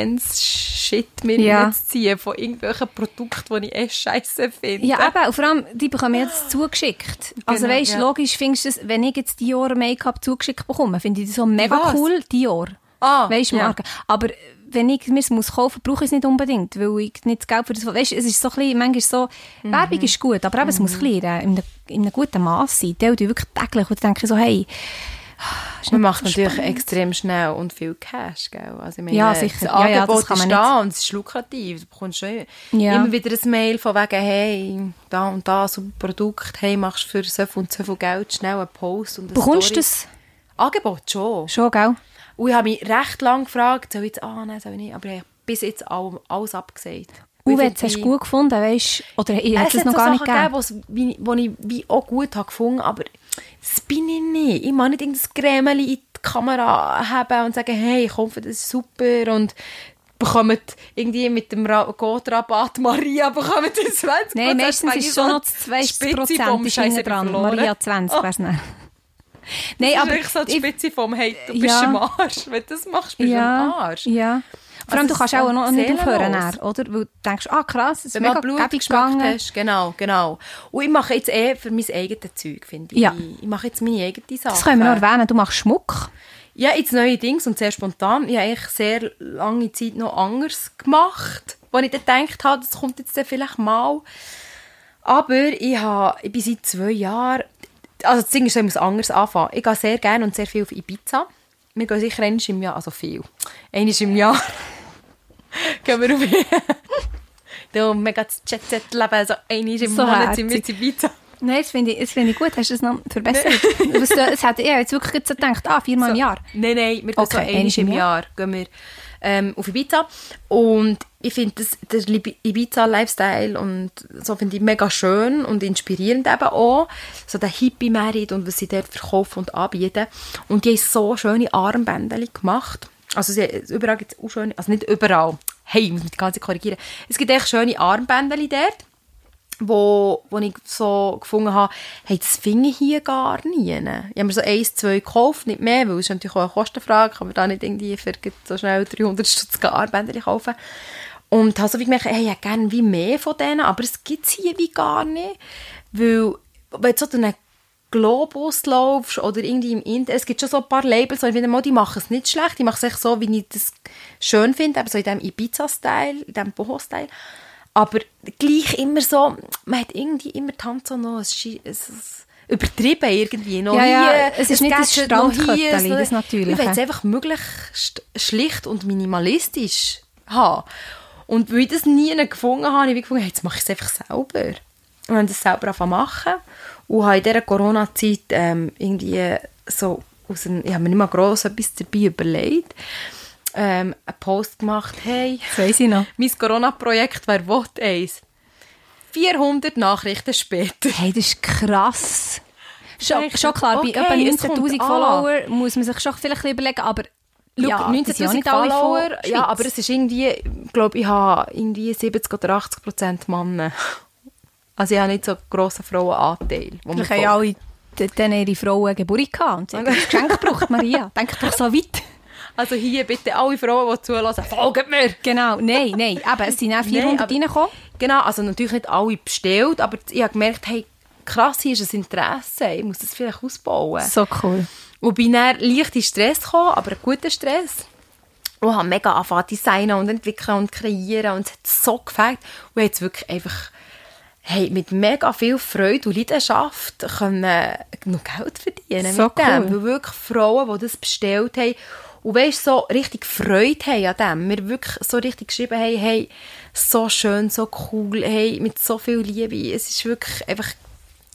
Speaker 1: Nonsens-Shit mir
Speaker 2: Ja.
Speaker 1: reinzuziehen von irgendwelchen Produkten, die ich eh scheiße finde.
Speaker 2: Ja, eben. Und vor allem, die bekommen jetzt zugeschickt. Also
Speaker 1: Ah. Genau,
Speaker 2: weißt,
Speaker 1: ja.
Speaker 2: logisch findest du es, wenn ich jetzt Dior Make-up zugeschickt bekomme, finde ich das so mega
Speaker 1: Was?
Speaker 2: cool, Dior.
Speaker 1: Ah,
Speaker 2: weißt,
Speaker 1: ja.
Speaker 2: Marke. Aber wenn ich mir es muss kaufen, brauche ich es nicht unbedingt, weil ich nicht das Geld für das... Weißt, es ist so ein bisschen, manchmal so,
Speaker 1: Mhm.
Speaker 2: Werbung ist gut, aber eben, es muss ein bisschen in einem, in einem guten Maß sein. Die Leute wirklich täglich und denken so, hey... ist
Speaker 1: Man
Speaker 2: nicht
Speaker 1: macht
Speaker 2: so
Speaker 1: natürlich
Speaker 2: spannend.
Speaker 1: extrem schnell und viel Cash, gell? Also ich meine,
Speaker 2: Ja, sicher.
Speaker 1: Das
Speaker 2: Ja,
Speaker 1: Angebot
Speaker 2: ja, das kann
Speaker 1: ist
Speaker 2: man
Speaker 1: da und es ist lukrativ. Du bekommst schon
Speaker 2: Ja.
Speaker 1: immer wieder ein Mail von wegen, hey, da und da, so ein Produkt, hey, machst du für so viel und so viel Geld schnell einen Post und eine
Speaker 2: Bekommst
Speaker 1: Story.
Speaker 2: du das
Speaker 1: Angebot schon.
Speaker 2: schon, gell?
Speaker 1: Und ich habe mich recht lange gefragt, soll ich jetzt, ah, nein, soll ich nicht. Aber ich habe bis jetzt all, alles abgesagt.
Speaker 2: Und wenn
Speaker 1: Weil
Speaker 2: du es
Speaker 1: ich-
Speaker 2: gut gefunden hast, oder
Speaker 1: es
Speaker 2: hättest du
Speaker 1: hat
Speaker 2: es noch
Speaker 1: so
Speaker 2: gar nicht
Speaker 1: Sachen
Speaker 2: gegeben?
Speaker 1: gegeben, wo's- wie- wo ich wie auch gut habe gefunden aber das bin ich nicht. Ich mag nicht irgendein Cremeli in die Kamera haben und sagen, hey, komm, das ist super und bekommt irgendwie mit dem Ra- Gott-Rabatt Maria bekommt den 20
Speaker 2: Nein, meistens
Speaker 1: Weil
Speaker 2: ist
Speaker 1: ich
Speaker 2: es schon
Speaker 1: so
Speaker 2: noch das 20
Speaker 1: Spitze vom
Speaker 2: Prozent
Speaker 1: Scheiss
Speaker 2: hinten
Speaker 1: hab ich
Speaker 2: dran.
Speaker 1: verloren. Oh.
Speaker 2: Maria 20 wär's nicht. Nein,
Speaker 1: Das ist
Speaker 2: aber...
Speaker 1: wirklich so die
Speaker 2: ich-
Speaker 1: Spitze vom «Hey, du bist
Speaker 2: Ja.
Speaker 1: am Arsch». Wenn du das machst, bist du am
Speaker 2: ja,
Speaker 1: Arsch.
Speaker 2: ja. Vor allem,
Speaker 1: Also
Speaker 2: du kannst
Speaker 1: es ist
Speaker 2: auch noch nicht
Speaker 1: seelenlos.
Speaker 2: aufhören, dann, oder? Weil du denkst, ah krass, es ist
Speaker 1: Wenn man
Speaker 2: mega
Speaker 1: Blut
Speaker 2: gebig
Speaker 1: geschmeckt
Speaker 2: gegangen.
Speaker 1: hast, genau, genau. Und ich mache jetzt eh für mein eigenes Zeug, finde ich.
Speaker 2: Ja.
Speaker 1: Ich mache jetzt meine eigene Sache.
Speaker 2: Das können wir noch erwähnen, du machst Schmuck.
Speaker 1: Ja, jetzt neue Dings und sehr spontan. Ich habe eigentlich sehr lange Zeit noch anders gemacht, wo ich dann gedacht habe, das kommt jetzt dann vielleicht mal. Aber ich, habe, ich bin seit zwei Jahren... Also das Ding ist, ich muss anders anfangen. Ich gehe sehr gerne und sehr viel auf Ibiza. Wir gehen sicher einmal im Jahr, also viel. Einmal im Jahr gehen wir auf... du, mega das Jet-Set-Leben, so also einmal im
Speaker 2: So
Speaker 1: Monat sind wir
Speaker 2: herzig.
Speaker 1: zu Ibiza.
Speaker 2: Nein, das finde ich, das finde ich gut,
Speaker 1: dus
Speaker 2: hast du es noch verbessert. Was,
Speaker 1: eh,
Speaker 2: du- es hat, ich habe jetzt wirklich jetzt so gedacht, ah, viermal im
Speaker 1: So.
Speaker 2: Jahr.
Speaker 1: Nein, nein, wir gehen
Speaker 2: Okay,
Speaker 1: so einmal im Jahr gehen wir, ähm, auf Ibiza. Und ich finde das- der Lib- Ibiza-Lifestyle und so finde ich mega schön und inspirierend eben auch. So der Hippie-Merit und was sie dort verkaufen und anbieten. Und die haben so schöne Armbänder gemacht. Also sie, überall gibt es auch schöne, also nicht überall, hey, ich muss mich die ganze Zeit korrigieren. Es gibt echt schöne Armbänder dort wo, wo ich so gefunden habe, hey, das finde ich hier gar nie. Ich habe mir so eins, zwei gekauft, nicht mehr, weil es ist natürlich auch eine Kostenfrage, kann man da nicht irgendwie für so schnell 300 Stutz Armbänder kaufen. Und habe so wie gemerkt, hey, ich hätte gerne wie mehr von denen, aber es gibt es hier wie gar nicht, weil wenn du so durch einen Globus laufst oder irgendwie im Internet, es gibt schon so ein paar Labels, wo ich finde, mal, die machen es nicht schlecht, die machen es echt so, wie ich das schön finde, eben so in diesem Ibiza-Style, in diesem Boho-Style. Aber gleich immer so, man hat irgendwie immer die Hand so noch, es ist übertrieben irgendwie. Noch
Speaker 2: Ja, ja,
Speaker 1: hier,
Speaker 2: es ist nicht das
Speaker 1: Gadget noch hier,
Speaker 2: Strandkötteli,
Speaker 1: so-
Speaker 2: das Natürliche.
Speaker 1: Ich will es einfach möglichst schlicht und minimalistisch haben. Und weil ich das nie gefunden habe, habe ich wie gefunden, hey, jetzt mache ich es einfach selber. Und habe das selber angefangen zu machen. Und habe in dieser Corona-Zeit ähm, irgendwie so, aus einem, ich habe mir nicht mal gross etwas dabei überlegt, ähm, einen Post gemacht, hey...
Speaker 2: Das weiss ich noch.
Speaker 1: Mein Corona-Projekt wäre What eins. 400 Nachrichten später.
Speaker 2: Hey, das ist krass. Schon,
Speaker 1: Echt?
Speaker 2: schon klar,
Speaker 1: Okay,
Speaker 2: bei etwa
Speaker 1: es kommt
Speaker 2: 19'000
Speaker 1: an.
Speaker 2: Follower muss man sich schon vielleicht überlegen, aber
Speaker 1: Schau,
Speaker 2: ja, die sind ja
Speaker 1: 19'000
Speaker 2: nicht alle von
Speaker 1: Follower.
Speaker 2: Schweiz.
Speaker 1: Ja, aber es ist irgendwie, ich glaube, ich habe irgendwie 70 oder 80 Prozent Männer. Also ich habe nicht so einen grossen Frauenanteil. wo man
Speaker 2: Vielleicht haben ja
Speaker 1: folgt.
Speaker 2: alle d- dann ihre Frauen Geburt gehabt und sie haben das Geschenk gebraucht, Maria. Denkt doch so weit.
Speaker 1: Also hier bitte alle Frauen, die zulassen, folgt mir!
Speaker 2: Genau, nein, nein. Aber es sind auch 400
Speaker 1: Nein, aber-
Speaker 2: reingekommen.
Speaker 1: Genau, also natürlich nicht alle bestellt, aber ich habe gemerkt, hey, krass, hier ist ein Interesse, ich muss das vielleicht ausbauen.
Speaker 2: So cool.
Speaker 1: Und bin dann leicht in Stress gekommen, aber einen guten Stress. Und habe mega angefangen zu designen und entwickeln und kreieren und es hat so gefällt. Und jetzt wirklich einfach hey, mit mega viel Freude und Leidenschaft können äh, noch Geld verdienen
Speaker 2: So
Speaker 1: mit dem.
Speaker 2: cool.
Speaker 1: Weil wirklich Frauen, die das bestellt haben und weißt, so richtig Freude haben an dem. Wir wirklich so richtig geschrieben haben, hey, so schön, so cool, hey, mit so viel Liebe. Es ist wirklich einfach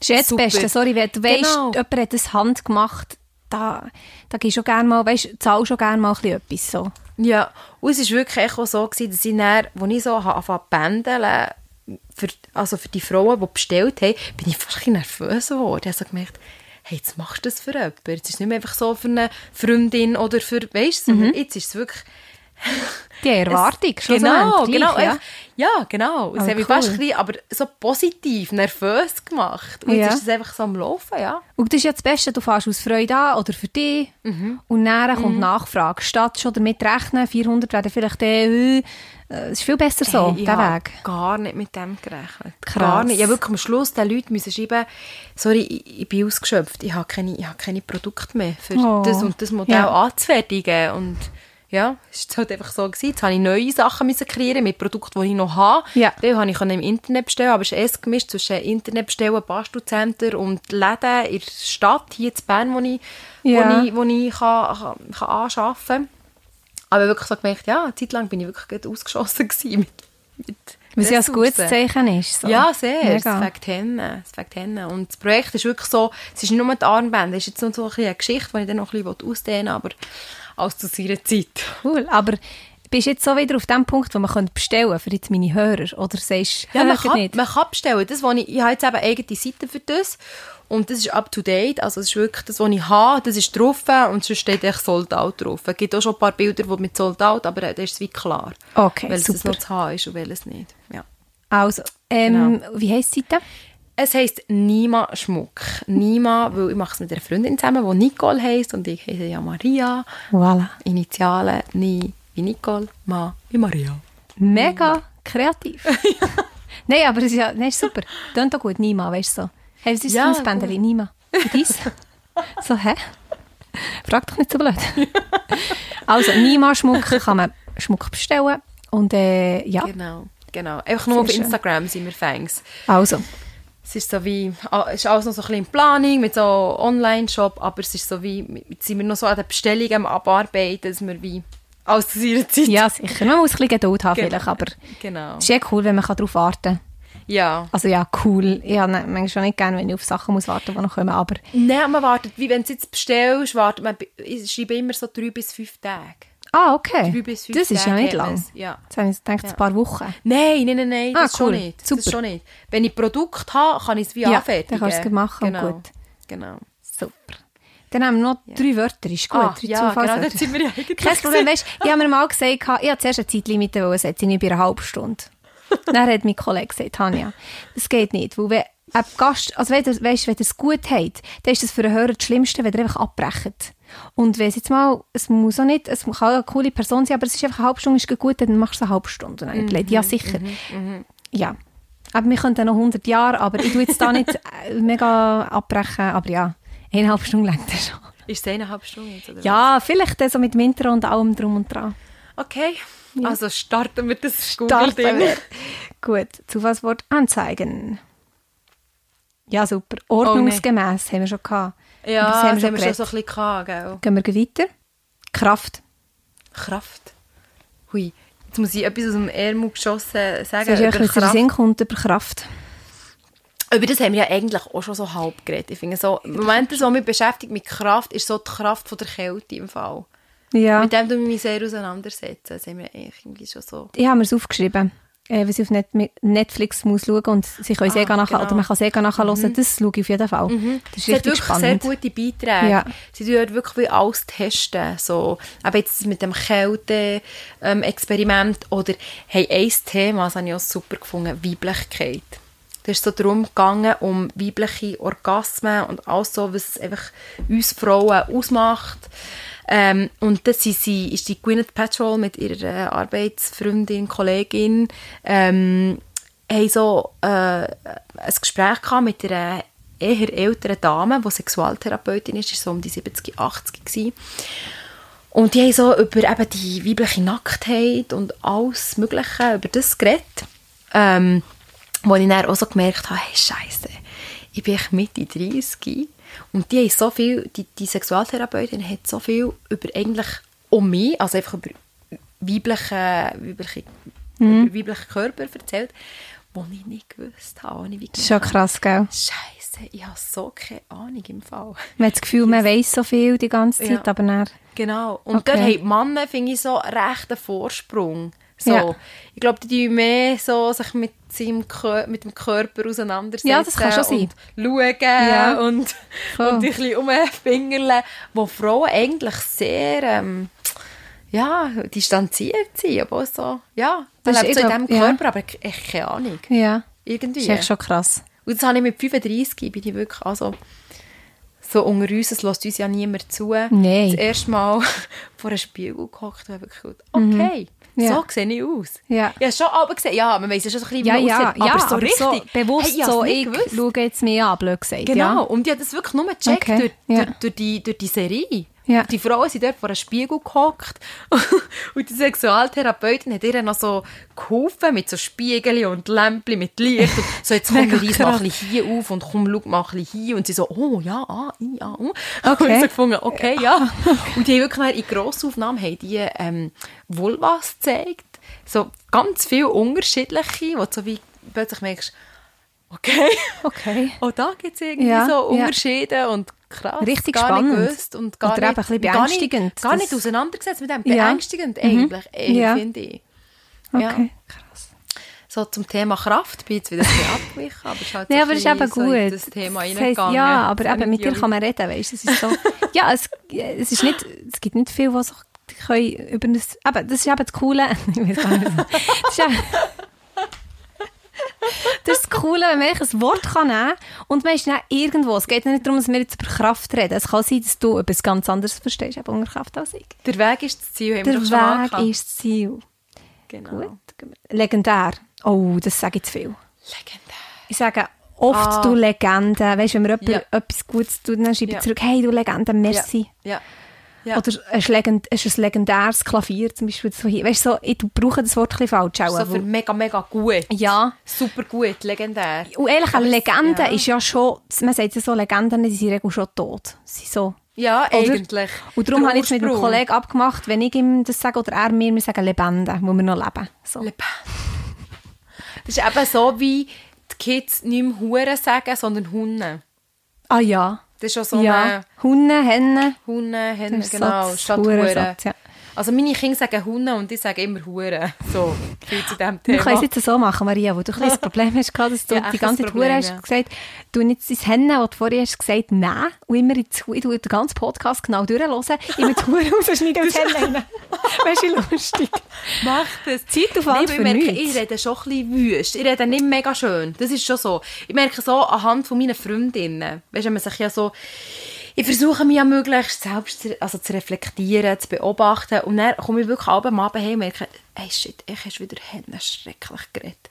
Speaker 2: Das ist jetzt
Speaker 1: Super.
Speaker 2: das Beste. Sorry, wenn du weißt,
Speaker 1: Genau.
Speaker 2: jemand hat das handgemacht, da, da gehst du schon gerne mal, weißt, zahlst schon gerne mal ein bisschen etwas. So.
Speaker 1: Ja, und es war wirklich echt auch so, gewesen, dass ich dann, als ich so anfangen zu pendeln, für, also für die Frauen, die bestellt haben, bin ich fast ein bisschen nervös geworden. Ich habe so gemerkt, hey, jetzt machst du das für jemanden. Jetzt ist es nicht mehr einfach so für eine Freundin oder für, weißt du, sondern jetzt ist es wirklich...
Speaker 2: Die Mhm. Erwartung,
Speaker 1: es,
Speaker 2: schon
Speaker 1: Genau,
Speaker 2: so
Speaker 1: genau.
Speaker 2: gleich, ja.
Speaker 1: echt- ja, genau. Es
Speaker 2: Oh,
Speaker 1: hat mich
Speaker 2: cool.
Speaker 1: fast ein bisschen, aber so positiv, nervös gemacht. Und jetzt
Speaker 2: Ja.
Speaker 1: ist es einfach so am Laufen, ja.
Speaker 2: Und das ist ja das Beste, du fährst aus Freude an oder für dich
Speaker 1: Mhm.
Speaker 2: und dann kommt Nachfrage. Statt schon damit rechnen, 400 werden vielleicht äh, äh, es ist viel besser so,
Speaker 1: Hey, ich
Speaker 2: der
Speaker 1: habe
Speaker 2: Weg.
Speaker 1: gar nicht mit dem gerechnet.
Speaker 2: Krass.
Speaker 1: Gar nicht. Ich habe wirklich am Schluss den Leuten müssen schreiben, sorry, ich, ich bin ausgeschöpft, ich habe keine, ich habe keine Produkte mehr für
Speaker 2: Oh.
Speaker 1: das und das Modell
Speaker 2: Ja.
Speaker 1: anzufertigen. Und ja, es war halt einfach so. Gewesen. Jetzt habe ich neue Sachen müssen kreieren mit Produkten, die ich noch habe.
Speaker 2: Ja.
Speaker 1: Dann habe ich im Internet bestellen, aber es ist erst gemischt zwischen Internet bestellen, Bastelcenter und Läden in der Stadt, hier in Bern, wo ich,
Speaker 2: Ja.
Speaker 1: wo ich, wo ich kann, kann, kann anschaffen kann. Aber wirklich so gemerkt, ja, eine Zeit lang bin ich wirklich gut ausgeschossen gewesen mit, mit
Speaker 2: Was ja ein gutes
Speaker 1: Ressourcen.
Speaker 2: Zeichen ist. So.
Speaker 1: Ja, sehr.
Speaker 2: Mega.
Speaker 1: Es fängt hin. Es fängt hin. Und das Projekt ist wirklich so, es ist nicht nur die Armbänder, es ist jetzt noch so ein bisschen eine Geschichte, die ich dann noch ein bisschen ausdehnen will, aber alles zu seiner Zeit.
Speaker 2: Cool, aber bist jetzt so wieder auf dem Punkt, wo man könnte bestellen für jetzt meine Hörer? Oder sagst du,
Speaker 1: Ja, man
Speaker 2: hört
Speaker 1: kann,
Speaker 2: nicht?
Speaker 1: man kann bestellen. Das, was ich, ich habe jetzt eben eine eigene Seite für das und das ist up to date, also es ist wirklich das, was ich habe, das ist drauf und sonst steht echt sold out drauf. Es gibt auch schon ein paar Bilder, die mit sold out, aber äh, da ist es wie klar,
Speaker 2: Okay,
Speaker 1: welches
Speaker 2: super.
Speaker 1: noch zu haben ist und welches nicht. Ja.
Speaker 2: Also, ähm,
Speaker 1: Genau.
Speaker 2: wie heisst die Seite?
Speaker 1: Es heisst Nima Schmuck. Nima, weil ich mache es mit einer Freundin zusammen, die Nicole heisst und ich heiße ja Maria.
Speaker 2: Voilà.
Speaker 1: Initialen Ni wie Nicole, Ma wie Maria.
Speaker 2: Mega kreativ. nein, aber es ist ja nein, ist super. Tönt doch gut, Nima, weißt du so. Hey, was ist
Speaker 1: Ja,
Speaker 2: das für ein Bändeli? Nima. Und dies? so, hä? Frag doch nicht so blöd. also, Nima-Schmuck kann man Schmuck bestellen. Und äh, ja,
Speaker 1: Genau, genau. Einfach nur
Speaker 2: Sehr
Speaker 1: auf
Speaker 2: schön.
Speaker 1: Instagram sind wir Fangs.
Speaker 2: also.
Speaker 1: Es ist so wie, ah, es ist alles noch so ein bisschen in Planung mit so Online-Shop, aber es ist so wie, jetzt sind wir noch so an der Bestellung am Abarbeiten, dass wir wie alles zu ihrer Zeit.
Speaker 2: Ja, sicher. Man muss ein bisschen Geduld haben,
Speaker 1: Genau.
Speaker 2: vielleicht, aber
Speaker 1: Genau.
Speaker 2: es ist eh cool, wenn man kann darauf warten kann.
Speaker 1: Ja.
Speaker 2: Also ja, cool. Ich habe manchmal schon nicht gerne, wenn ich auf Sachen muss warten muss, die noch kommen, aber
Speaker 1: Nein, man wartet, wie wenn du es jetzt bestellst, wartet man, ich schreibe immer so drei bis fünf Tage.
Speaker 2: ah, okay.
Speaker 1: Drei bis fünf
Speaker 2: Das ist ja
Speaker 1: Tage
Speaker 2: nicht
Speaker 1: hat
Speaker 2: lang.
Speaker 1: man's. Ja.
Speaker 2: Jetzt habe ich gedacht, ein paar Wochen.
Speaker 1: Nein, nein, nein, nein
Speaker 2: Ah,
Speaker 1: das,
Speaker 2: cool.
Speaker 1: schon nicht. das
Speaker 2: Super.
Speaker 1: schon nicht. Wenn ich Produkt habe, kann ich es wie
Speaker 2: Ja,
Speaker 1: anfertigen.
Speaker 2: dann kannst du es machen und
Speaker 1: Genau.
Speaker 2: gut.
Speaker 1: Genau.
Speaker 2: Super. Dann haben wir noch drei Wörter, ist gut.
Speaker 1: Ah,
Speaker 2: drei
Speaker 1: ja, genau,
Speaker 2: Zufallswörter.
Speaker 1: dort sind wir ja eigentlich.
Speaker 2: Kein Problem, weißt, ich habe mir mal gesagt, ich habe zuerst eine Zeitlimite wollen setzen, irgendwie bei einer halben Stunde. Dann hat mein Kollege gesagt, Tanja, das geht nicht, weil wenn ein Gast, also wenn ihr, weißt, wenn ihr es gut habt, dann ist das für einen Hörer das Schlimmste, wenn ihr einfach abbrecht. Und wenn es jetzt mal, es muss auch nicht, es kann eine coole Person sein, aber es ist einfach eine halbe Stunde, ist gut, dann machst du es eine halbe Stunde. Und dann hat er gesagt, ja, sicher. Ja. Aber wir könnten noch 100 Jahre, aber ich tue jetzt da nicht äh, mega abbrechen, aber ja, eine halbe Stunde längt das schon.
Speaker 1: Ist es eineinhalb Stunden jetzt? Oder
Speaker 2: Ja, vielleicht dann so mit dem Intro und allem drum und dran.
Speaker 1: was? Okay. Also starten wir das
Speaker 2: Starten
Speaker 1: Google-Ding.
Speaker 2: wir. Gut, Zufallswort anzeigen. Ja, super. Ordnungsgemäß haben wir schon gehabt.
Speaker 1: Oh, Ja,
Speaker 2: Über
Speaker 1: das haben wir schon
Speaker 2: geredet.
Speaker 1: so ein bisschen gehabt, gell?
Speaker 2: Gehen wir gleich weiter. Kraft.
Speaker 1: Kraft. Hui. Jetzt muss ich etwas aus dem Ärmel geschossen sagen.
Speaker 2: Das ist
Speaker 1: über
Speaker 2: eigentlich, was in den
Speaker 1: Kraft.
Speaker 2: Sinn kommt, über Kraft.
Speaker 1: Über das haben wir ja eigentlich auch schon so halb geredet. Ich finde so, im Moment, das, was mich beschäftigt mit Kraft, ist so die Kraft von der Kälte im Fall.
Speaker 2: Ja.
Speaker 1: Mit dem tue ich mich sehr auseinandersetzen. Das haben wir eigentlich irgendwie schon so.
Speaker 2: Ich habe mir es aufgeschrieben, äh, was ich auf Net Netflix muss schauen und sie können es
Speaker 1: Ah,
Speaker 2: eh nachher,
Speaker 1: genau.
Speaker 2: oder man kann es eh nachher hören. Das schaue ich auf jeden Fall. Das ist
Speaker 1: Sie hat
Speaker 2: richtig
Speaker 1: wirklich
Speaker 2: spannend.
Speaker 1: sehr gute Beiträge.
Speaker 2: Ja.
Speaker 1: Sie tun dort wirklich wie alles testen. So, aber jetzt mit dem Kälte-Experiment oder hey, ein Thema, das habe ich auch super gefunden, Weiblichkeit. Da ist so darum gegangen, um weibliche Orgasmen und alles so, was es einfach uns Frauen ausmacht. Ähm, und das ist, sie, ist die Gwyneth Paltrow mit ihrer äh, Arbeitsfreundin, Kollegin, ähm, haben so äh, ein Gespräch gehabt mit einer eher älteren Dame, die Sexualtherapeutin ist, ist so um die 70, 80 gewesen. Und die haben so über eben die weibliche Nacktheit und alles Mögliche, über das geredet. Ähm, wo ich dann auch so gemerkt habe, hey, scheisse, ich bin echt Mitte 30 und die haben so viel, die, die Sexualtherapeutin hat so viel über eigentlich um mich, also einfach über weibliche, weibliche,
Speaker 2: Mhm.
Speaker 1: über weibliche Körper erzählt, wo ich nicht gewusst habe. wo ich wie
Speaker 2: Das ist schon krass, gell?
Speaker 1: Scheiße. heisst, ich habe so keine Ahnung im Fall.
Speaker 2: Man hat das Gefühl, man weiss so viel die ganze Zeit,
Speaker 1: Ja.
Speaker 2: aber dann...
Speaker 1: Genau. Und
Speaker 2: Okay.
Speaker 1: dort haben die Männer, finde ich, so recht einen Vorsprung. So.
Speaker 2: Ja.
Speaker 1: Ich glaube, die tun mehr so sich mit, seinem Kö mit dem Körper auseinandersetzen.
Speaker 2: Ja, das kann schon sein.
Speaker 1: Und schauen
Speaker 2: Ja.
Speaker 1: und,
Speaker 2: Voll.
Speaker 1: und ein bisschen umfingerle, wo Frauen eigentlich sehr ähm, ja, distanziert sind. Aber so, ja,
Speaker 2: Das
Speaker 1: das
Speaker 2: ist-
Speaker 1: lebt so
Speaker 2: ich
Speaker 1: in
Speaker 2: glaub,
Speaker 1: diesem
Speaker 2: ja.
Speaker 1: Körper, aber echt keine Ahnung.
Speaker 2: Ja, das
Speaker 1: Irgendwie.
Speaker 2: ist echt schon krass.
Speaker 1: Und das habe ich mit 35, bin ich wirklich, also so unter uns, es lässt uns ja niemand zu.
Speaker 2: Nein.
Speaker 1: Das erste Mal vor einem Spiegel gehockt und habe wirklich gedacht, okay,
Speaker 2: Mhm. Ja.
Speaker 1: so sehe ich aus.
Speaker 2: Ja.
Speaker 1: Ich habe schon aber gesehen, ja, man weiss ja schon so ein bisschen, wie
Speaker 2: Ja,
Speaker 1: man
Speaker 2: ja,
Speaker 1: aussieht,
Speaker 2: ja,
Speaker 1: aber so richtig.
Speaker 2: bewusst
Speaker 1: Hey, habe es
Speaker 2: so,
Speaker 1: nicht
Speaker 2: ich
Speaker 1: gewusst.
Speaker 2: schaue jetzt mehr an, blöd gesagt.
Speaker 1: Genau,
Speaker 2: Ja.
Speaker 1: und ich habe das wirklich nur gecheckt
Speaker 2: Okay,
Speaker 1: durch,
Speaker 2: ja.
Speaker 1: durch, durch, die, durch die Serie.
Speaker 2: Ja.
Speaker 1: Die Frauen sind dort vor einem Spiegel gehockt und die Sexualtherapeutin hat ihr noch so geholfen mit so Spiegeln und Lämpchen mit Licht. Und so, jetzt komm,
Speaker 2: Mega
Speaker 1: Reis, mach
Speaker 2: krass.
Speaker 1: ein bisschen hier auf und komm, schau, mach ein bisschen hier. Und sie so, oh ja, ah, i, ja, oh. Und
Speaker 2: Okay.
Speaker 1: ich so gefunden, okay, ja. Und die haben wirklich dann in Grossaufnahmen haben die ähm, Vulvas gezeigt. So ganz viele unterschiedliche, wo du so wie plötzlich merkst, okay...
Speaker 2: Okay.
Speaker 1: Auch da gibt es irgendwie
Speaker 2: Ja, ja.
Speaker 1: so Unterschiede und krass.
Speaker 2: Richtig
Speaker 1: gar
Speaker 2: spannend.
Speaker 1: Nicht gewusst und gar
Speaker 2: Oder eben
Speaker 1: nicht,
Speaker 2: ein bisschen
Speaker 1: gar nicht-
Speaker 2: beängstigend,
Speaker 1: Gar nicht
Speaker 2: dass-
Speaker 1: auseinandergesetzt mit dem.
Speaker 2: Ja. Mhm.
Speaker 1: Beängstigend eigentlich, eh,
Speaker 2: Ja.
Speaker 1: finde ich. Ja.
Speaker 2: Okay, krass.
Speaker 1: So zum Thema Kraft bin ich jetzt wieder ein bisschen abgewichen, aber es ist halt
Speaker 2: Nein,
Speaker 1: so
Speaker 2: aber es ist
Speaker 1: ein
Speaker 2: eben
Speaker 1: bisschen so in
Speaker 2: gut.
Speaker 1: das Thema
Speaker 2: Das heisst,
Speaker 1: reingegangen.
Speaker 2: ja, aber
Speaker 1: So
Speaker 2: eben mit dir
Speaker 1: Idiot.
Speaker 2: kann man reden, weißt du? Es ist so, ja, es, es ist nicht, es gibt nicht viel, was ich können über das, eben, das ist eben das Coole, ich weiß gar nicht, was- das ist eben, das ist das Coole, wenn man eigentlich ein Wort kann nehmen und man ist dann irgendwo, es geht nicht darum, dass wir jetzt über Kraft reden, es kann sein, dass du etwas ganz anderes verstehst, eben unter Kraft als ich.
Speaker 1: Der Weg ist das Ziel, haben wir
Speaker 2: Der
Speaker 1: doch schon mal
Speaker 2: Weg
Speaker 1: angefangen.
Speaker 2: ist das Ziel.
Speaker 1: Genau.
Speaker 2: Gut. Legendär. Oh, das sage ich zu viel.
Speaker 1: Legendär.
Speaker 2: Ich sage oft,
Speaker 1: Ah.
Speaker 2: du Legende. Weißt du, wenn mir jemand
Speaker 1: Ja.
Speaker 2: etwas Gutes tut, dann schreibe ich
Speaker 1: Ja.
Speaker 2: zurück, hey, du Legende, merci.
Speaker 1: Ja. ja.
Speaker 2: Oder es ist, legend, es ist ein legendäres Klavier, zum Beispiel. So hier. Weißt du, so, ich brauche das Wort ein bisschen falsch. auch,
Speaker 1: so für
Speaker 2: weil-
Speaker 1: mega, mega gut.
Speaker 2: ja.
Speaker 1: Super gut, legendär.
Speaker 2: Und ehrlich, eine
Speaker 1: Aber es-
Speaker 2: Legende
Speaker 1: ja.
Speaker 2: ist ja schon, man sagt ja so, Legenden die sind in der Regel schon tot. Sie sind so.
Speaker 1: Ja,
Speaker 2: Oder?
Speaker 1: eigentlich.
Speaker 2: Und darum
Speaker 1: Der
Speaker 2: habe ich jetzt mit einem
Speaker 1: Ursprung.
Speaker 2: Kollegen abgemacht, wenn ich ihm das sage oder er mir, wir sagen Lebende, wo wir noch leben. So.
Speaker 1: Le Pen. Das ist eben so, wie die Kids nicht mehr Huren sagen, sondern Hunde.
Speaker 2: ah ja.
Speaker 1: Das ist schon so
Speaker 2: ja.
Speaker 1: eine
Speaker 2: Hunde, Hennen.
Speaker 1: Hunde, Hände,
Speaker 2: Das ist
Speaker 1: genau,
Speaker 2: Satz,
Speaker 1: statt
Speaker 2: Huren,
Speaker 1: Huren.
Speaker 2: Satz, ja.
Speaker 1: Also meine Kinder sagen Hunde und ich sage immer Huren. So, viel zu diesem
Speaker 2: Wir können
Speaker 1: Thema.
Speaker 2: es jetzt so machen, Maria, wo du ein kleines Problem hast, gehabt, dass du
Speaker 1: Ja,
Speaker 2: die
Speaker 1: echt
Speaker 2: ganze
Speaker 1: ein
Speaker 2: Zeit Hure
Speaker 1: Problem,
Speaker 2: hast
Speaker 1: ja.
Speaker 2: gesagt, du nicht dein Hände, was du vorher hast gesagt, nein, und immer in die, ich tu den ganzen Podcast genau durchlesen, immer die Hure rausschneiden und das Hände rein. Weißt du, wie lustig.
Speaker 1: Mach das.
Speaker 2: Zeitaufwand
Speaker 1: Nee,
Speaker 2: für
Speaker 1: aber ich merke, ich
Speaker 2: nichts.
Speaker 1: rede schon ein bisschen wüst. Ich rede nicht mega schön. Das ist schon so. Ich merke so anhand von meinen Freundinnen. Weißt du, wenn man sich ja so... Ich versuche mich ja möglichst selbst zu, also zu reflektieren, zu beobachten. Und dann komme ich wirklich abends am Abend her und merke, hey shit, ich habe wieder Hände schrecklich geredet.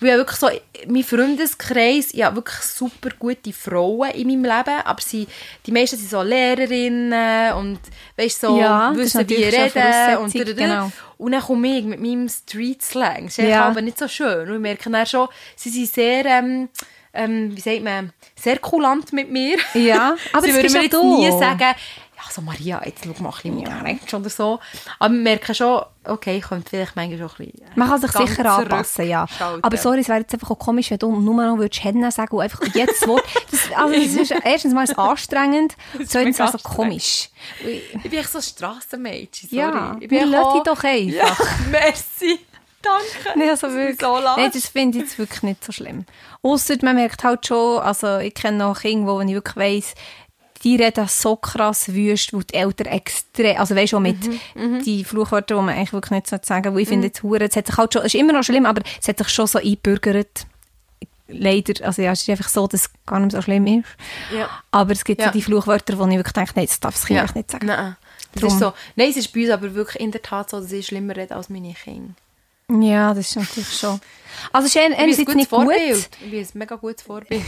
Speaker 1: Weil ja wirklich so, mein Freundeskreis, ja wirklich super gute Frauen in meinem Leben, aber sie, die meisten sind so Lehrerinnen und weißt so,
Speaker 2: Ja, das ist
Speaker 1: wissen, wie
Speaker 2: natürlich schon
Speaker 1: reden und
Speaker 2: Voraussetzung,
Speaker 1: genau.
Speaker 2: genau.
Speaker 1: Und dann komme ich mit meinem Street-Slang. Das ist
Speaker 2: Ja.
Speaker 1: ja. aber nicht so schön. Und ich merke dann schon, sie sind sehr, ähm, ähm, wie sagt man, sehr kulant mit mir.
Speaker 2: Ja, aber
Speaker 1: sie würden
Speaker 2: das bist
Speaker 1: mir
Speaker 2: ja
Speaker 1: jetzt
Speaker 2: du.
Speaker 1: nie sagen, ja, so Maria, jetzt schau mal ein bisschen rechts oder so. Aber wir merken schon, okay, ich könnte vielleicht manchmal schon ein bisschen...
Speaker 2: Man kann sich
Speaker 1: ganz
Speaker 2: sicher anpassen, ja.
Speaker 1: zurückschalten.
Speaker 2: Aber sorry, es wäre jetzt einfach auch komisch, wenn du nur noch würdest Hennen sagen und einfach jedes Wort. Das, also, das ist erstens mal ist es anstrengend, zweitens mal so
Speaker 1: mega
Speaker 2: komisch.
Speaker 1: äh, Ich bin echt so ein Strassenmädchen, sorry.
Speaker 2: Ja,
Speaker 1: ich
Speaker 2: wir
Speaker 1: bin
Speaker 2: lassen dich
Speaker 1: auch-
Speaker 2: doch einfach.
Speaker 1: Ja, merci. Danke.
Speaker 2: Nein, also
Speaker 1: dass du mich
Speaker 2: wirklich.
Speaker 1: So lässt.
Speaker 2: Nein, das finde ich jetzt wirklich nicht so schlimm. Ausser man merkt halt schon, also ich kenne auch Kinder, wo wenn ich wirklich weiss, die reden so krass wüst, weil die Eltern extrem, also weisst du, auch mit
Speaker 1: Mhm,
Speaker 2: die Fluchwörter, die man eigentlich wirklich nicht so sagen weil ich finde jetzt hure, es hat sich halt schon, es ist immer noch schlimm, aber es hat sich schon so eingebürgert. Leider, also ja, es ist einfach so, dass es gar nicht so schlimm ist.
Speaker 1: Ja.
Speaker 2: Aber es gibt
Speaker 1: Ja.
Speaker 2: so die Fluchwörter, wo ich wirklich denke, nein, das darf das Kind
Speaker 1: Ja.
Speaker 2: eigentlich nicht sagen.
Speaker 1: Nein. Das
Speaker 2: Drum.
Speaker 1: ist so. Nein, es ist bei uns aber wirklich in der Tat so, dass ich schlimmer rede als meine Kinder.
Speaker 2: Ja, das ist natürlich schon. Also es ist
Speaker 1: Ich
Speaker 2: ein-
Speaker 1: bin
Speaker 2: einerseits
Speaker 1: ein gutes
Speaker 2: nicht
Speaker 1: Vorbild.
Speaker 2: gut,
Speaker 1: Ich bin ein mega gutes Vorbild.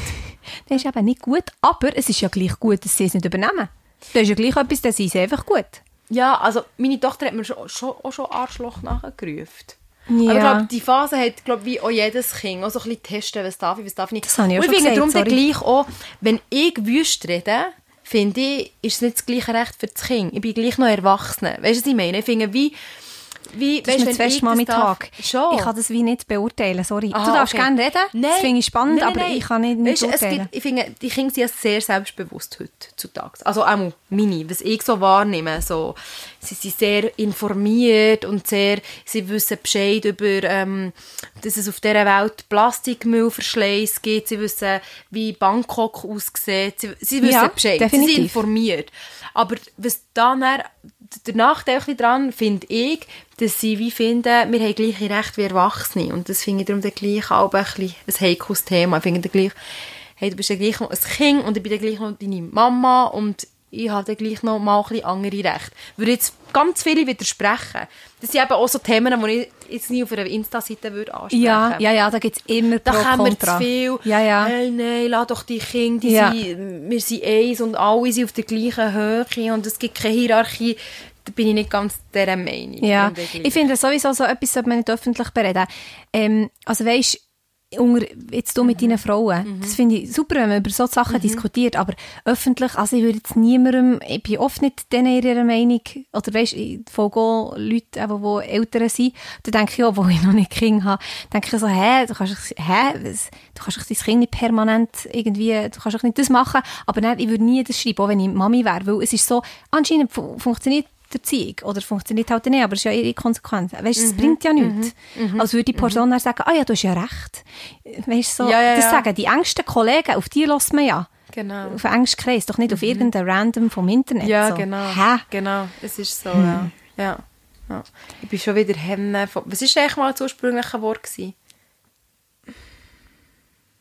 Speaker 2: Das ist eben nicht gut, aber es ist ja gleich gut, dass sie es nicht übernehmen. Das ist ja gleich etwas, das ist einfach gut.
Speaker 1: Ja, also meine Tochter hat mir schon, schon, auch schon Arschloch nachgerufen.
Speaker 2: Ja.
Speaker 1: Aber ich glaube, die Phase hat, glaube wie auch jedes Kind, auch so ein bisschen testen, was darf ich, was darf ich nicht.
Speaker 2: Das habe ich auch
Speaker 1: Und
Speaker 2: schon
Speaker 1: finde
Speaker 2: gesagt,
Speaker 1: darum dann
Speaker 2: sorry.
Speaker 1: gleich auch, wenn ich wüst rede, finde ich, ist es nicht das gleiche Recht für das Kind. Ich bin gleich noch Erwachsene. Weißt du, was ich meine? Ich finde, wie, Wie, weißt,
Speaker 2: Das ist mein
Speaker 1: wenn ich
Speaker 2: zweiter Mami-Tag.
Speaker 1: darf- Schon.
Speaker 2: Ich kann das wie nicht beurteilen, sorry.
Speaker 1: Aha,
Speaker 2: du darfst
Speaker 1: Ah, okay.
Speaker 2: gerne reden, das finde ich spannend,
Speaker 1: Nein, nein,
Speaker 2: aber
Speaker 1: nein.
Speaker 2: ich kann nicht, nicht
Speaker 1: Weisst du, es
Speaker 2: beurteilen.
Speaker 1: gibt, ich finde, die Kinder sind ja sehr selbstbewusst heutzutage. Also auch meine, was ich so wahrnehme. So, sie sind sehr informiert und sehr, sie wissen Bescheid über, ähm, dass es auf dieser Welt Plastikmüllverschleiß gibt. Sie wissen, wie Bangkok aussieht. Sie, sie wissen
Speaker 2: Ja,
Speaker 1: Bescheid. Sie sind
Speaker 2: definitiv.
Speaker 1: informiert. Aber was dann der Nachteil ein bisschen dran finde ich, dass sie wie finden, wir haben gleiche Rechte wie Erwachsene. Und das finde ich darum dann gleich auch ein, bisschen ein heikles Thema. Ich finde dann gleich, hey, du bist ja gleich noch ein Kind und ich bin dann gleich noch deine Mama und ich habe dann gleich noch mal ein bisschen andere Rechte. Würde jetzt ganz viele widersprechen. Das sind eben auch so Themen, die ich jetzt nie auf einer Insta-Seite würde ansprechen
Speaker 2: ja, ja, ja, da gibt es immer
Speaker 1: da
Speaker 2: Pro,
Speaker 1: haben wir zu
Speaker 2: Contra.
Speaker 1: viel. Äh,
Speaker 2: Ja, ja.
Speaker 1: Hey, nein, lass doch die Kinder, die
Speaker 2: Ja.
Speaker 1: sind, wir sind eins und alle sind auf der gleichen Höhe und es gibt keine Hierarchie. Da bin ich nicht ganz dieser Meinung.
Speaker 2: Ja,
Speaker 1: Und wirklich.
Speaker 2: ich finde sowieso so etwas sollte man nicht öffentlich bereden. Ähm, also weisst, unter, jetzt du mit deinen Frauen, das finde ich super, wenn man über solche Sachen diskutiert, aber öffentlich, also ich würde jetzt niemandem, ich bin oft nicht denen in ihrer Meinung, oder weisst, ich folge auch Leute, eben, die Eltern sind, da denke ich auch, wo ich noch nicht Kind habe, denke ich so, hä, du kannst, doch- hä, was, du kannst doch dein Kind nicht permanent irgendwie, du kannst doch nicht das machen, aber nein, ich würde nie das schreiben, auch wenn ich Mami wäre, weil es ist so, anscheinend fu funktioniert die Erziehung. Oder funktioniert halt nicht, aber es ist ja ihre Konsequenz. Weißt
Speaker 1: Mhm.
Speaker 2: du, es bringt ja nichts. Als würde die Person dann sagen, ah ja, du hast ja recht. Weißt du, so,
Speaker 1: Ja, ja,
Speaker 2: das
Speaker 1: ja.
Speaker 2: sagen die engsten Kollegen, auf die lässt man ja.
Speaker 1: Genau. Mhm.
Speaker 2: Auf einen engsten Kreis, doch nicht auf irgendeinen Random vom Internet.
Speaker 1: Ja,
Speaker 2: so.
Speaker 1: genau.
Speaker 2: Hä?
Speaker 1: Genau, es ist so,
Speaker 2: Hmm.
Speaker 1: ja. ja. ja. Ich bin schon wieder henne von... Was war eigentlich mal das ursprüngliche Wort? Gewesen?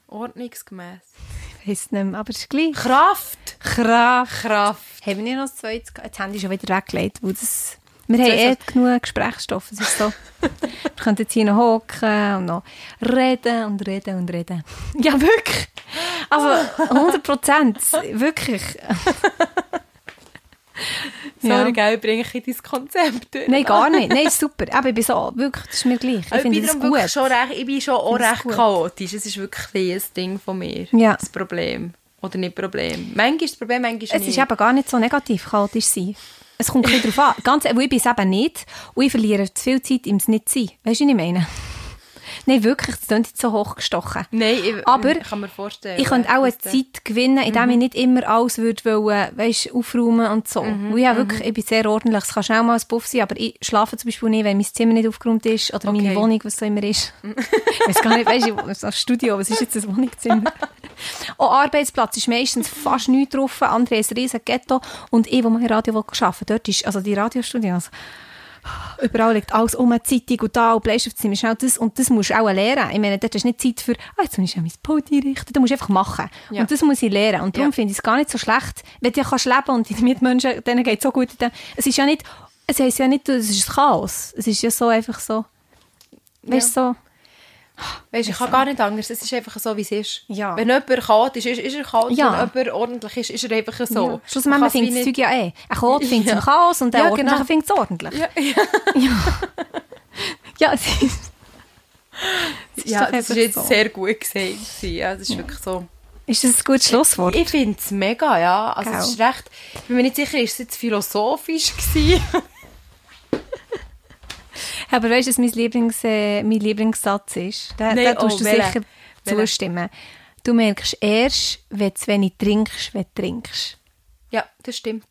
Speaker 1: Ordnungsgemäß.
Speaker 2: Ich weiss nicht mehr, aber es ist gleich.
Speaker 1: Kraft!
Speaker 2: Kraft.
Speaker 1: Kraft.
Speaker 2: Haben wir noch das zweite? Jetzt haben die schon wieder weggelegt, weil das... Wir haben
Speaker 1: Das
Speaker 2: eh
Speaker 1: ist
Speaker 2: genug Gesprächsstoff. Es ist so, wir können jetzt hier noch hocken und noch reden und reden und reden. Ja, wirklich. Also 100 Prozent. Wirklich.
Speaker 1: Sorry,
Speaker 2: Ja.
Speaker 1: gell, bringe ich in dein Konzept durch.
Speaker 2: Nein, gar nicht. Nein, ist super. Aber ich bin so, wirklich, das ist mir gleich. Ich
Speaker 1: Aber
Speaker 2: finde
Speaker 1: bin
Speaker 2: das
Speaker 1: darum wirklich
Speaker 2: gut.
Speaker 1: Schon recht, ich bin schon auch
Speaker 2: Finde es
Speaker 1: recht
Speaker 2: gut.
Speaker 1: chaotisch. Es ist wirklich ein Ding von mir.
Speaker 2: Ja.
Speaker 1: Das Problem. Oder nicht Problem. Manchmal ist das Problem, manchmal
Speaker 2: Es
Speaker 1: nicht.
Speaker 2: ist eben gar nicht so negativ, chaotisch sein. Es kommt ein bisschen darauf an. Ganz, weil ich bin es eben nicht. Und ich verliere zu viel Zeit im Nicht-Sein. Weißt du, was ich meine? Nein, wirklich, das klingt jetzt so hochgestochen.
Speaker 1: Nein, ich,
Speaker 2: Aber
Speaker 1: ich kann mir vorstellen.
Speaker 2: Ich könnte auch eine
Speaker 1: dass der-
Speaker 2: Zeit gewinnen, indem ich nicht immer alles würde wollen, weißt, aufräumen und so. Mhm. Ich, habe wirklich, ich bin sehr ordentlich, es kann schnell mal ein Puff sein, aber ich schlafe zum Beispiel nicht, wenn mein Zimmer nicht aufgeräumt ist oder
Speaker 1: Okay.
Speaker 2: meine Wohnung, was so immer ist. ich weiß gar nicht, weißt du, so ein Studio, was ist jetzt ein Wohnungszimmer? Auch Arbeitsplatz ist meistens fast nichts drauf, andere haben ein riesen Ghetto und ich, wo mal im Radio arbeiten wollte, dort ist, also die Radiostudios, Überall liegt alles um, die Zeitung und da, und Bleistiftzimmer, schnell das und das musst du auch lernen. Ich meine, dort hast du nicht Zeit für, ah, jetzt muss ich auch mein Pult einrichten, du musst einfach machen.
Speaker 1: Ja.
Speaker 2: Und das muss ich lernen. Und darum
Speaker 1: Ja.
Speaker 2: finde ich es gar nicht so schlecht, wenn du ja kannst leben und deine Mitmenschen, denen geht es so gut. in dem- Es ist ja nicht, es heisst ja nicht, es ist ein Chaos. Es ist ja so einfach so, weißt du, so,
Speaker 1: Weißt, ich kann gar nicht anders. Es ist einfach so, wie es ist.
Speaker 2: Ja.
Speaker 1: Wenn jemand chaotisch ist, ist er chaotisch.
Speaker 2: Ja.
Speaker 1: Wenn jemand ordentlich ist, ist er einfach so.
Speaker 2: Ja.
Speaker 1: Man kann
Speaker 2: Schlussendlich
Speaker 1: es wie
Speaker 2: findet das
Speaker 1: nicht-
Speaker 2: Zeug ja eh. Ein Chaot findet es
Speaker 1: Ja.
Speaker 2: im Chaos und der
Speaker 1: Ja,
Speaker 2: Ordentliche
Speaker 1: genau.
Speaker 2: findet es ordentlich.
Speaker 1: Ja, ja.
Speaker 2: Ja, es ist, es
Speaker 1: ja,
Speaker 2: doch
Speaker 1: das ist
Speaker 2: einfach
Speaker 1: jetzt
Speaker 2: so.
Speaker 1: sehr gut gesehen. gewesen. Ja, das ist wirklich so.
Speaker 2: Ist das ein gutes Schlusswort?
Speaker 1: Ich finde es mega, ja. Also, es
Speaker 2: Gell?
Speaker 1: ist recht. Ich bin mir nicht sicher, ist es jetzt philosophisch gewesen?
Speaker 2: Aber weißt du, was mein, Lieblings, äh, mein Lieblingssatz ist? Da,
Speaker 1: Nein,
Speaker 2: da tust
Speaker 1: oh,
Speaker 2: du
Speaker 1: welcher?
Speaker 2: sicher
Speaker 1: Welcher?
Speaker 2: zustimmen. Du merkst erst, wenn du wenig trinkst, wenn du trinkst.
Speaker 1: ja, das stimmt.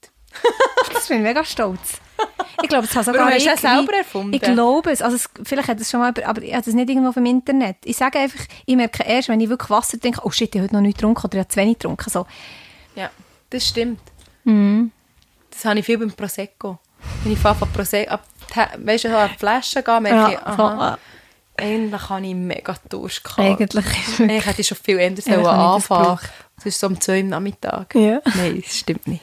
Speaker 2: Das bin ich mega stolz. Ich glaube, das habe sogar
Speaker 1: Warum hast du
Speaker 2: ich
Speaker 1: das selber
Speaker 2: wie-
Speaker 1: erfunden?
Speaker 2: Ich glaube es. Also es vielleicht hat es schon mal, jemand- aber ich habe das nicht irgendwo vom Internet. Ich sage einfach, ich merke erst, wenn ich wirklich Wasser trinke, oh shit, ich habe heute noch nicht getrunken oder ich habe zu wenig getrunken. So.
Speaker 1: Ja, das stimmt.
Speaker 2: Mhm.
Speaker 1: Das habe ich viel beim Prosecco. Wenn ich fahre von Prosecco, ab, weißt du, so an die Flasche gehe, merke ich,
Speaker 2: so,
Speaker 1: aha, eigentlich habe ich mega Durst
Speaker 2: äh,
Speaker 1: gehabt.
Speaker 2: eigentlich ist wirklich-
Speaker 1: Ich hätte schon viel eher sollen
Speaker 2: habe ich das
Speaker 1: anfangen
Speaker 2: gebraucht.
Speaker 1: Es ist so um 2 Uhr am Nachmittag.
Speaker 2: Ja.
Speaker 1: Nein, das stimmt nicht.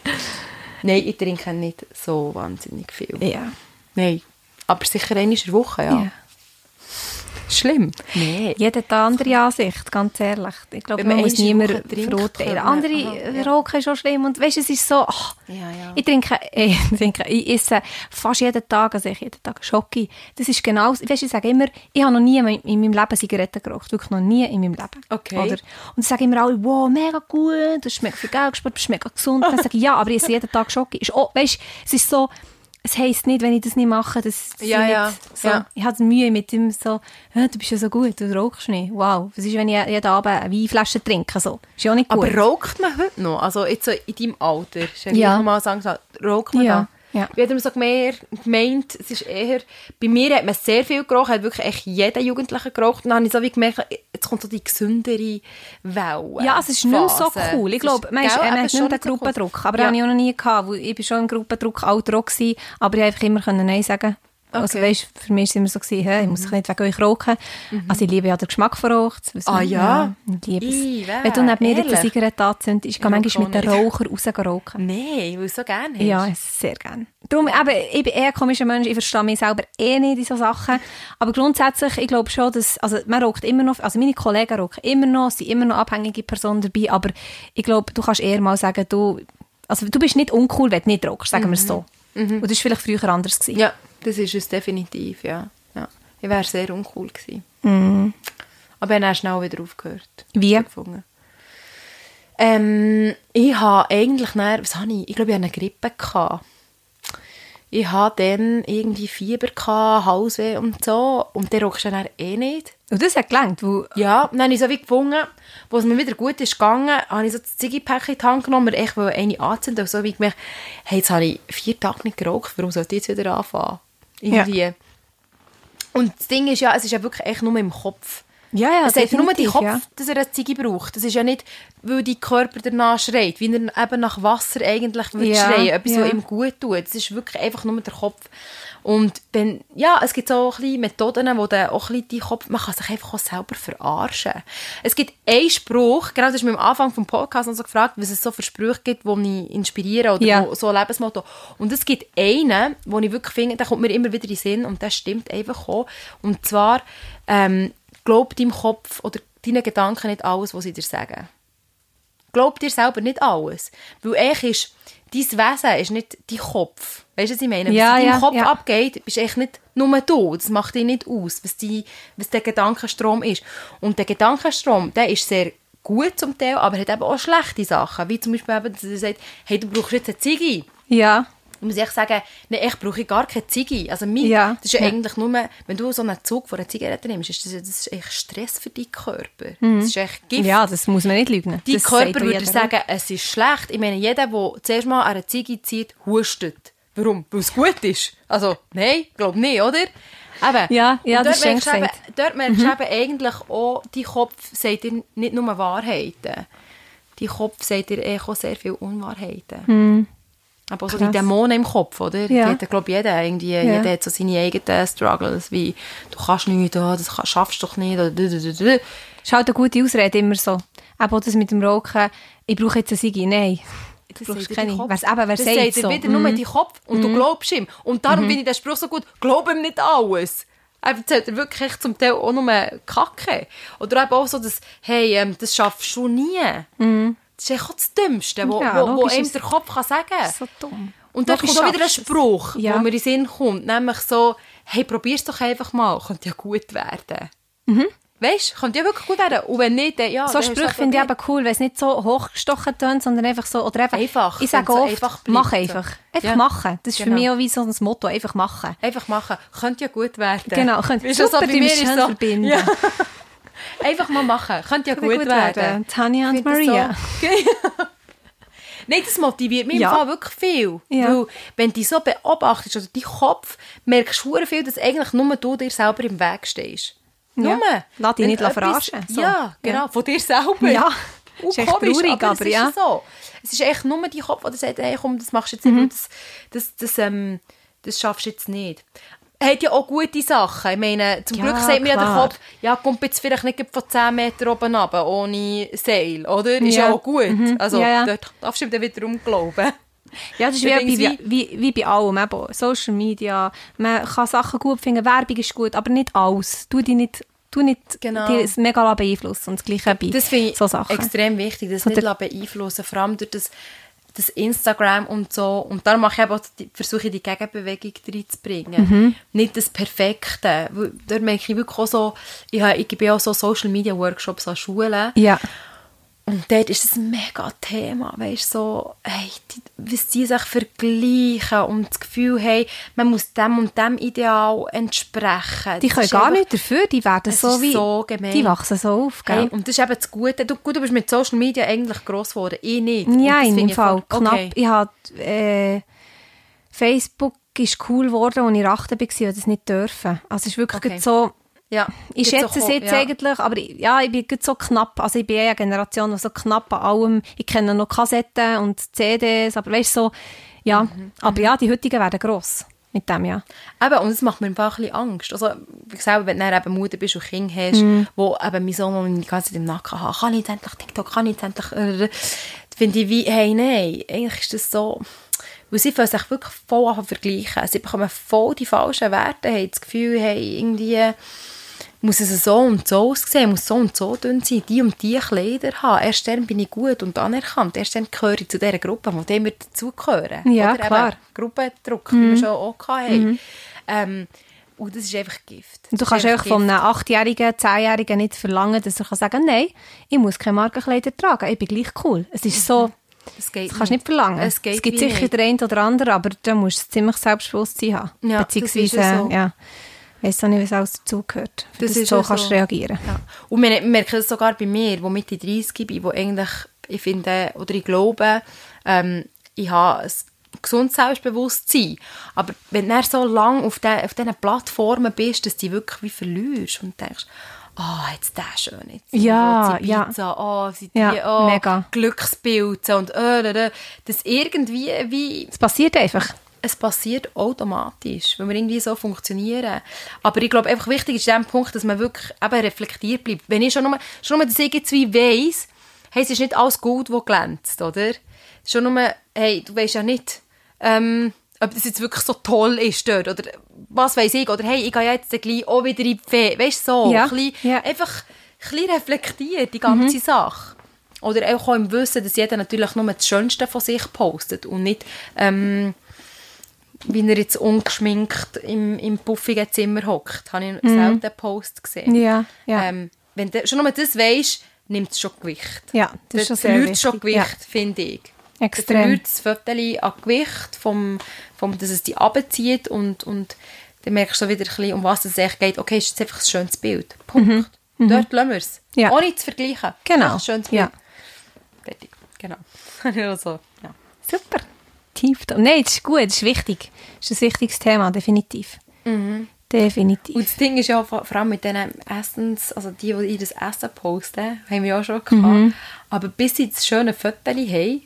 Speaker 1: Nein, ich trinke nicht so wahnsinnig viel.
Speaker 2: Ja.
Speaker 1: Nein, aber sicher einmal in der Woche, ja.
Speaker 2: ja.
Speaker 1: Schlimm? Nein.
Speaker 2: Jeder hat eine andere Ansicht, ganz ehrlich. Ich glaube,
Speaker 1: Wenn man
Speaker 2: man muss
Speaker 1: einmal
Speaker 2: niemanden
Speaker 1: Rauchen trinkt,
Speaker 2: verurteilen.
Speaker 1: könnte man-
Speaker 2: Andere
Speaker 1: Aha, ja.
Speaker 2: rauchen ist schon schlimm. Und weißt, es ist so, ach,
Speaker 1: Ja, ja.
Speaker 2: ich trinke, ich trinke, ich esse fast jeden Tag, also ich jeden Tag Schocke. Das ist genau, weißt, ich sage immer, ich habe noch nie in meinem- in meinem Leben Zigaretten geraucht. Wirklich noch nie in meinem Leben.
Speaker 1: Okay.
Speaker 2: Oder? Und ich sage immer alle, wow, mega gut, das schmeckt viel Geld gespart, bist mega gesund. Dann sage ich, ja, aber ich esse jeden Tag Schocke. Ist auch, weißt, es ist so, es heisst nicht, wenn ich das nicht mache, dass sie
Speaker 1: Ja,
Speaker 2: nicht
Speaker 1: ja,
Speaker 2: so,
Speaker 1: ja.
Speaker 2: ich hatte Mühe mit dem so, «Hä, du bist ja so gut, du rauchst nicht. Wow, was ist, wenn ich jeden Abend eine Weinflasche trinke? So. Ist ja auch nicht gut.
Speaker 1: Aber raucht man heute noch? Also jetzt so in deinem Alter, ist ja
Speaker 2: Ja.
Speaker 1: gleich mal sagen, so, raucht man
Speaker 2: Ja,
Speaker 1: da?
Speaker 2: ja.
Speaker 1: Ich hätte mir so mehr gemeint, es ist eher, bei mir hat man sehr viel geraucht, hat wirklich echt jeder Jugendliche geraucht und dann habe ich so wie gemerkt, jetzt kommt so die gesündere Welle.
Speaker 2: Ja, also es ist nicht mehr so
Speaker 1: Phase.
Speaker 2: cool. Ich
Speaker 1: Es
Speaker 2: glaube,
Speaker 1: ist,
Speaker 2: man, ist,
Speaker 1: gell,
Speaker 2: man
Speaker 1: eben
Speaker 2: hat nicht mehr
Speaker 1: schon
Speaker 2: den
Speaker 1: nicht so cool.
Speaker 2: Gruppendruck. Aber
Speaker 1: Ja.
Speaker 2: den habe ich auch noch nie gehabt, weil ich bin schon im Gruppendruck alt dran gewesen, aber ich konnte einfach immer können Nein sagen.
Speaker 1: Okay.
Speaker 2: Also
Speaker 1: Mhm.
Speaker 2: weißt, für mich war es immer so, gewesen, «Hä, ich muss nicht wegen euch rauchen. Also ich liebe ja den Geschmack von Rauch. das weiss
Speaker 1: Ah,
Speaker 2: man.
Speaker 1: ja?
Speaker 2: ich liebe es.
Speaker 1: Ih, weh,
Speaker 2: Wenn du neben mir jetzt eine
Speaker 1: ehrlich?
Speaker 2: Zigarette anzündest, ich gehe
Speaker 1: Ich
Speaker 2: manchmal mit
Speaker 1: rauche auch
Speaker 2: den Rauchern raus rauchen.
Speaker 1: Nein, weil du es so gerne hast.
Speaker 2: Ja, sehr gerne. Darum, eben, ich bin eher ein komischer Mensch, ich verstehe mich selber eh nicht in so Sachen. Aber grundsätzlich, ich glaube schon, dass, also man raucht immer noch, also meine Kollegen rauchen immer noch, es sind immer noch abhängige Personen dabei, aber ich glaube, du kannst eher mal sagen, du, also du bist nicht uncool, wenn du nicht rauchst, sagen wir es so. Und das war vielleicht früher anders. Gewesen.
Speaker 1: Ja, das ist es definitiv, ja. ja. Ich wäre sehr uncool gewesen. Aber ich habe dann schnell wieder aufgehört.
Speaker 2: Wie?
Speaker 1: Gefunden. Ähm, ich habe eigentlich, dann, was habe ich? Ich glaube, ich hatte eine Grippe. Gehabt. Ich hatte dann irgendwie Fieber, gehabt, Halsweh und so. Und der rockst du dann eh nicht.
Speaker 2: Und das hat gelangt, weil
Speaker 1: Ja, und dann habe ich so wie gefunden, wo es mir wieder gut ist gegangen, habe ich so das Ziggipäckchen in die Hand genommen, weil ich wollte eine anzünden und so wie ich gemerkt, hey, jetzt habe ich vier Tage nicht geraucht, warum sollte ich jetzt wieder anfangen? Irgendwie. Und das Ding ist ja, es ist ja wirklich echt nur im Kopf.
Speaker 2: Ja, ja,
Speaker 1: Es sagt nur die
Speaker 2: definitiv,
Speaker 1: Kopf,
Speaker 2: ja.
Speaker 1: dass er eine Ziggi braucht. Das ist ja nicht, weil dein Körper danach schreit, wie er eben nach Wasser eigentlich würde
Speaker 2: Ja,
Speaker 1: schreien, etwas,
Speaker 2: ja.
Speaker 1: was ihm gut tut. Es ist wirklich einfach nur der Kopf. Und dann, ja, es gibt so ein bisschen Methoden, wo der auch ein bisschen die Kopf, man kann sich einfach auch selber verarschen. Es gibt einen Spruch, genau das ist mir am Anfang vom Podcast noch so gefragt, was es so für Sprüche gibt, die mich inspirieren oder
Speaker 2: Ja.
Speaker 1: wo, so ein Lebensmotto. Und es gibt einen, wo ich wirklich finde, der kommt mir immer wieder in den Sinn und der stimmt einfach auch. Und zwar, ähm, glaub deinem Kopf oder deinen Gedanken nicht alles, was sie dir sagen glaub dir selber nicht alles. Weil echt ist, dein Wesen ist nicht dein Kopf. Weißt du, was ich meine?
Speaker 2: Ja,
Speaker 1: was in
Speaker 2: ja,
Speaker 1: deinem Kopf
Speaker 2: ja.
Speaker 1: abgeht, bist echt nicht nur du. Das macht dich nicht aus, was, die, was der Gedankenstrom ist. Und der Gedankenstrom, der ist sehr gut zum Teil, aber hat eben auch schlechte Sachen. Wie zum Beispiel eben, dass er sagt, hey, du brauchst jetzt eine Ziege.
Speaker 2: ja,
Speaker 1: Ich muss echt sagen, nein, ich brauche gar keine Ziege. Also mein,
Speaker 2: Ja.
Speaker 1: das ist ja,
Speaker 2: Ja.
Speaker 1: eigentlich nur, wenn du so einen Zug von einer Zigarette nimmst, ist das, das ist echt Stress für deinen Körper. Das ist echt Gift.
Speaker 2: Mhm. ja, das muss man nicht lügen.
Speaker 1: Die
Speaker 2: das
Speaker 1: Körper würde
Speaker 2: jeder.
Speaker 1: sagen, es ist schlecht. Ich meine, jeder, der zuerst mal an einer Ziege zieht, hustet. Warum? Weil es gut ist. Also, nein, glaube nicht, oder? Eben.
Speaker 2: Ja, ja,
Speaker 1: Und
Speaker 2: das ist schön
Speaker 1: merkst du eben,
Speaker 2: gesagt. Mhm.
Speaker 1: Dort merkst du eben eigentlich auch, dein Kopf sagt dir nicht nur Wahrheiten. Dein Kopf sagt dir eh auch sehr viele Unwahrheiten. Aber auch so die
Speaker 2: Mhm. Krass.
Speaker 1: Dämonen im Kopf, oder?
Speaker 2: Ja.
Speaker 1: Die hat, glaube jeder irgendwie. Jeder hat so seine eigenen Struggles, wie du kannst nicht, oh, das kann- schaffst du doch nicht. Oder,
Speaker 2: Das ist halt eine gute Ausrede, immer so. Eben auch das mit dem Rauchen, ich brauche jetzt eine Sigi, nein. Du
Speaker 1: Das
Speaker 2: brauchst
Speaker 1: sagt dir
Speaker 2: keine.
Speaker 1: dein Kopf.
Speaker 2: Wer's eben, wer
Speaker 1: das
Speaker 2: sagt
Speaker 1: dir
Speaker 2: so? Mhm.
Speaker 1: wieder nur dein Kopf und du glaubst ihm. Und darum finde ich den Spruch so gut, glaub ihm nicht alles. Er erzählt dir wirklich echt zum Teil auch nur Kacke. Oder eben auch so, dass, hey, ähm, das schaffst du nie. Das ist echt auch das Dümmste, wo,
Speaker 2: Mhm. Ja,
Speaker 1: wo, wo
Speaker 2: logisch
Speaker 1: ihm
Speaker 2: ist-
Speaker 1: der Kopf kann sagen kann.
Speaker 2: So dumm.
Speaker 1: Und dort
Speaker 2: Logisch
Speaker 1: kommt auch wieder ein
Speaker 2: schaffst du es.
Speaker 1: Spruch,
Speaker 2: Ja.
Speaker 1: wo mir in den Sinn kommt, nämlich so, hey, probier's doch einfach mal, könnte ja gut werden. Weißt du, könnte ja wirklich gut werden. Und wenn nicht, dann ja.
Speaker 2: Mhm. So
Speaker 1: dann hast du
Speaker 2: Sprüche
Speaker 1: es
Speaker 2: finde ich
Speaker 1: probiert.
Speaker 2: eben cool, wenn es nicht so hochgestochen tönt, sondern einfach so, oder einfach,
Speaker 1: Einfach,
Speaker 2: ich sage
Speaker 1: wenn's so
Speaker 2: oft,
Speaker 1: einfach bleibt,
Speaker 2: mach
Speaker 1: so.
Speaker 2: einfach. Einfach
Speaker 1: Ja.
Speaker 2: machen. Das ist für
Speaker 1: Genau.
Speaker 2: mich auch wie so ein Motto, einfach machen.
Speaker 1: Einfach machen, könnte ja gut werden.
Speaker 2: Genau, könnte
Speaker 1: Weißt du,
Speaker 2: super
Speaker 1: bei
Speaker 2: du
Speaker 1: mir
Speaker 2: bist
Speaker 1: ist
Speaker 2: schön
Speaker 1: so-
Speaker 2: verbinden.
Speaker 1: Ja. Einfach mal machen, könnte ja
Speaker 2: Könnte
Speaker 1: gut, werden.
Speaker 2: Tanja
Speaker 1: Ich
Speaker 2: und
Speaker 1: finde das
Speaker 2: Maria.
Speaker 1: So. Nein, das motiviert mich
Speaker 2: Ja.
Speaker 1: im Fall wirklich viel.
Speaker 2: Ja.
Speaker 1: Weil, wenn du dich so beobachtest oder deinen Kopf, merkst du verdammt viel, dass eigentlich nur du dir selber im Weg stehst.
Speaker 2: Ja.
Speaker 1: Nur.
Speaker 2: Lass dich
Speaker 1: Wenn
Speaker 2: nicht
Speaker 1: etwas-
Speaker 2: verarschen, so.
Speaker 1: Ja, genau,
Speaker 2: Ja.
Speaker 1: von dir selber.
Speaker 2: Ja.
Speaker 1: Uh,
Speaker 2: Ist echt
Speaker 1: komisch,
Speaker 2: traurig,
Speaker 1: aber, es
Speaker 2: aber
Speaker 1: ist
Speaker 2: ja.
Speaker 1: so. Es ist echt nur dein Kopf, der sagt, hey, komm, das machst du jetzt
Speaker 2: Mhm.
Speaker 1: nicht, weil das, das, das, ähm, das schaffst du jetzt nicht. Hat ja auch gute Sachen. Ich meine, eh, zum
Speaker 2: Ja,
Speaker 1: Glück sagt mir ja der
Speaker 2: klar.
Speaker 1: Kopf, ja, kommt jetzt vielleicht nicht gerade von 10 Meter oben runter, eh, ohne Seil, oder? Ist
Speaker 2: Ja. Mhm.
Speaker 1: ja, auch gut. Also,
Speaker 2: Ja, ja.
Speaker 1: dort darfst du ihm dann wiederum glauben.
Speaker 2: Ja, das ist wie,
Speaker 1: Übrigens
Speaker 2: bei- wie, wie, wie bei allem. Eben. Social Media. Man kann Sachen gut finden, Werbung ist gut, aber nicht alles. Tu dich nicht, tu nicht
Speaker 1: Genau.
Speaker 2: dir es mega beeinflussen. Und das Gleiche bei
Speaker 1: Das finde ich
Speaker 2: so Sachen.
Speaker 1: extrem wichtig, das
Speaker 2: So
Speaker 1: nicht
Speaker 2: der-
Speaker 1: lassen beeinflussen vor allem durch das, das Instagram und so. Und darum mache ich eben auch die, versuche ich, die Gegenbewegung reinzubringen.
Speaker 2: Mhm.
Speaker 1: Nicht das Perfekte. Weil Dort merke ich wirklich auch so, ich, habe, ich gebe ja auch so Social-Media-Workshops an Schulen.
Speaker 2: Ja.
Speaker 1: Und dort ist das ein mega Thema, weißt so, hey, die, was die sich vergleichen und das Gefühl haben, man muss dem und dem Ideal entsprechen.
Speaker 2: Die
Speaker 1: Das
Speaker 2: können
Speaker 1: ist
Speaker 2: gar
Speaker 1: einfach-
Speaker 2: nichts dafür, die werden
Speaker 1: Es
Speaker 2: so
Speaker 1: ist
Speaker 2: wie...
Speaker 1: so gemein.
Speaker 2: Die wachsen so auf, gell?
Speaker 1: Hey, und das ist eben das Gute. Du, gut, du bist mit Social Media eigentlich gross geworden. Ich nicht. Und das
Speaker 2: Ja, in
Speaker 1: finde
Speaker 2: dem
Speaker 1: ich
Speaker 2: Fall.
Speaker 1: voll-
Speaker 2: Knapp.
Speaker 1: okay.
Speaker 2: Ich hat, äh, Facebook ist cool geworden, als ich in Achten war, und das nicht dürfen. Also es ist wirklich
Speaker 1: Okay.
Speaker 2: grad so...
Speaker 1: Ja, Gibt's
Speaker 2: Ich schätze
Speaker 1: auch-
Speaker 2: es jetzt
Speaker 1: ja.
Speaker 2: eigentlich, aber ich- ja, ich bin grad so knapp. Also ich bin eh eine Generation, die so knapp an allem... Ich kenne noch Kassetten und CDs, aber weißt du, so... Ja,
Speaker 1: Mhm,
Speaker 2: aber ja, die heutigen werden gross mit dem, ja.
Speaker 1: Eben, und das macht mir einfach ein bisschen Angst. Also, ich selber, wenn du dann eben Mutter bist und Kinder hast,
Speaker 2: Mhm.
Speaker 1: wo eben mein Sohn und meine ganze Zeit im Nacken haben, kann ich jetzt endlich TikTok, kann ich jetzt endlich... äh, finde ich wie, hey, nein, eigentlich ist das so... Weil sie fangen sich wirklich voll an zu vergleichen. Sie bekommen voll die falschen Werte, haben das Gefühl, hey, irgendwie muss es so und so aussehen, muss so und so dünn sein, die und die Kleider haben. Erst dann bin ich gut und anerkannt. Erst dann gehöre ich zu dieser Gruppe, wo dem wir dazugehören.
Speaker 2: Ja,
Speaker 1: Oder
Speaker 2: klar.
Speaker 1: Eben Gruppendruck, wie wir schon auch hatten. Ähm, und das ist einfach Gift.
Speaker 2: Und du
Speaker 1: Das
Speaker 2: kannst
Speaker 1: ist
Speaker 2: einfach von
Speaker 1: Gift.
Speaker 2: einem 8-Jährigen, 10-Jährigen nicht verlangen, dass er kann sagen kann, nein, ich muss keine Markenkleider tragen, ich bin gleich cool. Es ist so,
Speaker 1: Das, geht
Speaker 2: das kannst du nicht verlangen.
Speaker 1: Mhm. Es geht
Speaker 2: gibt
Speaker 1: wie
Speaker 2: sicher
Speaker 1: nicht.
Speaker 2: den einen oder anderen, aber da musst du ziemlich Selbstbewusstsein haben.
Speaker 1: Ja, das ist ja
Speaker 2: Beziehungsweise,
Speaker 1: so.
Speaker 2: ja, weiss auch nicht, was alles dazugehört, für
Speaker 1: Das
Speaker 2: dass du
Speaker 1: ist
Speaker 2: so
Speaker 1: ja
Speaker 2: kannst
Speaker 1: so.
Speaker 2: reagieren.
Speaker 1: Ja. Und wir merken das sogar bei mir, wo Mitte 30 bin, wo eigentlich, ich finde, oder ich glaube, ähm, ich habe ein gesundes Selbstbewusstsein. Aber wenn du dann so lange auf, de, auf diesen Plattformen bist, dass du dich wirklich wie verlierst und denkst, ah, jetzt der schön, jetzt
Speaker 2: Ja,
Speaker 1: will sie
Speaker 2: ja.
Speaker 1: Pizza, oh, sie die,
Speaker 2: Ja,
Speaker 1: oh,
Speaker 2: mega.
Speaker 1: Glücksbilder und äh, äh, äh. das irgendwie wie
Speaker 2: Es passiert einfach.
Speaker 1: es passiert automatisch, weil wir irgendwie so funktionieren. Aber ich glaube, einfach wichtig ist der Punkt, dass man wirklich eben reflektiert bleibt. Wenn ich schon nur, schon nur dass ich jetzt wie weiss, hey, es ist nicht alles Gold, das glänzt, oder? Schon nur, hey, du weißt ja nicht, ähm, ob das jetzt wirklich so toll ist dort, oder was weiß ich, oder hey, ich gehe ja jetzt gleich auch wieder in die Fee. Weißt du, so,
Speaker 2: Ja,
Speaker 1: ein bisschen,
Speaker 2: ja. Mhm.
Speaker 1: einfach ein bisschen reflektiert, die ganze Sache. Oder auch im Wissen, dass jeder natürlich nur das Schönste von sich postet und nicht... Ähm, wie er jetzt ungeschminkt im, im puffigen Zimmer hockt. Habe ich selten einen Post gesehen.
Speaker 2: Mhm. Ja, ja.
Speaker 1: Ähm, wenn du schon nur das weisst, nimmt es schon Gewicht.
Speaker 2: Ja, dus das ist schon sehr
Speaker 1: verliert es schon
Speaker 2: wichtig.
Speaker 1: Gewicht, finde ich. Das
Speaker 2: Extrem.
Speaker 1: verliert das Foto an Gewicht, vom, vom, dass es dich runterzieht und, und dann merkst du wieder ein bisschen, um was es echt geht. Okay, ist jetzt einfach ein schönes Bild. Punkt. Dort lassen wir es.
Speaker 2: Mhm. Ja.
Speaker 1: Ohne zu vergleichen.
Speaker 2: Genau.
Speaker 1: Ein schönes Bild.
Speaker 2: Ja.
Speaker 1: Fertig. Genau. also, ja.
Speaker 2: Super. Tief. Nein, das ist gut, das ist wichtig. Das ist ein wichtiges Thema, definitiv. Mhm. Definitiv.
Speaker 1: Und das Ding ist ja vor vor allem mit diesen Essens, also die, die ihr das Essen posten, haben wir auch schon gehabt. Aber bis sie das schöne Fötterchen haben,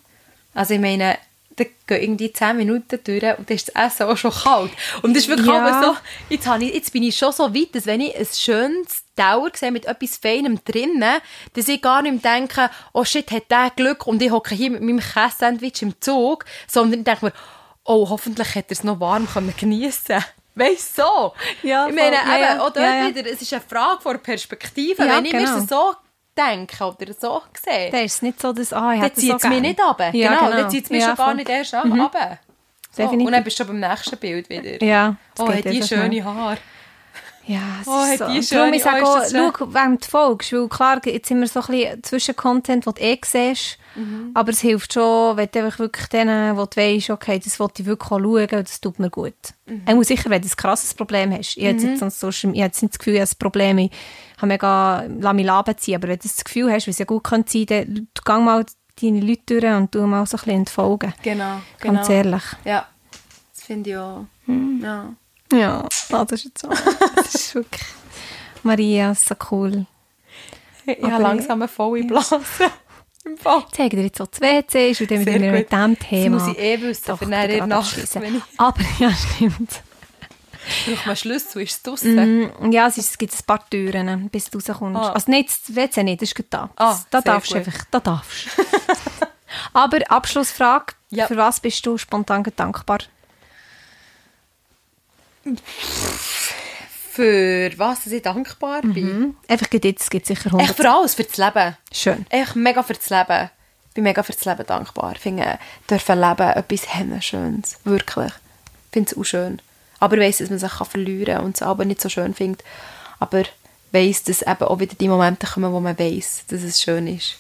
Speaker 1: also ich meine, da gehen irgendwie 10 Minuten durch und dann ist das Essen auch schon kalt. Und das ist wirklich
Speaker 2: Ja.
Speaker 1: aber so, jetzt, habe ich, jetzt bin ich schon so weit, dass wenn ich ein schönes Dauer sehe mit etwas Feinem drinnen, dass ich gar nicht mehr denke, oh shit, hat der Glück und ich hocke hier mit meinem Käse-Sandwich im Zug, sondern ich denke mir, oh, hoffentlich hat er es noch warm können geniessen Weißt du, so.
Speaker 2: Ja,
Speaker 1: ich meine,
Speaker 2: voll. Ja,
Speaker 1: eben,
Speaker 2: ja.
Speaker 1: auch dort
Speaker 2: Ja, ja.
Speaker 1: wieder, es ist eine Frage von der Perspektive.
Speaker 2: Ja,
Speaker 1: Wenn ich
Speaker 2: genau.
Speaker 1: mir es so denke oder so sehe,
Speaker 2: Dann ist es nicht so, dass, ah, ich
Speaker 1: dann
Speaker 2: hätte
Speaker 1: zieht
Speaker 2: so
Speaker 1: es mich
Speaker 2: gern.
Speaker 1: nicht runter.
Speaker 2: Ja,
Speaker 1: genau, dann zieht es mich schon
Speaker 2: Ja,
Speaker 1: gar
Speaker 2: voll. Mhm.
Speaker 1: nicht erst ab. runter. So,
Speaker 2: Definitiv.
Speaker 1: und dann bist du schon beim nächsten Bild wieder.
Speaker 2: Ja, das
Speaker 1: oh,
Speaker 2: geht
Speaker 1: hat die
Speaker 2: einfach schnell.
Speaker 1: schöne Haare.
Speaker 2: Ja, es
Speaker 1: Oh,
Speaker 2: ist so.
Speaker 1: hat die
Speaker 2: Und
Speaker 1: schöne-
Speaker 2: Darum ich sage
Speaker 1: oh,
Speaker 2: auch,
Speaker 1: ist das schön.
Speaker 2: schau, wem du folgst, weil klar, jetzt sind wir so ein bisschen zwischen Content, den du eh siehst,
Speaker 1: Mhm.
Speaker 2: aber es hilft schon, wenn du einfach wirklich denen, wo du weisst, okay, das wollte ich wirklich auch schauen, das tut mir gut.
Speaker 1: Mhm.
Speaker 2: Ich muss sicher, wenn du ein krasses Problem hast, ich habe jetzt, sonst Social- ich habe jetzt nicht das Gefühl, ich habe ein Problem, ich habe mega, lass mich laben ziehen, aber wenn du das Gefühl hast, wie es ja gut könnte sein, dann gang mal deine Leute durch und tu mal so ein bisschen entfolgen.
Speaker 1: Genau, genau.
Speaker 2: Ganz ehrlich.
Speaker 1: Ja, das finde ich auch.
Speaker 2: Mhm.
Speaker 1: Ja.
Speaker 2: Ja, ah, das ist jetzt so. Das ist wirklich... Maria, ist so cool.
Speaker 1: Ich
Speaker 2: Aber-
Speaker 1: habe langsam eine volle Blase. Im Fall.
Speaker 2: zeigen dir jetzt, was das WC ist und dann
Speaker 1: Sehr
Speaker 2: sind wir
Speaker 1: gut.
Speaker 2: mit diesem
Speaker 1: Das
Speaker 2: Thema.
Speaker 1: muss ich eh wissen,
Speaker 2: doch
Speaker 1: für nachher
Speaker 2: den
Speaker 1: in der
Speaker 2: Grad
Speaker 1: Nacht,
Speaker 2: abschliessen.
Speaker 1: wenn ich-
Speaker 2: Aber ja, stimmt.
Speaker 1: Braucht man Schlüssel, ist es draussen.
Speaker 2: Mm, Ja, es, ist, es gibt ein paar Türen, bis du rauskommst.
Speaker 1: Ah.
Speaker 2: Also nicht das WC nicht, das ist gerade da.
Speaker 1: Ah,
Speaker 2: da
Speaker 1: sehr
Speaker 2: darfst du
Speaker 1: gut.
Speaker 2: einfach, da darfst Aber Abschlussfrage,
Speaker 1: Ja.
Speaker 2: für was bist du spontan dankbar?
Speaker 1: Für was ich dankbar bin.
Speaker 2: Hm? Einfach gerade jetzt, es gibt sicher 100.
Speaker 1: Echt für alles, für das Leben.
Speaker 2: Schön.
Speaker 1: Echt mega für das Leben. Ich bin mega für das Leben dankbar. Ich finde, dürfen leben etwas henne Schönes. Wirklich. Ich finde es auch schön. Aber ich weiss, dass man sich kann verlieren kann und es aber nicht so schön findet. Aber ich weiss, dass eben auch wieder die Momente kommen, wo man weiss, dass es schön ist.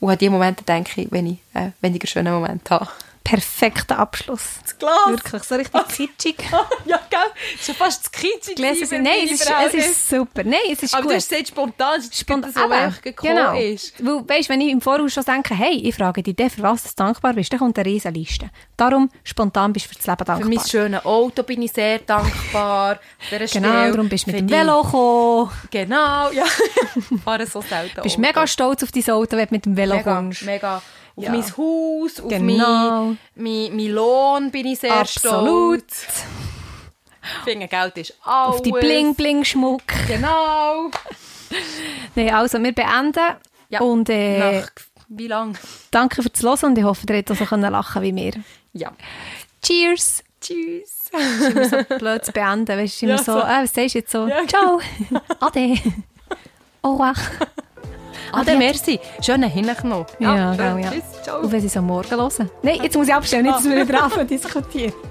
Speaker 1: Und an die Momente denke ich, wenn ich einen weniger schönen Moment habe.
Speaker 2: Perfekter Abschluss.
Speaker 1: Das Glas!
Speaker 2: Wirklich, so
Speaker 1: Ah.
Speaker 2: richtig kitschig.
Speaker 1: ja, gell? Ist ja fast das kitschig.
Speaker 2: Gläser sind, nein, es ist, es ist super. Nein, es ist
Speaker 1: Aber
Speaker 2: gut.
Speaker 1: du hast gesagt, spontan, spontan,
Speaker 2: Eben,
Speaker 1: so einfach gekommen
Speaker 2: genau.
Speaker 1: ist.
Speaker 2: Weil, weißt, wenn ich im Voraus schon denke, hey, ich frage dich, dann, für was du dankbar bist, dann kommt eine riesen Liste. Darum, spontan bist du für das Leben dankbar.
Speaker 1: Für mein schönes Auto bin ich sehr dankbar. An dieser
Speaker 2: genau,
Speaker 1: Stelle.
Speaker 2: darum bist du mit
Speaker 1: Für
Speaker 2: dem
Speaker 1: die-
Speaker 2: Velo gekommen.
Speaker 1: Genau, ja. Fahren so selten
Speaker 2: Bist
Speaker 1: Auto.
Speaker 2: mega stolz auf dein Auto, wenn du mit dem Velo
Speaker 1: mega,
Speaker 2: kommst.
Speaker 1: mega. Auf
Speaker 2: Ja.
Speaker 1: mein Haus, auf
Speaker 2: Genau.
Speaker 1: mein, mein, mein Lohn bin ich sehr
Speaker 2: Absolut.
Speaker 1: stolz. Finger Geld ist alles.
Speaker 2: Auf die Bling-Bling-Schmuck.
Speaker 1: Genau.
Speaker 2: Nein, also, wir beenden.
Speaker 1: Ja.
Speaker 2: Und äh,
Speaker 1: Nach wie lang?
Speaker 2: danke fürs Hören und ich hoffe, ihr hättet auch so können lachen wie wir.
Speaker 1: Ja.
Speaker 2: Cheers!
Speaker 1: Tschüss.
Speaker 2: blöd zu beenden. Weißt du, immer
Speaker 1: Ja,
Speaker 2: so,
Speaker 1: so.
Speaker 2: ah, was sagst du jetzt so?
Speaker 1: Ja.
Speaker 2: Ciao! Ade! Au revoir! Ah,
Speaker 1: Ade, merci. Schönen Hinweis noch.
Speaker 2: Ja,
Speaker 1: schön.
Speaker 2: genau, ja.
Speaker 1: Tschüss, ciao. Ah.
Speaker 2: Und wenn sie so morgen hören? Nein, jetzt muss ich abstellen, nicht, dass wir wieder anfangen zu diskutieren.